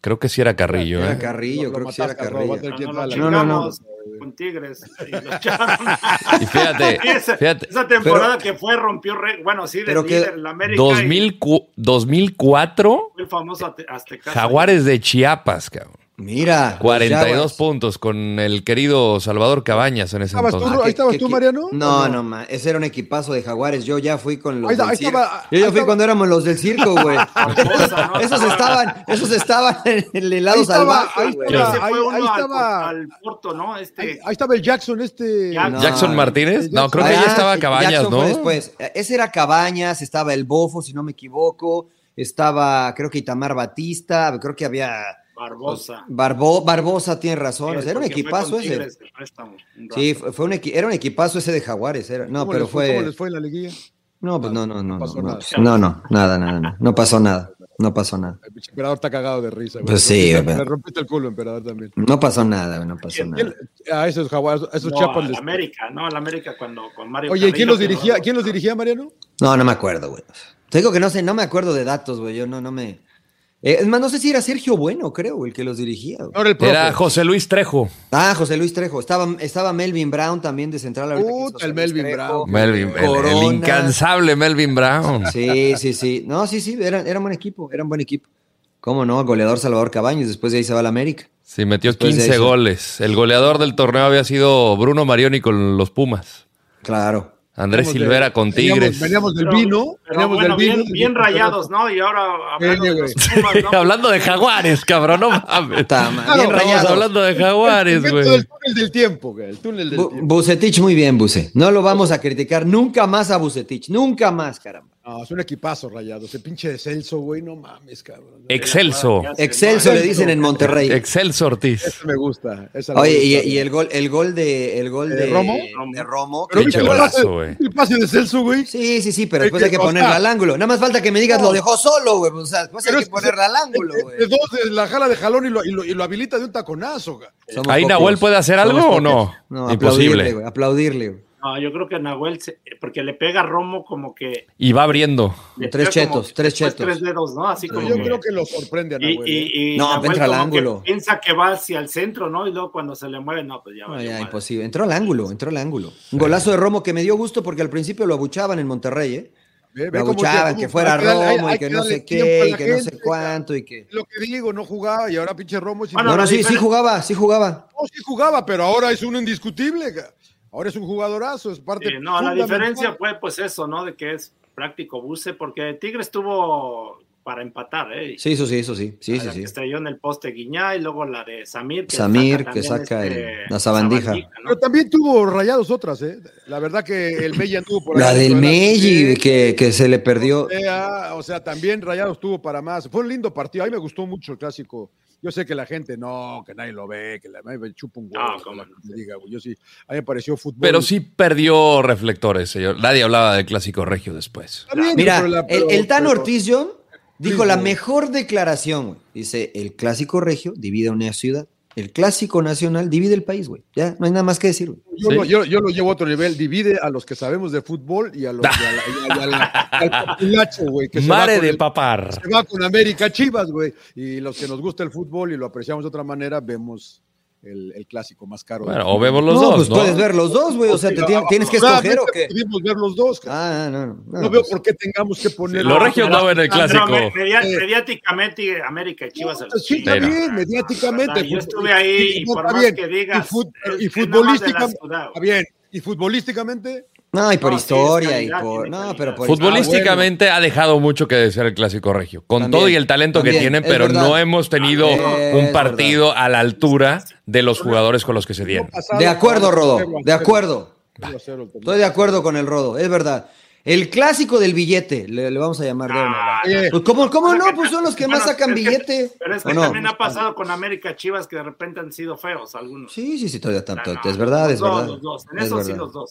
Speaker 2: Creo que sí era Carrillo.
Speaker 1: Era
Speaker 2: ¿eh?
Speaker 1: Carrillo,
Speaker 4: Lo- lo
Speaker 1: creo que sí era
Speaker 4: mataste, Rodo, va a
Speaker 1: Carrillo.
Speaker 4: tener que
Speaker 3: Cuando
Speaker 4: irme
Speaker 3: lo
Speaker 4: a la-
Speaker 1: No, no, no.
Speaker 3: chingamos Con Tigres. y lo
Speaker 4: [laughs]
Speaker 3: echaron.
Speaker 2: Y
Speaker 1: Eh,
Speaker 2: fíjate,
Speaker 3: Sí, [laughs] esa,
Speaker 2: fíjate,
Speaker 3: esa temporada que fue rompió re- bueno sí de
Speaker 1: Pero que-
Speaker 3: líder, la América
Speaker 2: 2000 cu- 2004,
Speaker 3: y fue el famoso Azte- Azteca
Speaker 2: Jaguares de Chiapas, cabrón.
Speaker 1: Mira. pues
Speaker 2: 42 puntos con el querido Salvador Cabañas en ese
Speaker 4: Estabas Ah, tú,
Speaker 2: entonces.
Speaker 4: Ro- ahí estabas tú, Mariano.
Speaker 1: No, no, ma, ese era un equipazo de jaguares. Yo ya fui con los
Speaker 4: Ahí está-
Speaker 1: del
Speaker 4: ahí
Speaker 1: circo.
Speaker 4: estaba-
Speaker 1: Yo ya
Speaker 4: ahí
Speaker 1: fui
Speaker 4: estaba-
Speaker 1: cuando éramos los del
Speaker 4: [laughs]
Speaker 1: circo, güey.
Speaker 3: cosa,
Speaker 1: [laughs]
Speaker 3: ¿no?
Speaker 1: esos estaban, esos estaban en el helado
Speaker 4: Ahí estaba-
Speaker 1: salvaje,
Speaker 4: ahí
Speaker 1: güey.
Speaker 3: Pero se
Speaker 4: ahí-
Speaker 3: fue uno
Speaker 4: ahí
Speaker 3: al-
Speaker 4: estaba-
Speaker 3: al, Porto, ¿no?
Speaker 4: Ahí,
Speaker 3: Este,
Speaker 4: ahí estaba el Jackson, este.
Speaker 3: Jackson.
Speaker 2: Jackson
Speaker 1: No,
Speaker 2: Martínez. No,
Speaker 4: Jackson.
Speaker 2: creo que ya
Speaker 1: Ah,
Speaker 2: estaba
Speaker 1: eh,
Speaker 2: Cabañas,
Speaker 1: Jackson
Speaker 2: ¿no?
Speaker 1: fue después. Eh, Ese era Cabañas, estaba el Bofo, si no me equivoco. Estaba, creo que Itamar Batista, creo que había
Speaker 4: pues,
Speaker 3: Barbosa.
Speaker 1: Barbo- Barbosa, tiene razón. o sea, era un
Speaker 3: Porque fue
Speaker 1: equipazo
Speaker 3: con
Speaker 1: ese.
Speaker 3: Tigres de préstamo, un rato.
Speaker 1: Sí, fue fue un equi- era un equipazo ese de Jaguares. Era, no,
Speaker 4: ¿Cómo
Speaker 1: pero
Speaker 4: les ¿Cómo
Speaker 1: fue.
Speaker 4: les fue en la liguilla?
Speaker 1: No, pues no, no, no. No,
Speaker 4: pasó
Speaker 1: no,
Speaker 4: nada.
Speaker 1: pues, no, no, nada, nada, nada. No pasó nada. No pasó nada.
Speaker 4: El pinche emperador está cagado de risa, güey.
Speaker 1: Pues sí,
Speaker 4: Le
Speaker 1: güey.
Speaker 4: rompiste- Le rompiste el culo, emperador, también.
Speaker 1: No pasó nada, no pasó
Speaker 4: Y
Speaker 1: nada.
Speaker 4: el- A esos jaguares, a esos
Speaker 3: No,
Speaker 4: chapas
Speaker 3: al
Speaker 4: les-
Speaker 3: América, ¿no? Al América cuando con Mario.
Speaker 4: Oye, ¿y quién
Speaker 3: Carrillo,
Speaker 4: los
Speaker 3: que no-
Speaker 4: dirigía? ¿Quién los dirigía, Mariano?
Speaker 1: No, no me acuerdo, güey. Te digo que no sé, no me acuerdo de datos, güey. Yo no, no me. Eh, es más, no sé si era Sergio Bueno, creo, el que los dirigía. güey.
Speaker 4: No era el profe.
Speaker 2: Era José Luis Trejo.
Speaker 1: Ah, José Luis Trejo. Estaba, estaba Melvin Brown también de central. ahorita que es
Speaker 4: Puta,
Speaker 1: José
Speaker 4: el
Speaker 1: Luis
Speaker 4: Melvin
Speaker 1: Trejo.
Speaker 4: Brown.
Speaker 2: Melvin, el- el,
Speaker 1: Corona.
Speaker 2: incansable Melvin Brown.
Speaker 1: Sí, sí, sí. No, sí, sí, eran, eran buen equipo, eran buen equipo. ¿Cómo no? Goleador Salvador Cabañas, después de ahí se va a la América.
Speaker 2: Sí, metió
Speaker 1: Después de
Speaker 2: 15
Speaker 1: eso.
Speaker 2: goles. El goleador del torneo había sido Bruno Marioni con los Pumas.
Speaker 1: Claro.
Speaker 2: Andrés
Speaker 4: Veníamos
Speaker 2: Silvera
Speaker 4: de-
Speaker 2: con
Speaker 4: veníamos-
Speaker 2: Tigres.
Speaker 4: Veníamos,
Speaker 3: Pero-
Speaker 4: del vino.
Speaker 3: pero
Speaker 4: Veníamos
Speaker 3: bueno,
Speaker 4: del vino.
Speaker 3: bien, bien rayados, ¿no? Y ahora hablando
Speaker 4: Sí,
Speaker 3: de
Speaker 4: güey.
Speaker 3: los Pumas,
Speaker 2: [laughs] [laughs]
Speaker 3: ¿no?
Speaker 2: Hablando de jaguares, cabrón, no mames.
Speaker 1: Puta madre,
Speaker 4: Claro,
Speaker 1: bien
Speaker 2: Estamos
Speaker 1: rayado.
Speaker 2: hablando de
Speaker 4: El
Speaker 2: jaguares,
Speaker 4: segmento
Speaker 2: güey.
Speaker 4: del túnel del tiempo, güey. El túnel del
Speaker 1: Bu-
Speaker 4: tiempo.
Speaker 1: Bucetich, muy bien, Buce. No lo vamos a criticar nunca más a Bucetich, nunca más, caramba.
Speaker 4: No, es un equipazo rayados. Ese pinche descenso, güey. No mames, cabrón.
Speaker 2: Excelso.
Speaker 1: Excelso le dicen en Monterrey.
Speaker 2: Excelso Ortiz.
Speaker 4: Ese me gusta. esa la
Speaker 1: Oye, y,
Speaker 4: gusta.
Speaker 1: y el gol, el gol de, el gol
Speaker 4: ¿De
Speaker 1: de
Speaker 4: Romo?
Speaker 1: de Romo,
Speaker 4: Pero
Speaker 1: que-
Speaker 4: viste
Speaker 2: Pinche
Speaker 4: el pase-
Speaker 2: golazo, güey.
Speaker 4: El pase de Celso, güey.
Speaker 1: Sí, sí, sí, pero
Speaker 4: Es
Speaker 1: después
Speaker 4: que,
Speaker 1: hay que
Speaker 4: o
Speaker 1: ponerla
Speaker 4: sea,
Speaker 1: al ángulo. Nada más falta que me digas,
Speaker 4: no.
Speaker 1: lo dejó solo, güey. pues, O sea, después hay
Speaker 4: Pero
Speaker 1: que
Speaker 4: es-
Speaker 1: ponerla al ángulo,
Speaker 4: es-
Speaker 1: güey.
Speaker 4: es dos de la jala de jalón y lo, y lo- y lo habilita de un taconazo, güey.
Speaker 1: Somos
Speaker 2: ¿Ahí
Speaker 1: pocos.
Speaker 2: Nahuel puede hacer
Speaker 1: Somos
Speaker 2: algo o
Speaker 1: pocos.
Speaker 2: no?
Speaker 1: No, aplaudirle,
Speaker 2: Imposible.
Speaker 1: güey. Aplaudirle, güey.
Speaker 3: No, yo creo que Nahuel, se- porque le pega a Romo como que.
Speaker 2: Y va abriendo.
Speaker 3: le
Speaker 1: Tres
Speaker 3: pega como
Speaker 1: chetos,
Speaker 3: que
Speaker 1: tres
Speaker 3: después
Speaker 1: chetos.
Speaker 3: Tres dedos, ¿no? Así como.
Speaker 4: Yo
Speaker 3: que-
Speaker 4: creo que lo sorprende a
Speaker 3: Y,
Speaker 4: Nahuel. ¿eh?
Speaker 3: y, y
Speaker 1: No,
Speaker 3: Nahuel
Speaker 1: entra al
Speaker 3: como que
Speaker 1: ángulo.
Speaker 3: piensa que va hacia el centro, ¿no? Y luego cuando se le mueve, no, pues ya
Speaker 1: No,
Speaker 3: valió
Speaker 1: Ah, ya,
Speaker 3: madre.
Speaker 1: imposible. Entró al ángulo, entró al ángulo. Un golazo de Romo que me dio gusto porque al principio lo abuchaban en Monterrey, ¿eh?
Speaker 4: Ve- ve
Speaker 1: Lo
Speaker 4: cómo
Speaker 1: abuchaban,
Speaker 4: que-
Speaker 1: que fuera
Speaker 4: hay que darle- hay-
Speaker 1: Romo
Speaker 4: hay
Speaker 1: y que
Speaker 4: que
Speaker 1: no
Speaker 4: darle
Speaker 1: sé
Speaker 4: tiempo a
Speaker 1: qué, y
Speaker 4: la
Speaker 1: que no
Speaker 4: gente,
Speaker 1: sé cuánto y que...
Speaker 4: Lo que digo, no jugaba y ahora pinche Romo. sin-
Speaker 3: Bueno,
Speaker 1: No, no,
Speaker 3: la
Speaker 1: sí, sí
Speaker 3: diferen-
Speaker 1: jugaba, sí jugaba.
Speaker 4: No, sí jugaba, pero ahora es un indiscutible. ca- Ahora es un jugadorazo, es parte.
Speaker 3: Sí, no, la
Speaker 4: fundamental.
Speaker 3: diferencia fue pues eso, ¿no? De que es práctico Buse, porque Tigres tuvo para empatar, ¿eh?
Speaker 1: Sí, eso sí, eso sí, sí,
Speaker 3: A la
Speaker 1: sí,
Speaker 3: que
Speaker 1: sí.
Speaker 3: estrelló en el poste Guiñá y luego la de Samir.
Speaker 1: Samir, que
Speaker 3: también este,
Speaker 1: saca el- la sabandija.
Speaker 3: ¿no?
Speaker 4: Pero también tuvo rayados otras, ¿eh? La verdad que el Mella tuvo por
Speaker 1: La
Speaker 4: ahí,
Speaker 1: del
Speaker 4: ¿verdad?
Speaker 1: Meji
Speaker 4: Sí,
Speaker 1: que, que se le perdió.
Speaker 4: o sea, ah, o sea, también rayados tuvo para más. Fue un lindo partido. A mí me gustó mucho el clásico. Yo sé que la gente no, que nadie lo ve, que la, a mí me chupa un huevo.
Speaker 3: No,
Speaker 4: que
Speaker 3: cómo
Speaker 4: la
Speaker 3: no.
Speaker 4: gente diga, güey, Yo sí, a mí me pareció fútbol.
Speaker 2: Pero sí perdió reflectores, señor. Nadie hablaba del clásico regio después.
Speaker 4: Está bien,
Speaker 1: Mira,
Speaker 4: pero la-
Speaker 1: el,
Speaker 4: pero-
Speaker 1: el Tano
Speaker 4: pero-
Speaker 1: Ortiz John dijo
Speaker 4: Sí,
Speaker 1: la
Speaker 4: güey.
Speaker 1: mejor declaración, güey. Dice, el clásico regio divide una ciudad, el clásico nacional divide el país, güey. Ya, no hay nada más que decir, güey.
Speaker 4: Yo,
Speaker 2: Sí.
Speaker 4: lo, yo- yo lo llevo a otro nivel. Divide a los que sabemos de fútbol y a los y a la- y a- y a la- y al populacho, güey. que se va
Speaker 2: Mare
Speaker 4: con
Speaker 2: de
Speaker 4: el-
Speaker 2: papar.
Speaker 4: Se va con América Chivas, güey. Y los que nos gusta el fútbol y lo apreciamos de otra manera, vemos el, el clásico más caro.
Speaker 2: Bueno, o vemos los
Speaker 1: no,
Speaker 2: dos,
Speaker 1: pues
Speaker 2: ¿no?
Speaker 1: puedes ver los dos, güey. O sea, te
Speaker 4: Ah,
Speaker 1: tien- tienes que escoger o qué.
Speaker 4: Pudimos ver los dos. cabrón.
Speaker 1: Ah, no, no.
Speaker 4: no
Speaker 1: no,
Speaker 4: veo
Speaker 1: pues,
Speaker 4: por qué tengamos que poner.
Speaker 2: Sí, lo regio
Speaker 3: pero-
Speaker 2: no en el
Speaker 3: Ah, pero
Speaker 2: clásico.
Speaker 3: me- media-
Speaker 4: Sí.
Speaker 3: mediáticamente, América y Chivas. al-
Speaker 4: Sí, está
Speaker 2: Sí, no.
Speaker 4: bien,
Speaker 3: Yo
Speaker 4: mediáticamente. fut-
Speaker 3: estuve ahí y
Speaker 4: no,
Speaker 3: por
Speaker 4: está
Speaker 3: más
Speaker 4: bien,
Speaker 3: que digas,
Speaker 4: Y,
Speaker 3: es-
Speaker 4: fut- y
Speaker 3: es nada más de la
Speaker 4: futbolísticamente.
Speaker 3: ciudad,
Speaker 4: Está bien. Y futbolísticamente.
Speaker 1: no, y por
Speaker 3: No, sí, es
Speaker 1: historia y
Speaker 3: calidad,
Speaker 1: por.
Speaker 3: tiene
Speaker 1: No,
Speaker 3: calidad.
Speaker 1: pero por.
Speaker 2: Futbolísticamente ha dejado mucho que desear el clásico regio. Con
Speaker 1: ah, También,
Speaker 2: todo y el talento que
Speaker 1: también,
Speaker 2: tienen,
Speaker 1: es
Speaker 2: pero
Speaker 1: verdad. Ah,
Speaker 2: no hemos tenido
Speaker 1: Es
Speaker 2: un partido a la altura de los jugadores con los que se dieron.
Speaker 1: Ah, De acuerdo, Rodo. De acuerdo. Estoy
Speaker 4: Estoy
Speaker 1: de acuerdo con el Rodo, es verdad. El clásico del billete, le, le vamos a llamar. de una
Speaker 3: Ah,
Speaker 1: vez. Pues, ¿cómo, cómo no? Pues son los que más
Speaker 3: Bueno,
Speaker 1: sacan
Speaker 3: es que-
Speaker 1: billete.
Speaker 3: Pero es
Speaker 1: ¿o
Speaker 3: que
Speaker 1: no? Pues,
Speaker 3: también ha pasado con América Chivas que de repente han sido feos algunos.
Speaker 1: Sí, sí, sí, estoy de tanto.
Speaker 3: Ah, no,
Speaker 1: Es verdad,
Speaker 3: los
Speaker 1: es
Speaker 3: dos,
Speaker 1: verdad.
Speaker 3: los dos. En
Speaker 1: Es
Speaker 3: eso sí,
Speaker 1: verdad.
Speaker 3: los dos.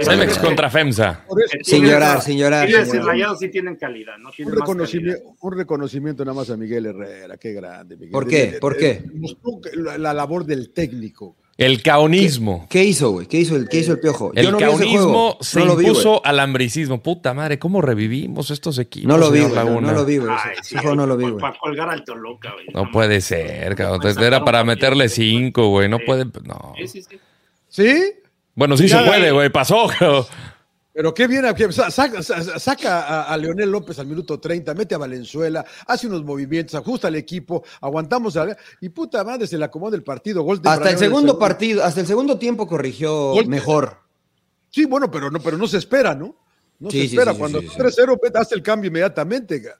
Speaker 2: Cemex contra FEMSA.
Speaker 4: Por eso,
Speaker 3: Que
Speaker 1: Sin
Speaker 3: Tigres-
Speaker 1: llorar, sin llorar,
Speaker 3: Tigres
Speaker 1: sin
Speaker 3: y
Speaker 1: llorar.
Speaker 3: Rayados sí tienen calidad, ¿no?
Speaker 4: un,
Speaker 3: Tienen más calidad.
Speaker 4: reconocimiento, un reconocimiento nada más a Miguel Herrera. Qué grande, Miguel.
Speaker 1: ¿Por qué? ¿Por qué?
Speaker 4: Mostró que la, la labor del técnico.
Speaker 2: El caonismo.
Speaker 1: ¿Qué hizo, güey? ¿Qué hizo el, qué hizo el piojo?
Speaker 2: El
Speaker 1: Yo no vi ese
Speaker 2: caonismo
Speaker 1: juego,
Speaker 2: se
Speaker 1: no lo vi,
Speaker 2: impuso
Speaker 1: güey.
Speaker 2: al hambricismo. Puta madre, ¿cómo revivimos estos equipos?
Speaker 1: No lo vi,
Speaker 2: señor
Speaker 1: güey. No,
Speaker 2: Laguna?
Speaker 1: no lo vi, güey.
Speaker 3: Ay,
Speaker 1: Ese
Speaker 3: sí,
Speaker 1: juego no lo vi, güey.
Speaker 3: Para colgar al Toluca, güey.
Speaker 2: No
Speaker 3: mames.
Speaker 2: puede ser, cabrón.
Speaker 3: Pueden sacar
Speaker 2: Era
Speaker 3: un
Speaker 2: para
Speaker 3: Pues partido.
Speaker 2: meterle cinco, güey. No puede. No.
Speaker 3: Sí, sí, sí.
Speaker 4: ¿Sí?
Speaker 2: Bueno, sí se
Speaker 4: Ya,
Speaker 2: puede,
Speaker 4: eh.
Speaker 2: güey. Pasó. cabrón.
Speaker 4: Pero qué bien, qué- sa- saca, sa- saca a, a Leonel López al minuto 30, mete a Valenzuela, hace unos movimientos, ajusta el equipo, aguantamos a- y puta madre, se le acomoda el partido. Gol de
Speaker 1: Hasta
Speaker 4: Bragado
Speaker 1: el
Speaker 4: en
Speaker 1: segundo partido, hasta el segundo tiempo corrigió
Speaker 4: Gol.
Speaker 1: mejor.
Speaker 4: Sí, bueno, pero no, pero no se espera, ¿no? No
Speaker 1: Sí,
Speaker 4: se
Speaker 1: sí,
Speaker 4: espera.
Speaker 1: sí, sí,
Speaker 4: Cuando
Speaker 1: sí, sí.
Speaker 4: 3-0, ve- hace el cambio inmediatamente. ca-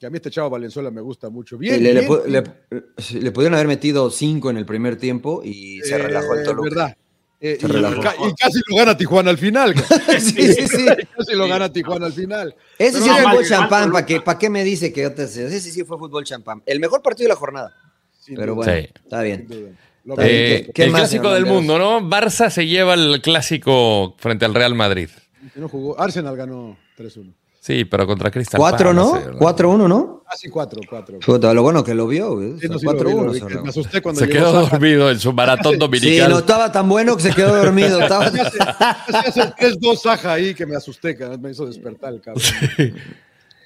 Speaker 4: Que a mí este chavo Valenzuela me gusta mucho. Bien,
Speaker 1: le, le
Speaker 4: bien,
Speaker 1: pu-
Speaker 4: bien.
Speaker 1: le- le pudieron haber metido cinco en el primer tiempo y se
Speaker 4: Eh,
Speaker 1: relajó el Toluca.
Speaker 4: verdad. Eh,
Speaker 1: Se
Speaker 4: y,
Speaker 1: relajó.
Speaker 4: ca- y casi lo gana Tijuana al final. [laughs] ca-
Speaker 1: [laughs] sí, sí, sí.
Speaker 4: [laughs] casi lo gana Tijuana al final.
Speaker 1: Ese
Speaker 4: Pero
Speaker 1: sí
Speaker 4: no,
Speaker 1: es
Speaker 3: mal,
Speaker 1: fútbol
Speaker 3: mal,
Speaker 1: champán,
Speaker 3: Toluca.
Speaker 1: ¿para qué, pa' qué me dice que otras- Ese sí fue fútbol champán. El mejor partido de la jornada.
Speaker 4: sin
Speaker 1: Pero
Speaker 4: duda,
Speaker 1: bueno,
Speaker 2: Sí.
Speaker 1: está bien.
Speaker 4: sin duda. Lo
Speaker 1: Está bien,
Speaker 4: que-
Speaker 2: Eh,
Speaker 1: ¿qué- qué
Speaker 2: el
Speaker 1: más,
Speaker 2: clásico
Speaker 1: señor
Speaker 2: del
Speaker 1: Landeros?
Speaker 2: mundo, ¿no? Barça se lleva el clásico frente al Real Madrid.
Speaker 4: que no jugó. Arsenal ganó 3-1.
Speaker 2: Sí, pero contra Cristal.
Speaker 1: Cuatro,
Speaker 2: Palace,
Speaker 1: ¿no?
Speaker 2: ¿verdad?
Speaker 1: Cuatro, uno, ¿no?
Speaker 4: Así 4, 4.
Speaker 1: Puta, lo bueno que lo vio, güey. O sea, cuatro, uno, se
Speaker 4: Me
Speaker 1: relajó.
Speaker 4: asusté cuando
Speaker 2: Se
Speaker 4: llegó
Speaker 2: quedó
Speaker 4: Zaha.
Speaker 2: dormido en su maratón
Speaker 1: Sí,
Speaker 2: dominical.
Speaker 1: no estaba tan bueno que se quedó
Speaker 2: [laughs]
Speaker 1: dormido. estaba-
Speaker 4: Casi hace 3-2 Saja ahí que me asusté, ca- me hizo despertar el cabrón.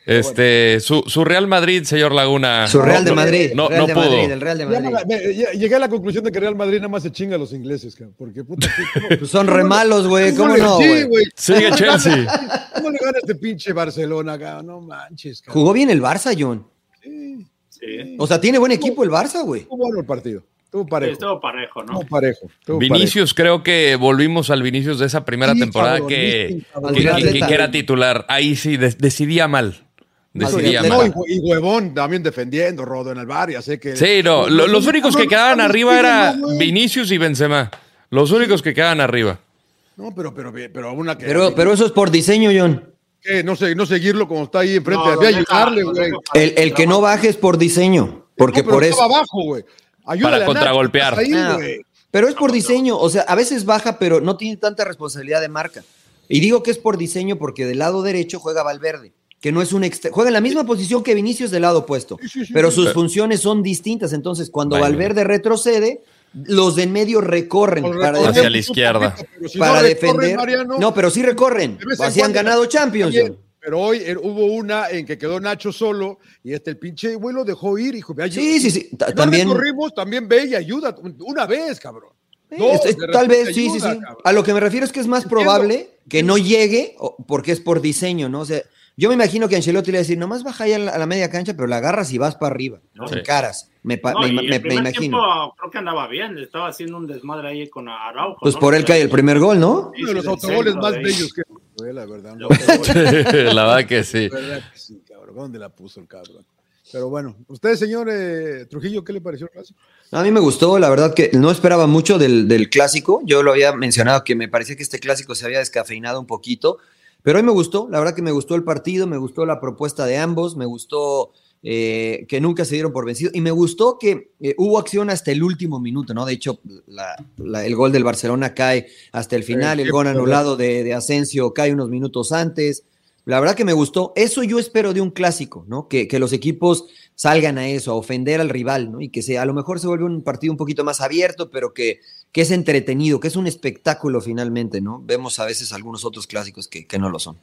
Speaker 2: Este, su, su Real Madrid, señor Laguna.
Speaker 1: Su Real de
Speaker 2: No,
Speaker 1: Madrid.
Speaker 2: No,
Speaker 1: Real
Speaker 2: no
Speaker 1: de
Speaker 2: pudo.
Speaker 1: Madrid, el Real de
Speaker 4: Ya no
Speaker 1: Madrid.
Speaker 4: la- me- ya- llegué a la conclusión de que Real Madrid nada más se chinga a los ingleses, cabrón, porque puta, sí, ¿cómo-
Speaker 1: [laughs] Pues son re malos, güey. ¿Cómo no,
Speaker 4: Sí,
Speaker 1: güey?
Speaker 4: güey.
Speaker 2: Sigue
Speaker 1: [laughs]
Speaker 2: Chelsea.
Speaker 4: ¿Cómo le gana este pinche Barcelona, cabrón? No manches, cabrón.
Speaker 1: Jugó bien el Barça, John.
Speaker 4: Sí,
Speaker 3: Sí.
Speaker 1: O sea, tiene buen equipo el Barça, güey.
Speaker 4: Estuvo bueno el partido. Estuvo parejo.
Speaker 3: Estuvo parejo, ¿no?
Speaker 4: Estuvo parejo. estuvo
Speaker 2: Vinicius, creo que volvimos al Vinicius de esa primera
Speaker 4: Sí,
Speaker 2: temporada
Speaker 4: cabrón,
Speaker 2: que,
Speaker 4: sí, cabrón.
Speaker 2: que- que-
Speaker 1: Atleta.
Speaker 2: que era titular. Ahí sí, de- decidía mal. Decidía
Speaker 1: Atleta.
Speaker 4: parejo. No, y,
Speaker 2: mal.
Speaker 4: hue- y huevón también defendiendo, Rodo en el bar, ya sé que.
Speaker 2: Sí, no. lo- los únicos que
Speaker 4: Cabrón,
Speaker 2: quedaban
Speaker 4: no,
Speaker 2: arriba
Speaker 4: no,
Speaker 2: eran
Speaker 4: no, güey.
Speaker 2: Vinicius y Benzema. Los únicos que quedaban arriba. [laughs]
Speaker 4: No, pero, pero, pero una que.
Speaker 1: Pero, pero eso es por diseño, John.
Speaker 4: ¿Qué? No, sé, no seguirlo como está ahí enfrente.
Speaker 3: No,
Speaker 4: Voy a
Speaker 3: lo deja-
Speaker 4: ayudarle,
Speaker 3: lo
Speaker 4: güey.
Speaker 3: deja para
Speaker 1: El, el que no baje es por diseño. Porque
Speaker 4: No, pero
Speaker 1: por
Speaker 4: estaba
Speaker 1: eso.
Speaker 4: abajo, güey. Ayúdale
Speaker 2: Para
Speaker 4: a Nacho,
Speaker 2: contragolpear.
Speaker 4: estás ahí,
Speaker 1: Ah,
Speaker 4: güey.
Speaker 1: pero es por diseño. O sea, a veces baja, pero no tiene tanta responsabilidad de marca. Y digo que es por diseño porque del lado derecho juega Valverde, que no es un extre- juega en la misma posición que Vinicius del lado opuesto. Pero sus funciones son distintas. Entonces, cuando
Speaker 2: Vale.
Speaker 1: Valverde retrocede, los de en medio recorren
Speaker 4: Con
Speaker 1: para,
Speaker 4: recorrer
Speaker 2: Hacia
Speaker 1: defender-
Speaker 2: la izquierda.
Speaker 4: pero si
Speaker 1: para
Speaker 4: no recorre,
Speaker 1: defender.
Speaker 4: Mariano,
Speaker 1: no, pero sí recorren.
Speaker 4: de vez en
Speaker 1: Así han
Speaker 4: cuando-
Speaker 1: ganado Champions.
Speaker 4: Oye,
Speaker 1: John.
Speaker 4: Pero hoy eh, hubo una en que quedó Nacho solo y este el pinche güey lo dejó ir, hijo. Ay,
Speaker 1: Sí, sí, sí. Ta-
Speaker 4: si no
Speaker 1: también.
Speaker 4: recorrimos, también ve y ayuda un- una vez, cabrón.
Speaker 1: Eh,
Speaker 4: Dos,
Speaker 1: es- es-
Speaker 4: de
Speaker 1: tal
Speaker 4: repente
Speaker 1: vez, sí, sí,
Speaker 4: ayuda,
Speaker 1: sí.
Speaker 4: cabrón.
Speaker 1: A lo que me refiero es que es más
Speaker 4: Entiendo.
Speaker 1: probable que no llegue o- porque es por diseño, ¿no? O sea, yo me imagino que Ancelotti le va a decir, nomás baja ahí a la, a la media cancha, pero la agarras y vas para arriba,
Speaker 3: No,
Speaker 1: te
Speaker 2: sí.
Speaker 1: encaras, me, pa-
Speaker 3: No,
Speaker 1: me-
Speaker 3: y
Speaker 1: me-
Speaker 3: el
Speaker 1: me
Speaker 3: primer
Speaker 1: imagino.
Speaker 3: tiempo creo que andaba bien, estaba haciendo un desmadre ahí con Araujo.
Speaker 1: Pues
Speaker 3: ¿no?
Speaker 1: por él cae el primer gol, ¿no?
Speaker 3: Sí,
Speaker 4: Uno de
Speaker 3: sí,
Speaker 4: los
Speaker 3: del
Speaker 4: autogoles
Speaker 3: centro
Speaker 4: más
Speaker 3: de ahí.
Speaker 4: bellos que Güey, la verdad.
Speaker 1: [laughs]
Speaker 3: Yo-
Speaker 4: un autogol,
Speaker 2: la verdad que sí.
Speaker 4: la verdad que sí, cabrón. ¿Dónde la puso el cabrón? Pero bueno, usted, señor eh, Trujillo, ¿qué le pareció el clásico?
Speaker 1: A mí me gustó, la verdad que no esperaba mucho del, del clásico. Yo lo había mencionado que me parecía que este clásico se había descafeinado un poquito, pero hoy me gustó, la verdad que me gustó el partido, me gustó la propuesta de ambos, me gustó eh, que nunca se dieron por vencidos y me gustó que eh, hubo acción hasta el último minuto, ¿no? De hecho, la- la- el gol del Barcelona cae hasta el final,
Speaker 4: Eh,
Speaker 1: el
Speaker 4: qué
Speaker 1: gol
Speaker 4: problema.
Speaker 1: anulado de, de Asensio cae unos minutos antes. La verdad que me gustó. Eso yo espero de un clásico, ¿no? Que, que los equipos salgan a eso, a ofender al rival, ¿no? Y que se, a lo mejor se vuelve un partido un poquito más abierto, pero que, que es entretenido, que es un espectáculo finalmente, ¿no? Vemos a veces algunos otros clásicos que, que no lo son.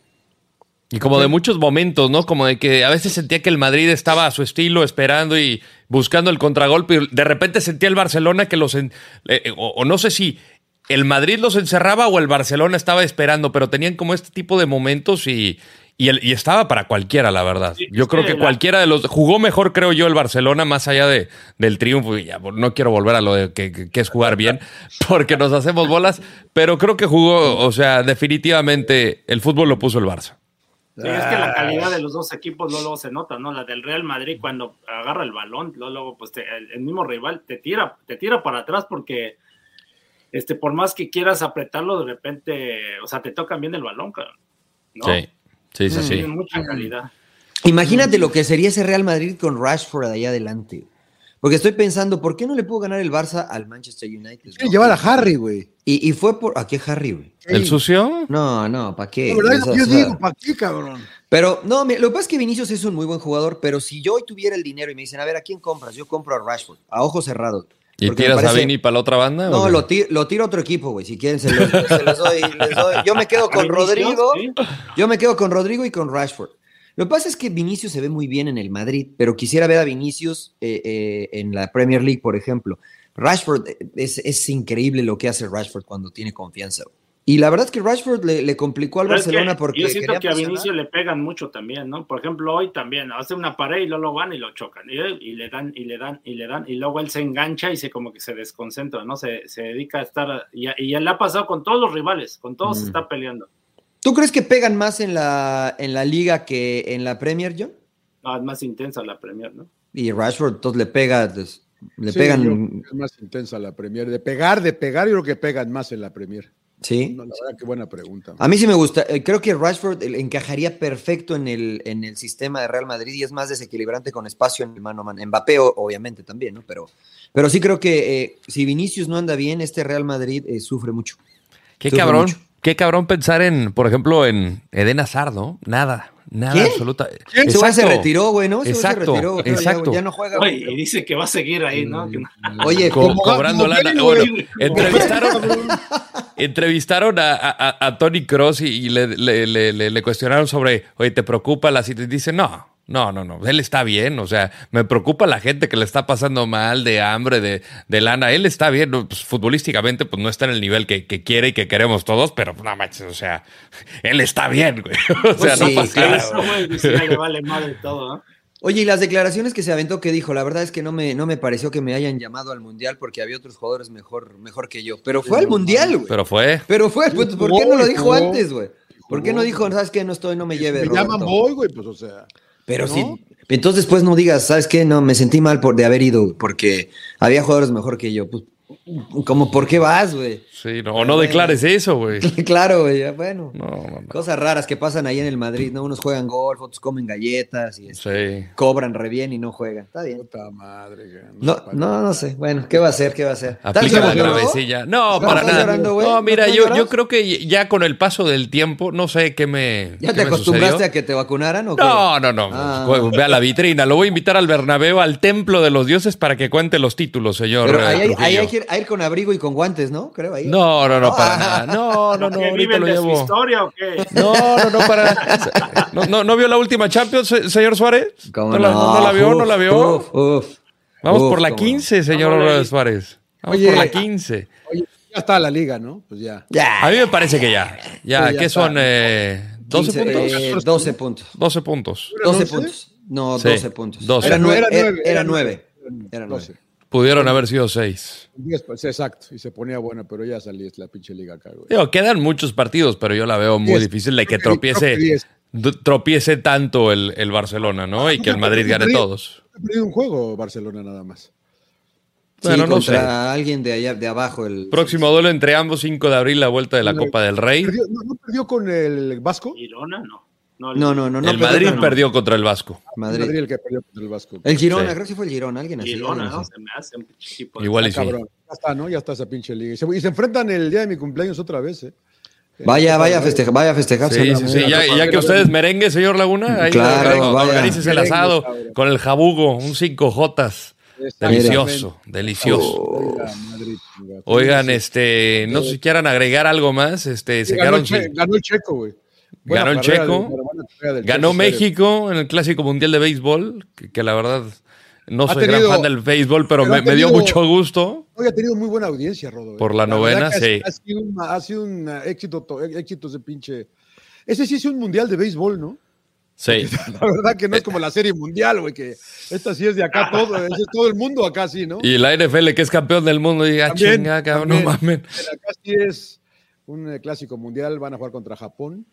Speaker 2: Y como de muchos momentos, ¿no? Como de que a veces sentía que el Madrid estaba a su estilo, esperando y buscando el contragolpe. y de repente sentía el Barcelona que los... en- eh, eh, o, o no sé si el Madrid los encerraba o el Barcelona estaba esperando, pero tenían como este tipo de momentos y, y, el- y estaba para cualquiera, la verdad.
Speaker 3: Sí,
Speaker 2: Yo
Speaker 3: sí,
Speaker 2: creo que
Speaker 3: la-
Speaker 2: cualquiera de los... Jugó mejor, creo yo, el Barcelona, más allá de, del triunfo. Y ya, pues, no quiero volver a lo de que, que- que es jugar bien, [laughs] porque nos hacemos bolas, pero creo que jugó, o sea, definitivamente el fútbol lo puso el Barça.
Speaker 3: Sí, es
Speaker 4: Ah,
Speaker 2: Ah.
Speaker 3: que la calidad de los dos equipos luego, luego se nota, ¿no? La del Real Madrid cuando agarra el balón, luego, luego, pues te- el, el mismo rival te tira, te tira para atrás porque este, por más que quieras apretarlo, de repente, o sea, te tocan bien el balón, cabrón, ¿no? Mm.
Speaker 2: Sí, sí, sí, sí.
Speaker 3: Tienen mucha calidad.
Speaker 1: Imagínate lo que sería ese Real Madrid con Rashford allá adelante. Porque estoy pensando, ¿por qué no le pudo ganar el Barça al Manchester United?
Speaker 4: Quiere
Speaker 1: no?
Speaker 4: llevar a Harry, güey.
Speaker 1: Y, y fue por... ¿A qué Harry, güey?
Speaker 2: ¿El sucio?
Speaker 1: No, no, ¿para qué?
Speaker 4: La verdad es
Speaker 1: O sea,
Speaker 4: lo que yo
Speaker 1: o sea,
Speaker 4: digo, ¿para qué, cabrón?
Speaker 1: Pero no, mira, lo que pasa es que Vinicius es un muy buen jugador, pero si yo hoy tuviera el dinero y me dicen, a ver, ¿a quién compras? Yo compro a Rashford, a ojos cerrados.
Speaker 2: ¿Y
Speaker 1: Porque me
Speaker 2: tiras a
Speaker 1: parece-
Speaker 2: Vini para la otra
Speaker 4: Ah,
Speaker 2: banda? o
Speaker 1: No,
Speaker 2: qué?
Speaker 1: lo, ti- lo tiro a otro equipo, güey. Si quieren, se los, se los doy, les doy. Yo me
Speaker 4: [laughs]
Speaker 1: quedo con Rodrigo.
Speaker 3: Sí.
Speaker 1: Yo me quedo con Rodrigo y con Rashford. Lo que pasa es que Vinicius se ve muy bien en el Madrid, pero quisiera ver a Vinicius eh, eh, en la Premier League, por ejemplo. Rashford, eh, es, es increíble lo que hace Rashford cuando tiene confianza. güey. Y la verdad es que Rashford le, le complicó al
Speaker 3: Pero es
Speaker 1: Barcelona
Speaker 3: que
Speaker 1: porque
Speaker 3: yo siento
Speaker 1: quería
Speaker 3: que a
Speaker 1: presionar.
Speaker 3: Vinicius le pegan mucho también, ¿no? Por ejemplo, hoy también hace una pared y luego lo van y lo chocan. Y, él- y le dan, y le dan, y le dan, y luego él se engancha y se como que se desconcentra, ¿no? Se, se dedica a estar. Y, y ya le ha pasado con todos los rivales, con todos se
Speaker 1: Mm.
Speaker 3: está peleando.
Speaker 1: ¿Tú crees que pegan más en la, en la liga que en la Premier, John?
Speaker 3: Ah, es más intensa la Premier, ¿no?
Speaker 1: Y Rashford, entonces le pega, pues, le
Speaker 4: Sí, yo creo
Speaker 1: pegan,
Speaker 4: que Es más intensa la Premier. De pegar, de pegar, yo creo que pegan más en la Premier.
Speaker 1: sí.
Speaker 4: No, la verdad, qué buena pregunta.
Speaker 1: A mí sí me gusta. eh, Creo que Rashford eh, encajaría perfecto en el, en el sistema de Real Madrid y es más desequilibrante con espacio en el mano a mano. Mbappé, o- obviamente, también, ¿no? Pero, pero sí creo que eh, si Vinicius no anda bien, este Real Madrid eh, sufre mucho.
Speaker 2: Qué
Speaker 1: Sufre
Speaker 2: cabrón,
Speaker 1: mucho.
Speaker 2: qué cabrón pensar en, por ejemplo, en Eden Hazard, ¿no? Nada, nada
Speaker 1: ¿Quién?
Speaker 2: absoluta.
Speaker 1: Ese güey se
Speaker 2: Exacto.
Speaker 1: retiró, güey, ¿no? Ese güey
Speaker 2: Exacto,
Speaker 1: se retiró. creo, ya-
Speaker 2: exacto.
Speaker 1: Ya, no juega.
Speaker 3: Oye,
Speaker 1: güey.
Speaker 3: y dice que va a seguir ahí,
Speaker 1: Mm.
Speaker 3: ¿no?
Speaker 2: [laughs]
Speaker 3: Que no-
Speaker 1: Oye,
Speaker 2: Co-
Speaker 1: ¿cómo va?
Speaker 2: cobrando
Speaker 4: ¿Cómo
Speaker 2: lana.
Speaker 4: ven,
Speaker 2: Bueno,
Speaker 3: güey? [laughs]
Speaker 1: [laughs]
Speaker 2: entrevistaron, entrevistaron a, a- a Tony Cross y, y le, le- le- le- le cuestionaron sobre, oye, ¿te preocupa la situación? Dice, no, no, no, no, él está bien, o sea, me preocupa la gente que le está pasando mal de hambre, de, de lana, él está bien, no, pues, futbolísticamente pues no está en el nivel que, que quiere y que queremos todos, pero no manches, o sea, él está bien, güey. [laughs] O sea,
Speaker 1: Pues
Speaker 2: no
Speaker 1: sí,
Speaker 2: pasa
Speaker 1: claro.
Speaker 2: nada.
Speaker 3: Eso, güey, dice, ya le vale madre todo, ¿no?
Speaker 1: Oye, y las declaraciones que se aventó que dijo, la verdad es que no me, no me pareció que me hayan llamado al Mundial porque había otros jugadores mejor, mejor que yo. Pero fue al Mundial, güey.
Speaker 2: Pero fue.
Speaker 1: Pero fue, pues, ¿por qué no lo dijo
Speaker 4: Jugó,
Speaker 1: antes, güey? ¿Por qué no
Speaker 4: Jugó.
Speaker 1: dijo, sabes qué, no estoy, no me lleve,
Speaker 4: Me llaman
Speaker 1: Roberto"?
Speaker 4: Boy, güey, pues, o sea.
Speaker 1: Pero
Speaker 4: ¿No?
Speaker 1: sí. Entonces, pues no digas, ¿sabes qué? No, me sentí mal por, de haber ido, porque había jugadores mejor que yo. Pues, como, ¿por qué vas, güey? [laughs]
Speaker 2: Sí, no, o no declares eso, güey.
Speaker 1: claro, güey, ya, bueno.
Speaker 2: No, no, no.
Speaker 1: Cosas raras que pasan ahí en el Madrid, ¿no? Unos juegan golf, otros comen galletas y este,
Speaker 2: Sí.
Speaker 1: cobran re bien y no juegan. Está bien.
Speaker 4: Puta madre, güey,
Speaker 1: No,
Speaker 4: para-
Speaker 1: no, no sé. Bueno, ¿qué va a hacer? ¿Qué va a hacer? ¿Estás
Speaker 2: Aplica la
Speaker 1: llorando?
Speaker 2: travesilla. No,
Speaker 1: ¿Estás
Speaker 2: para nada.
Speaker 1: llorando, güey?
Speaker 2: no,
Speaker 1: ¿No-
Speaker 2: mira,
Speaker 1: no
Speaker 2: yo,
Speaker 1: lloras?
Speaker 2: yo creo que ya con el paso del tiempo, no sé qué me.
Speaker 1: ¿Ya
Speaker 2: qué
Speaker 1: te
Speaker 2: me
Speaker 1: acostumbraste
Speaker 2: sucedió.
Speaker 1: a que te vacunaran o qué?
Speaker 2: No, no, no.
Speaker 1: Ah.
Speaker 2: Juego, Ve a la vitrina. Lo voy a invitar al Bernabéu, al templo de los dioses, para que cuente los títulos, señor.
Speaker 1: Pero
Speaker 2: eh,
Speaker 1: ahí, hay- ahí
Speaker 2: Trujillo.
Speaker 1: hay que ir, a ir con abrigo y con guantes, ¿no? Creo ahí.
Speaker 2: No, no, no,
Speaker 1: [laughs]
Speaker 2: para nada. No, no, no.
Speaker 3: ¿Qué,
Speaker 2: Ahorita
Speaker 3: ¿Viven
Speaker 2: lo
Speaker 3: de su
Speaker 2: llevo.
Speaker 3: historia o qué?
Speaker 2: No, no, no, para nada. No, no, ¿no vio la última Champions, se- señor Suárez?
Speaker 1: ¿Cómo
Speaker 2: no, la, no la vio, no la vio.
Speaker 1: Uf, uf.
Speaker 2: Vamos
Speaker 1: Uf,
Speaker 2: por la
Speaker 1: cómo no.
Speaker 2: 15,
Speaker 3: No,
Speaker 2: señor
Speaker 3: no la vi.
Speaker 2: Suárez. Vamos
Speaker 4: Oye.
Speaker 2: por la 15.
Speaker 4: Oye, ya está la liga, ¿no? Pues ya.
Speaker 1: Ya.
Speaker 2: A mí me parece que ya. Ya,
Speaker 4: Sí, ya
Speaker 2: ¿qué
Speaker 4: está.
Speaker 2: son? Eh, 12
Speaker 1: 15,
Speaker 2: puntos.
Speaker 1: eh, 12 puntos.
Speaker 2: 12 puntos.
Speaker 4: ¿Eran
Speaker 1: 12
Speaker 4: once?
Speaker 1: puntos. No,
Speaker 2: Sí,
Speaker 1: 12 puntos.
Speaker 2: 12.
Speaker 1: Era
Speaker 4: Era nueve,
Speaker 1: 9.
Speaker 4: era
Speaker 1: Era
Speaker 4: nueve,
Speaker 1: 9. Era
Speaker 4: era
Speaker 1: 9.
Speaker 4: Doce.
Speaker 2: Pudieron haber sido 6.
Speaker 4: Diez, pues, exacto. Y se ponía buena, pero ya salí la pinche liga acá, güey.
Speaker 2: Digo, quedan muchos partidos, pero yo la veo muy
Speaker 4: Diez.
Speaker 2: difícil de que
Speaker 4: Creo que- creo que
Speaker 2: tropiece,
Speaker 4: diez.
Speaker 2: d- tropiece tanto el, el Barcelona, ¿no? Y que el Madrid gane todos.
Speaker 4: Ha perdido un juego Barcelona nada más.
Speaker 2: Bueno, no
Speaker 1: contra
Speaker 2: sé.
Speaker 1: alguien de allá, de abajo. El,
Speaker 2: Próximo duelo entre ambos, 5 de abril, la vuelta de la Copa del Rey.
Speaker 4: Perdió- no, no perdió con el Vasco?
Speaker 3: Girona, no.
Speaker 1: No, no, no. no
Speaker 2: El
Speaker 1: perdón,
Speaker 2: Madrid
Speaker 1: no. Ah,
Speaker 2: perdió contra el Vasco.
Speaker 1: Madrid.
Speaker 4: Madrid el que perdió con el Vasco.
Speaker 1: El Girona,
Speaker 2: Sí.
Speaker 1: creo que fue el Girona. Alguien así.
Speaker 3: Girona,
Speaker 1: alguien
Speaker 3: ¿no?
Speaker 1: así.
Speaker 3: Se me hace un pinche equipo.
Speaker 2: Igual
Speaker 4: Ah,
Speaker 2: y sí.
Speaker 4: cabrón. Ya está, ¿no? Ya está esa pinche liga. Y se, y se enfrentan el día de mi cumpleaños otra vez, ¿eh?
Speaker 1: Vaya, vaya a festejar.
Speaker 4: festejar.
Speaker 1: Vaya a festejar.
Speaker 2: Sí, sí, sí. Ya, ya que ustedes merengue, señor Laguna, ahí
Speaker 1: Claro,
Speaker 2: organ-
Speaker 1: vaya.
Speaker 2: organices el
Speaker 4: Merengue,
Speaker 2: asado
Speaker 4: cabrón.
Speaker 2: con el jabugo, un 5 Jotas.
Speaker 4: Exactamente.
Speaker 2: Delicioso, delicioso.
Speaker 4: Oiga, Madrid, chinga.
Speaker 2: Oigan, este, no sé si quieran agregar algo más. Este, se
Speaker 4: ganó,
Speaker 2: quedaron
Speaker 4: el che-
Speaker 2: sin-
Speaker 4: ganó el Checo, güey. Buena
Speaker 2: Ganó el
Speaker 4: carrera
Speaker 2: Checo.
Speaker 4: del- buena carrera del
Speaker 2: Ganó
Speaker 4: Checo Pérez.
Speaker 2: México en el Clásico Mundial de Béisbol, que, que la verdad no
Speaker 4: Ha
Speaker 2: soy
Speaker 4: tenido-
Speaker 2: gran fan del béisbol, pero,
Speaker 4: pero
Speaker 2: me,
Speaker 4: ha
Speaker 2: me dio
Speaker 4: tenido-
Speaker 2: mucho gusto.
Speaker 4: Hoy ha tenido muy buena audiencia, Rodo. ¿eh?
Speaker 2: Por la novena,
Speaker 4: verdad
Speaker 2: sí.
Speaker 4: que Ha, ha sido un, ha sido un eh, éxito, to- éxito ese pinche. Ese sí es un mundial de béisbol, ¿no?
Speaker 2: Sí.
Speaker 4: [laughs] La verdad que no
Speaker 2: Eh,
Speaker 4: es como la serie mundial, güey, que esta sí es
Speaker 2: [laughs]
Speaker 4: de acá todo, ese es todo el mundo acá sí, ¿no?
Speaker 2: Y la NFL, que es campeón del mundo, diga,
Speaker 4: También,
Speaker 2: chinga, cabrón, no
Speaker 4: también.
Speaker 2: mamen.
Speaker 4: Pero Acá sí es un eh, clásico mundial, van a jugar contra Japón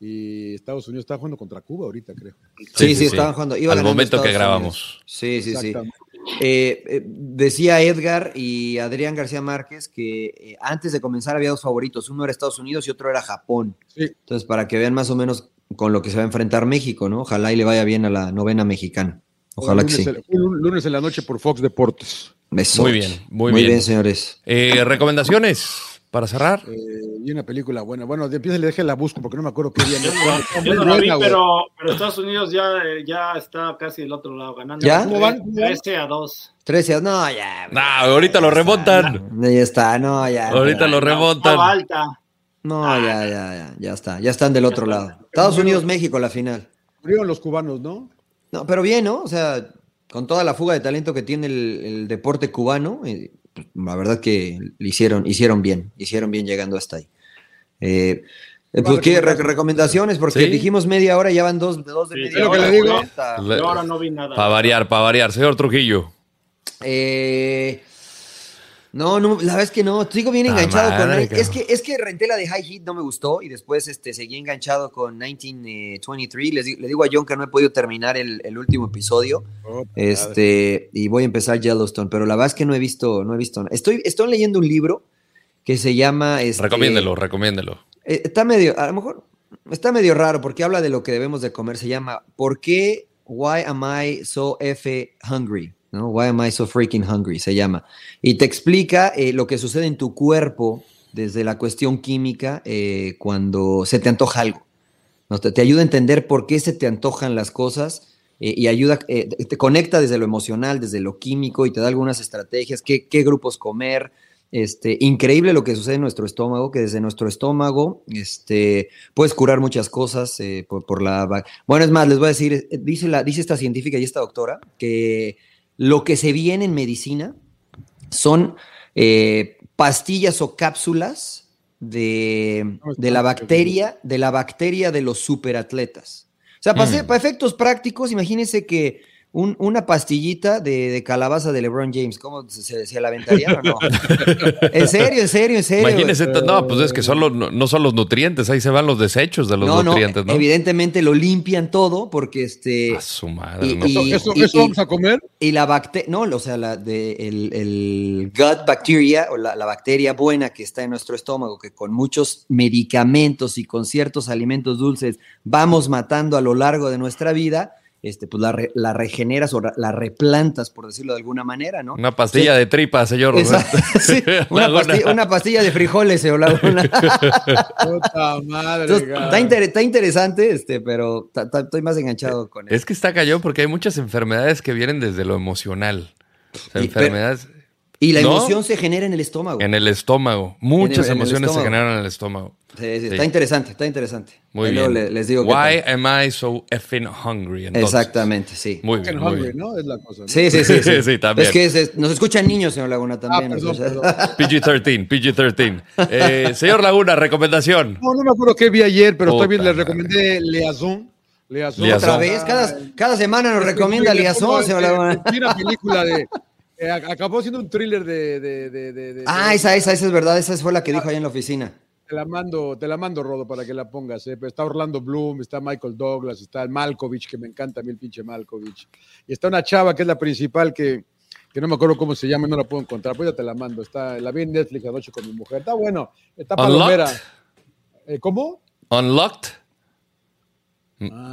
Speaker 4: y Estados Unidos está jugando contra Cuba ahorita, creo.
Speaker 1: Sí, sí,
Speaker 2: sí, sí.
Speaker 1: estaban jugando. Iba
Speaker 2: Al
Speaker 1: ganando
Speaker 2: momento que
Speaker 1: Estados
Speaker 2: grabamos.
Speaker 1: Unidos. Sí, sí, sí.
Speaker 4: Exactamente.
Speaker 1: Eh, eh, decía Edgar y Adrián García Márquez que eh, antes de comenzar había dos favoritos, uno era Estados Unidos y otro era Japón.
Speaker 4: Sí.
Speaker 1: Entonces, para que vean más o menos con lo que se va a enfrentar México, ¿no? Ojalá y le vaya bien a la novena mexicana. Ojalá que
Speaker 4: lunes,
Speaker 1: sí.
Speaker 4: en- un lunes en la noche por Fox Deportes.
Speaker 1: Besos.
Speaker 2: Muy bien, muy
Speaker 1: Muy
Speaker 2: bien.
Speaker 1: bien, señores.
Speaker 2: Eh, recomendaciones para cerrar.
Speaker 4: Eh, y una película buena. Bueno, de empieza le deje la busco porque no me acuerdo qué día.
Speaker 3: Yo no,
Speaker 4: Muy
Speaker 3: yo no la vi,
Speaker 4: buena, güey.
Speaker 3: pero, pero Estados Unidos ya, eh, ya está casi del otro lado ganando.
Speaker 1: ¿Ya?
Speaker 4: ¿Cómo van? ¿Cómo van?
Speaker 3: 13 a 2.
Speaker 1: 13, no, ya.
Speaker 2: No, ahorita lo remontan.
Speaker 1: Ya está, no, ya.
Speaker 2: Ahorita lo remontan.
Speaker 3: Octava alta.
Speaker 1: No, ya, ya, ya, ya está. Ya están del otro
Speaker 3: está.
Speaker 1: lado. Estados Unidos, México, la final.
Speaker 4: Murieron los cubanos, ¿no?
Speaker 1: No, pero bien, ¿no? O sea, con toda la fuga de talento que tiene el, el deporte cubano, eh, la verdad que le hicieron, hicieron bien, hicieron bien llegando hasta ahí. Eh, eh, pues qué re- recomendaciones, porque
Speaker 2: Sí.
Speaker 1: dijimos media hora, ya van dos, dos de
Speaker 3: Sí,
Speaker 4: es
Speaker 1: media
Speaker 4: lo que
Speaker 1: hora.
Speaker 4: le digo.
Speaker 1: cuarenta.
Speaker 2: Le-
Speaker 3: Yo ahora no vi nada.
Speaker 2: Para variar, para variar. Señor Trujillo.
Speaker 1: Eh, no, no, la verdad es que no, sigo bien
Speaker 2: Ah,
Speaker 1: enganchado con
Speaker 2: madre,
Speaker 1: es
Speaker 2: cabrón.
Speaker 1: que es que renté la de High Heat, no me gustó y después este seguí enganchado con 1923. Les di- le digo a John que no he podido terminar el, el último episodio. Este, y voy a empezar Yellowstone, pero la verdad es que no he visto, no he visto. Estoy estoy leyendo un libro que se llama este,
Speaker 2: Recomiéndelo, recomiéndelo.
Speaker 1: eh, Está medio, a lo mejor está medio raro porque habla de lo que debemos de comer. Se llama ¿Por qué? Why am I so f hungry? ¿No? Why am I so freaking hungry? Se llama. Y te explica eh, lo que sucede en tu cuerpo desde la cuestión química eh, cuando se te antoja algo. ¿no? Te, te ayuda a entender por qué se te antojan las cosas eh, y ayuda, eh, te- te conecta desde lo emocional, desde lo químico y te da algunas estrategias, qué, qué grupos comer. Este, increíble lo que sucede en nuestro estómago, que desde nuestro estómago este, puedes curar muchas cosas eh, por, por la... va- Bueno, es más, les voy a decir, eh, dice, la, dice esta científica y esta doctora que lo que se viene en medicina son eh, pastillas o cápsulas de,
Speaker 4: No,
Speaker 1: de la
Speaker 4: está-
Speaker 1: bacteria, de la bacteria de los superatletas. O sea, para,
Speaker 2: Mm.
Speaker 1: hacer- para efectos prácticos, imagínense que un- una pastillita de, de calabaza de LeBron James, ¿cómo se, se, se la aventarían o
Speaker 2: [laughs]
Speaker 1: no? En serio, en serio, en serio.
Speaker 2: Imagínese, t- no, pues es que son los- no, no son los nutrientes, ahí se van los desechos de los
Speaker 1: no, eh, no,
Speaker 2: nutrientes, ¿no? Ah,
Speaker 1: evidentemente lo limpian todo porque este
Speaker 2: A su madre,
Speaker 1: y-
Speaker 2: ¿no?
Speaker 1: y-
Speaker 4: ¿Eso, eso vamos a comer?
Speaker 1: y la bacteria, no, o sea, la de el, el gut bacteria o la, la bacteria buena que está en nuestro estómago, que con muchos medicamentos y con ciertos alimentos dulces vamos matando a lo largo de nuestra vida, este, pues la, re- la regeneras o ra- la replantas, por decirlo de alguna manera, ¿no?
Speaker 2: Una pastilla de tripa, señor.
Speaker 1: Esa- [laughs]
Speaker 2: [laughs]
Speaker 1: sí, una,
Speaker 2: Laguna.
Speaker 1: pastilla, una pastilla de frijoles eh, o
Speaker 2: [laughs]
Speaker 1: la una-
Speaker 4: Puta madre.
Speaker 1: Entonces,
Speaker 4: gato.
Speaker 1: está, inter- está interesante, este, pero ta- ta- estoy más enganchado con él.
Speaker 2: Es que está cañón porque hay muchas enfermedades que vienen desde lo emocional. O sea,
Speaker 1: Y- pero-
Speaker 2: enfermedades
Speaker 1: Y la
Speaker 2: ¿No?
Speaker 1: emoción se genera en el estómago.
Speaker 2: en el estómago. Muchas
Speaker 1: en el
Speaker 2: emociones se
Speaker 1: estómago.
Speaker 2: generan en el estómago.
Speaker 1: Sí, sí,
Speaker 2: Sí.
Speaker 1: Está interesante, está interesante.
Speaker 2: Muy
Speaker 1: Ahí
Speaker 2: bien.
Speaker 1: luego le- les digo qué
Speaker 2: Why
Speaker 1: tal.
Speaker 2: am I so effing hungry? Entonces,
Speaker 1: Exactamente, sí.
Speaker 2: Muy bien,
Speaker 4: Fucking
Speaker 2: muy
Speaker 4: hungry,
Speaker 2: bien.
Speaker 4: ¿no? Es la cosa. ¿no?
Speaker 1: Sí, sí, sí. sí.
Speaker 2: [laughs] Sí, también.
Speaker 1: Es que es- es- nos escuchan niños, señor Laguna,
Speaker 4: Ah,
Speaker 1: también. nos
Speaker 4: perdón,
Speaker 1: escuchan.
Speaker 4: perdón.
Speaker 2: PG-13, PG-13. Eh, señor Laguna, recomendación.
Speaker 4: No, no me acuerdo qué vi ayer, pero
Speaker 2: Puta
Speaker 4: estoy bien, le
Speaker 2: madre.
Speaker 4: recomendé Leazón. Leazón.
Speaker 2: Liazón.
Speaker 1: Otra vez, cada, cada semana nos recomienda Liazón, señor Laguna.
Speaker 4: Vi una película de. eh, ac- acabó siendo un thriller de. de, de, de- de-
Speaker 1: Ah,
Speaker 4: de-
Speaker 1: esa, esa, esa es verdad, esa fue la que dijo ahí en la oficina.
Speaker 4: Te la mando, te la mando, Rodo, para que la pongas. eh, pero Está Orlando Bloom, está Michael Douglas, está el Malkovich, que me encanta a mí el pinche Malkovich. Y está una chava que es la principal, que, que no me acuerdo cómo se llama, no la puedo encontrar, pues ya te la mando. Está, la vi en Netflix anoche con mi mujer. Está bueno, está palomera.
Speaker 2: Unlocked.
Speaker 4: Eh, ¿Cómo?
Speaker 2: Unlocked.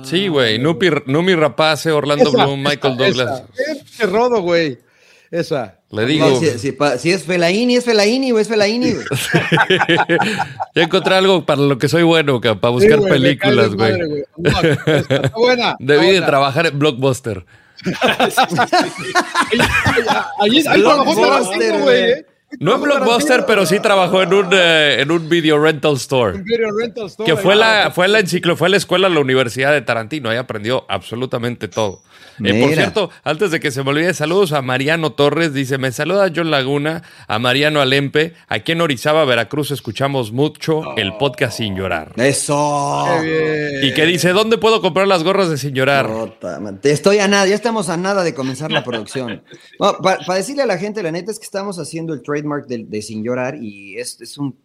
Speaker 2: sí, güey. Nupi, Numi Rapace, Orlando
Speaker 4: Esa,
Speaker 2: Bloom, Michael
Speaker 4: esa,
Speaker 2: Douglas.
Speaker 4: esa. Eh, pinche Rodo, güey. Esa.
Speaker 2: Le digo,
Speaker 1: No, si, si pa- si es Felaini, es Felaini, güey, es Felaini.
Speaker 2: [laughs]
Speaker 1: güey.
Speaker 2: ya encontré algo para lo que soy bueno, ca- para
Speaker 4: Sí,
Speaker 2: buscar
Speaker 4: güey, me
Speaker 2: películas,
Speaker 4: cae de madre,
Speaker 2: güey.
Speaker 4: Unlocked,
Speaker 2: [laughs]
Speaker 4: esa, Está buena.
Speaker 2: Debí
Speaker 4: está
Speaker 2: de
Speaker 4: buena.
Speaker 2: trabajar en Blockbuster.
Speaker 4: Allí, ahí trabajó
Speaker 1: Blockbuster,
Speaker 4: Tarantino, güey.
Speaker 1: güey.
Speaker 4: eh.
Speaker 2: No en Blockbuster, pero sí trabajó en un, eh, en un video rental store.
Speaker 4: Imperial Rental Store,
Speaker 2: Que fue
Speaker 4: ahí
Speaker 2: la,
Speaker 4: está.
Speaker 2: fue la enciclo, fue la escuela, la universidad de Tarantino. Ahí aprendió absolutamente todo. Eh, por
Speaker 1: Mira.
Speaker 2: cierto, antes de que se me olvide, saludos a Mariano Torres. Dice, me saluda John Laguna, a Mariano Alempe. Aquí en Orizaba, Veracruz, escuchamos mucho el podcast Sin Llorar.
Speaker 1: Eso.
Speaker 4: Qué bien.
Speaker 2: Y que dice, ¿dónde puedo comprar las gorras de Sin Llorar?
Speaker 1: Puta madre. Estoy a nada, ya estamos a nada de comenzar la producción. para decirle a la gente, la neta es que estamos haciendo el trademark de, de Sin Llorar y es, es un,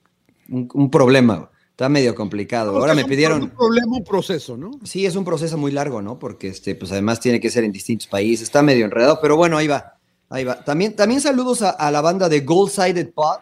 Speaker 1: un- un problema. güey. Está medio complicado. Ahora me
Speaker 4: Es un-
Speaker 1: pidieron.
Speaker 4: Un problema, un proceso, ¿no?
Speaker 1: Sí, es un proceso muy largo, ¿no? Porque este, pues además tiene que ser en distintos países. Está medio enredado, pero bueno, ahí va. Ahí va. También, también saludos a, a la banda de Gold Sided Pod,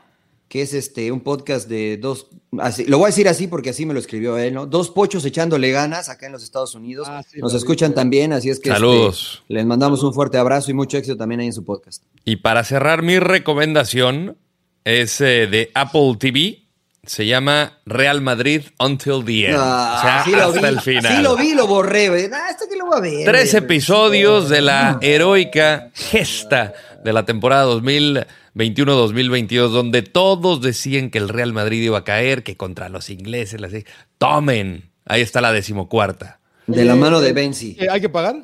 Speaker 1: que es este, un podcast de dos. así- lo voy a decir así porque así me lo escribió él, ¿no? Dos pochos echándole ganas acá en los Estados Unidos.
Speaker 4: Ah, sí,
Speaker 1: Nos
Speaker 4: lo
Speaker 1: escuchan
Speaker 4: dijo.
Speaker 1: también, así es que. este,
Speaker 2: Saludos.
Speaker 1: les mandamos un fuerte abrazo y mucho éxito también ahí en su podcast.
Speaker 2: Y para cerrar, mi recomendación es eh, de Apple TV. Se llama Real Madrid Until the End.
Speaker 1: Ah,
Speaker 2: o sea,
Speaker 1: sí lo
Speaker 2: hasta
Speaker 1: vi,
Speaker 2: el final.
Speaker 1: Sí lo vi, lo borré, güey. Ah, esto que lo voy a ver.
Speaker 2: Tres
Speaker 1: güey.
Speaker 2: episodios de la heroica gesta de la temporada 2021-2022, donde todos decían que el Real Madrid iba a caer, que contra los ingleses, las... tomen. Ahí está la decimocuarta.
Speaker 1: De la mano de Benzi.
Speaker 4: Eh, ¿Hay que pagar?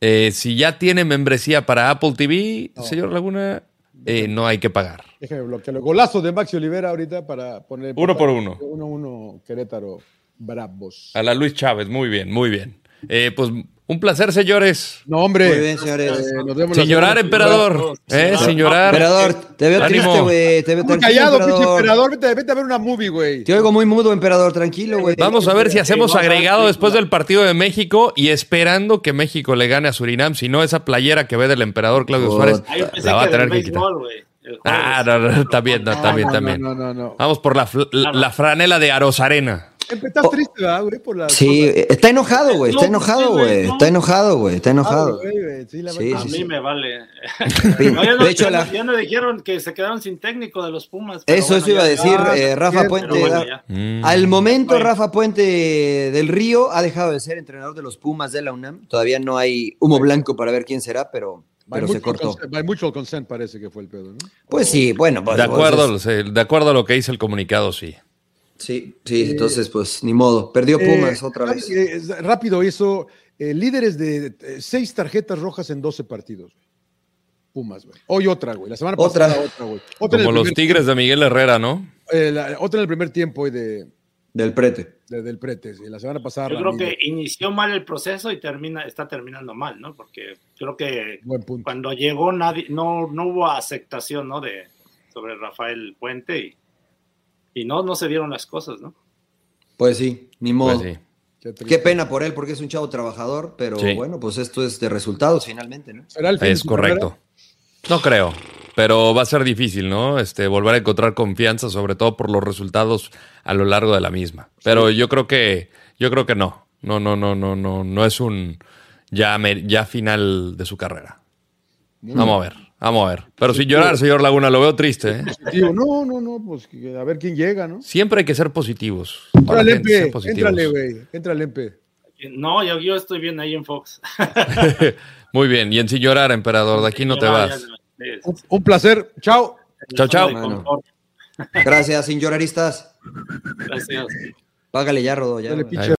Speaker 2: Eh, si ya tiene membresía para Apple TV, señor Laguna, eh, no hay que pagar.
Speaker 4: Déjame bloquearlo. Golazo de Maxi Olivera ahorita para poner.
Speaker 2: Uno por uno.
Speaker 4: Uno, uno, Querétaro. Bravos.
Speaker 2: A la Luis Chávez, muy bien, muy bien. Eh, pues un placer, señores.
Speaker 4: No, hombre.
Speaker 1: Muy bien, señores.
Speaker 4: Eh, nos vemos la
Speaker 2: Sin llorar,
Speaker 4: semana-
Speaker 2: emperador. Eh, sin llorar.
Speaker 1: Emperador, te veo
Speaker 2: Eh, Ánimo.
Speaker 1: triste, güey. Te veo
Speaker 4: Muy
Speaker 1: tranquilo,
Speaker 4: callado, pinche
Speaker 1: emperador.
Speaker 4: emperador. Vete, vete a ver una movie, güey.
Speaker 1: Te oigo muy mudo, emperador. Tranquilo, güey.
Speaker 2: Vamos a ver si hacemos
Speaker 3: Sí, vamos a ver
Speaker 2: agregado
Speaker 3: si-
Speaker 2: después del partido de México y esperando que México le gane a Surinam. Si no, esa playera que ve del emperador Claudio
Speaker 1: Puta.
Speaker 2: Suárez
Speaker 3: Ahí pensé
Speaker 2: la va a
Speaker 3: que
Speaker 2: tener
Speaker 3: del
Speaker 2: que quitar.
Speaker 3: béisbol, güey. el jueves.
Speaker 2: Ah, no, no, está bien, no, está bien,
Speaker 4: no,
Speaker 2: está bien. Ah.
Speaker 4: No, no, no.
Speaker 2: Vamos por la, fl- la- la franela de Arozarena.
Speaker 4: Siempre Estás triste, ¿verdad, güey? Por la.
Speaker 1: Oh. Sí, eh, está enojado, güey. Está enojado, güey. Está enojado, güey. Está
Speaker 4: Ah,
Speaker 1: enojado.
Speaker 4: güey, güey, Sí, la
Speaker 1: Sí,
Speaker 4: verdad.
Speaker 3: A mí
Speaker 1: sí.
Speaker 3: me vale.
Speaker 1: Sí.
Speaker 3: [laughs] No, ya, no,
Speaker 1: De hecho,
Speaker 3: ya
Speaker 1: la-
Speaker 3: no- ya no dijeron que se quedaron sin técnico de los Pumas. pero
Speaker 1: Eso,
Speaker 3: bueno,
Speaker 1: eso iba
Speaker 3: ya-
Speaker 1: a decir
Speaker 4: Ah,
Speaker 1: eh,
Speaker 4: sí,
Speaker 1: Rafa
Speaker 4: pero
Speaker 1: Puente.
Speaker 3: bueno,
Speaker 1: da-
Speaker 2: Mm.
Speaker 1: Al momento,
Speaker 3: Oye.
Speaker 1: Rafa Puente del Río ha dejado de ser entrenador de los Pumas de la UNAM. Todavía no hay humo blanco para ver quién será, pero,
Speaker 4: By
Speaker 1: pero se
Speaker 4: mutual
Speaker 1: cortó.
Speaker 4: consent- by mutual consent parece que fue el pedo, ¿no?
Speaker 1: Pues sí, bueno. pues,
Speaker 2: De acuerdo,
Speaker 1: entonces-
Speaker 2: lo sé, de acuerdo a lo que dice el comunicado, sí.
Speaker 1: sí, sí, entonces pues ni modo. Perdió Pumas
Speaker 4: Eh,
Speaker 1: otra vez.
Speaker 4: eh, eh, rápido, eso. eh, líderes de eh, seis tarjetas rojas en 12 partidos. güey. Pumas, güey. Hoy otra, güey. La semana
Speaker 1: Otra.
Speaker 4: pasada otra, güey. Otra, en
Speaker 2: Como
Speaker 4: el
Speaker 2: los
Speaker 4: primer-
Speaker 2: Tigres de Miguel Herrera, ¿no?
Speaker 4: eh, la- otra en el primer tiempo hoy de,
Speaker 1: Del prete.
Speaker 4: de- del Pretes. Y la semana pasada.
Speaker 3: Yo creo
Speaker 4: Ramírez.
Speaker 3: que inició mal el proceso y termina, está terminando mal, ¿no? Porque creo que
Speaker 4: Buen punto.
Speaker 3: cuando llegó nadie, no, no hubo aceptación, ¿no? De sobre Rafael Puente y, y no, no se dieron las cosas, ¿no?
Speaker 1: Pues sí, ni modo.
Speaker 2: Pues sí.
Speaker 4: Qué
Speaker 1: Qué
Speaker 4: triste.
Speaker 1: pena por él, porque es un chavo trabajador, pero
Speaker 2: Sí.
Speaker 1: bueno, pues esto es de resultados finalmente, ¿no?
Speaker 4: ¿Será el fin de
Speaker 2: Es
Speaker 4: su
Speaker 2: correcto. No creo, pero va a ser difícil, ¿no? Este, volver a encontrar confianza, sobre todo por los resultados a lo largo de la misma. Pero yo creo que, yo creo que no. No, no, no, no, no, no es un ya, me- ya final de su carrera.
Speaker 4: Mm.
Speaker 2: Vamos a ver, vamos a ver. Pero sin llorar, señor Laguna, lo veo triste. ¿eh?
Speaker 4: carrera? Tío, no, no, no, pues que- a ver quién lega, ¿no?
Speaker 2: Siempre hay que ser positivos. Para
Speaker 4: Entrale,
Speaker 2: la gente,
Speaker 4: Empe.
Speaker 2: ser positivos.
Speaker 4: Entrale, güey. Entrale, Empe.
Speaker 3: No, yo, yo estoy bien ahí en Fox.
Speaker 2: Muy bien, y en sin llorar, emperador, de aquí no te
Speaker 3: Ya, ya,
Speaker 2: vas.
Speaker 3: ya, es-
Speaker 4: Un, un placer. Chao.
Speaker 2: Chao, chao.
Speaker 3: zona de
Speaker 1: Bueno.
Speaker 3: confort.
Speaker 1: Gracias, sin lloraristas.
Speaker 3: Gracias.
Speaker 1: Págale ya, Rodo. Ya.
Speaker 4: Dale,
Speaker 1: güey.
Speaker 4: pinche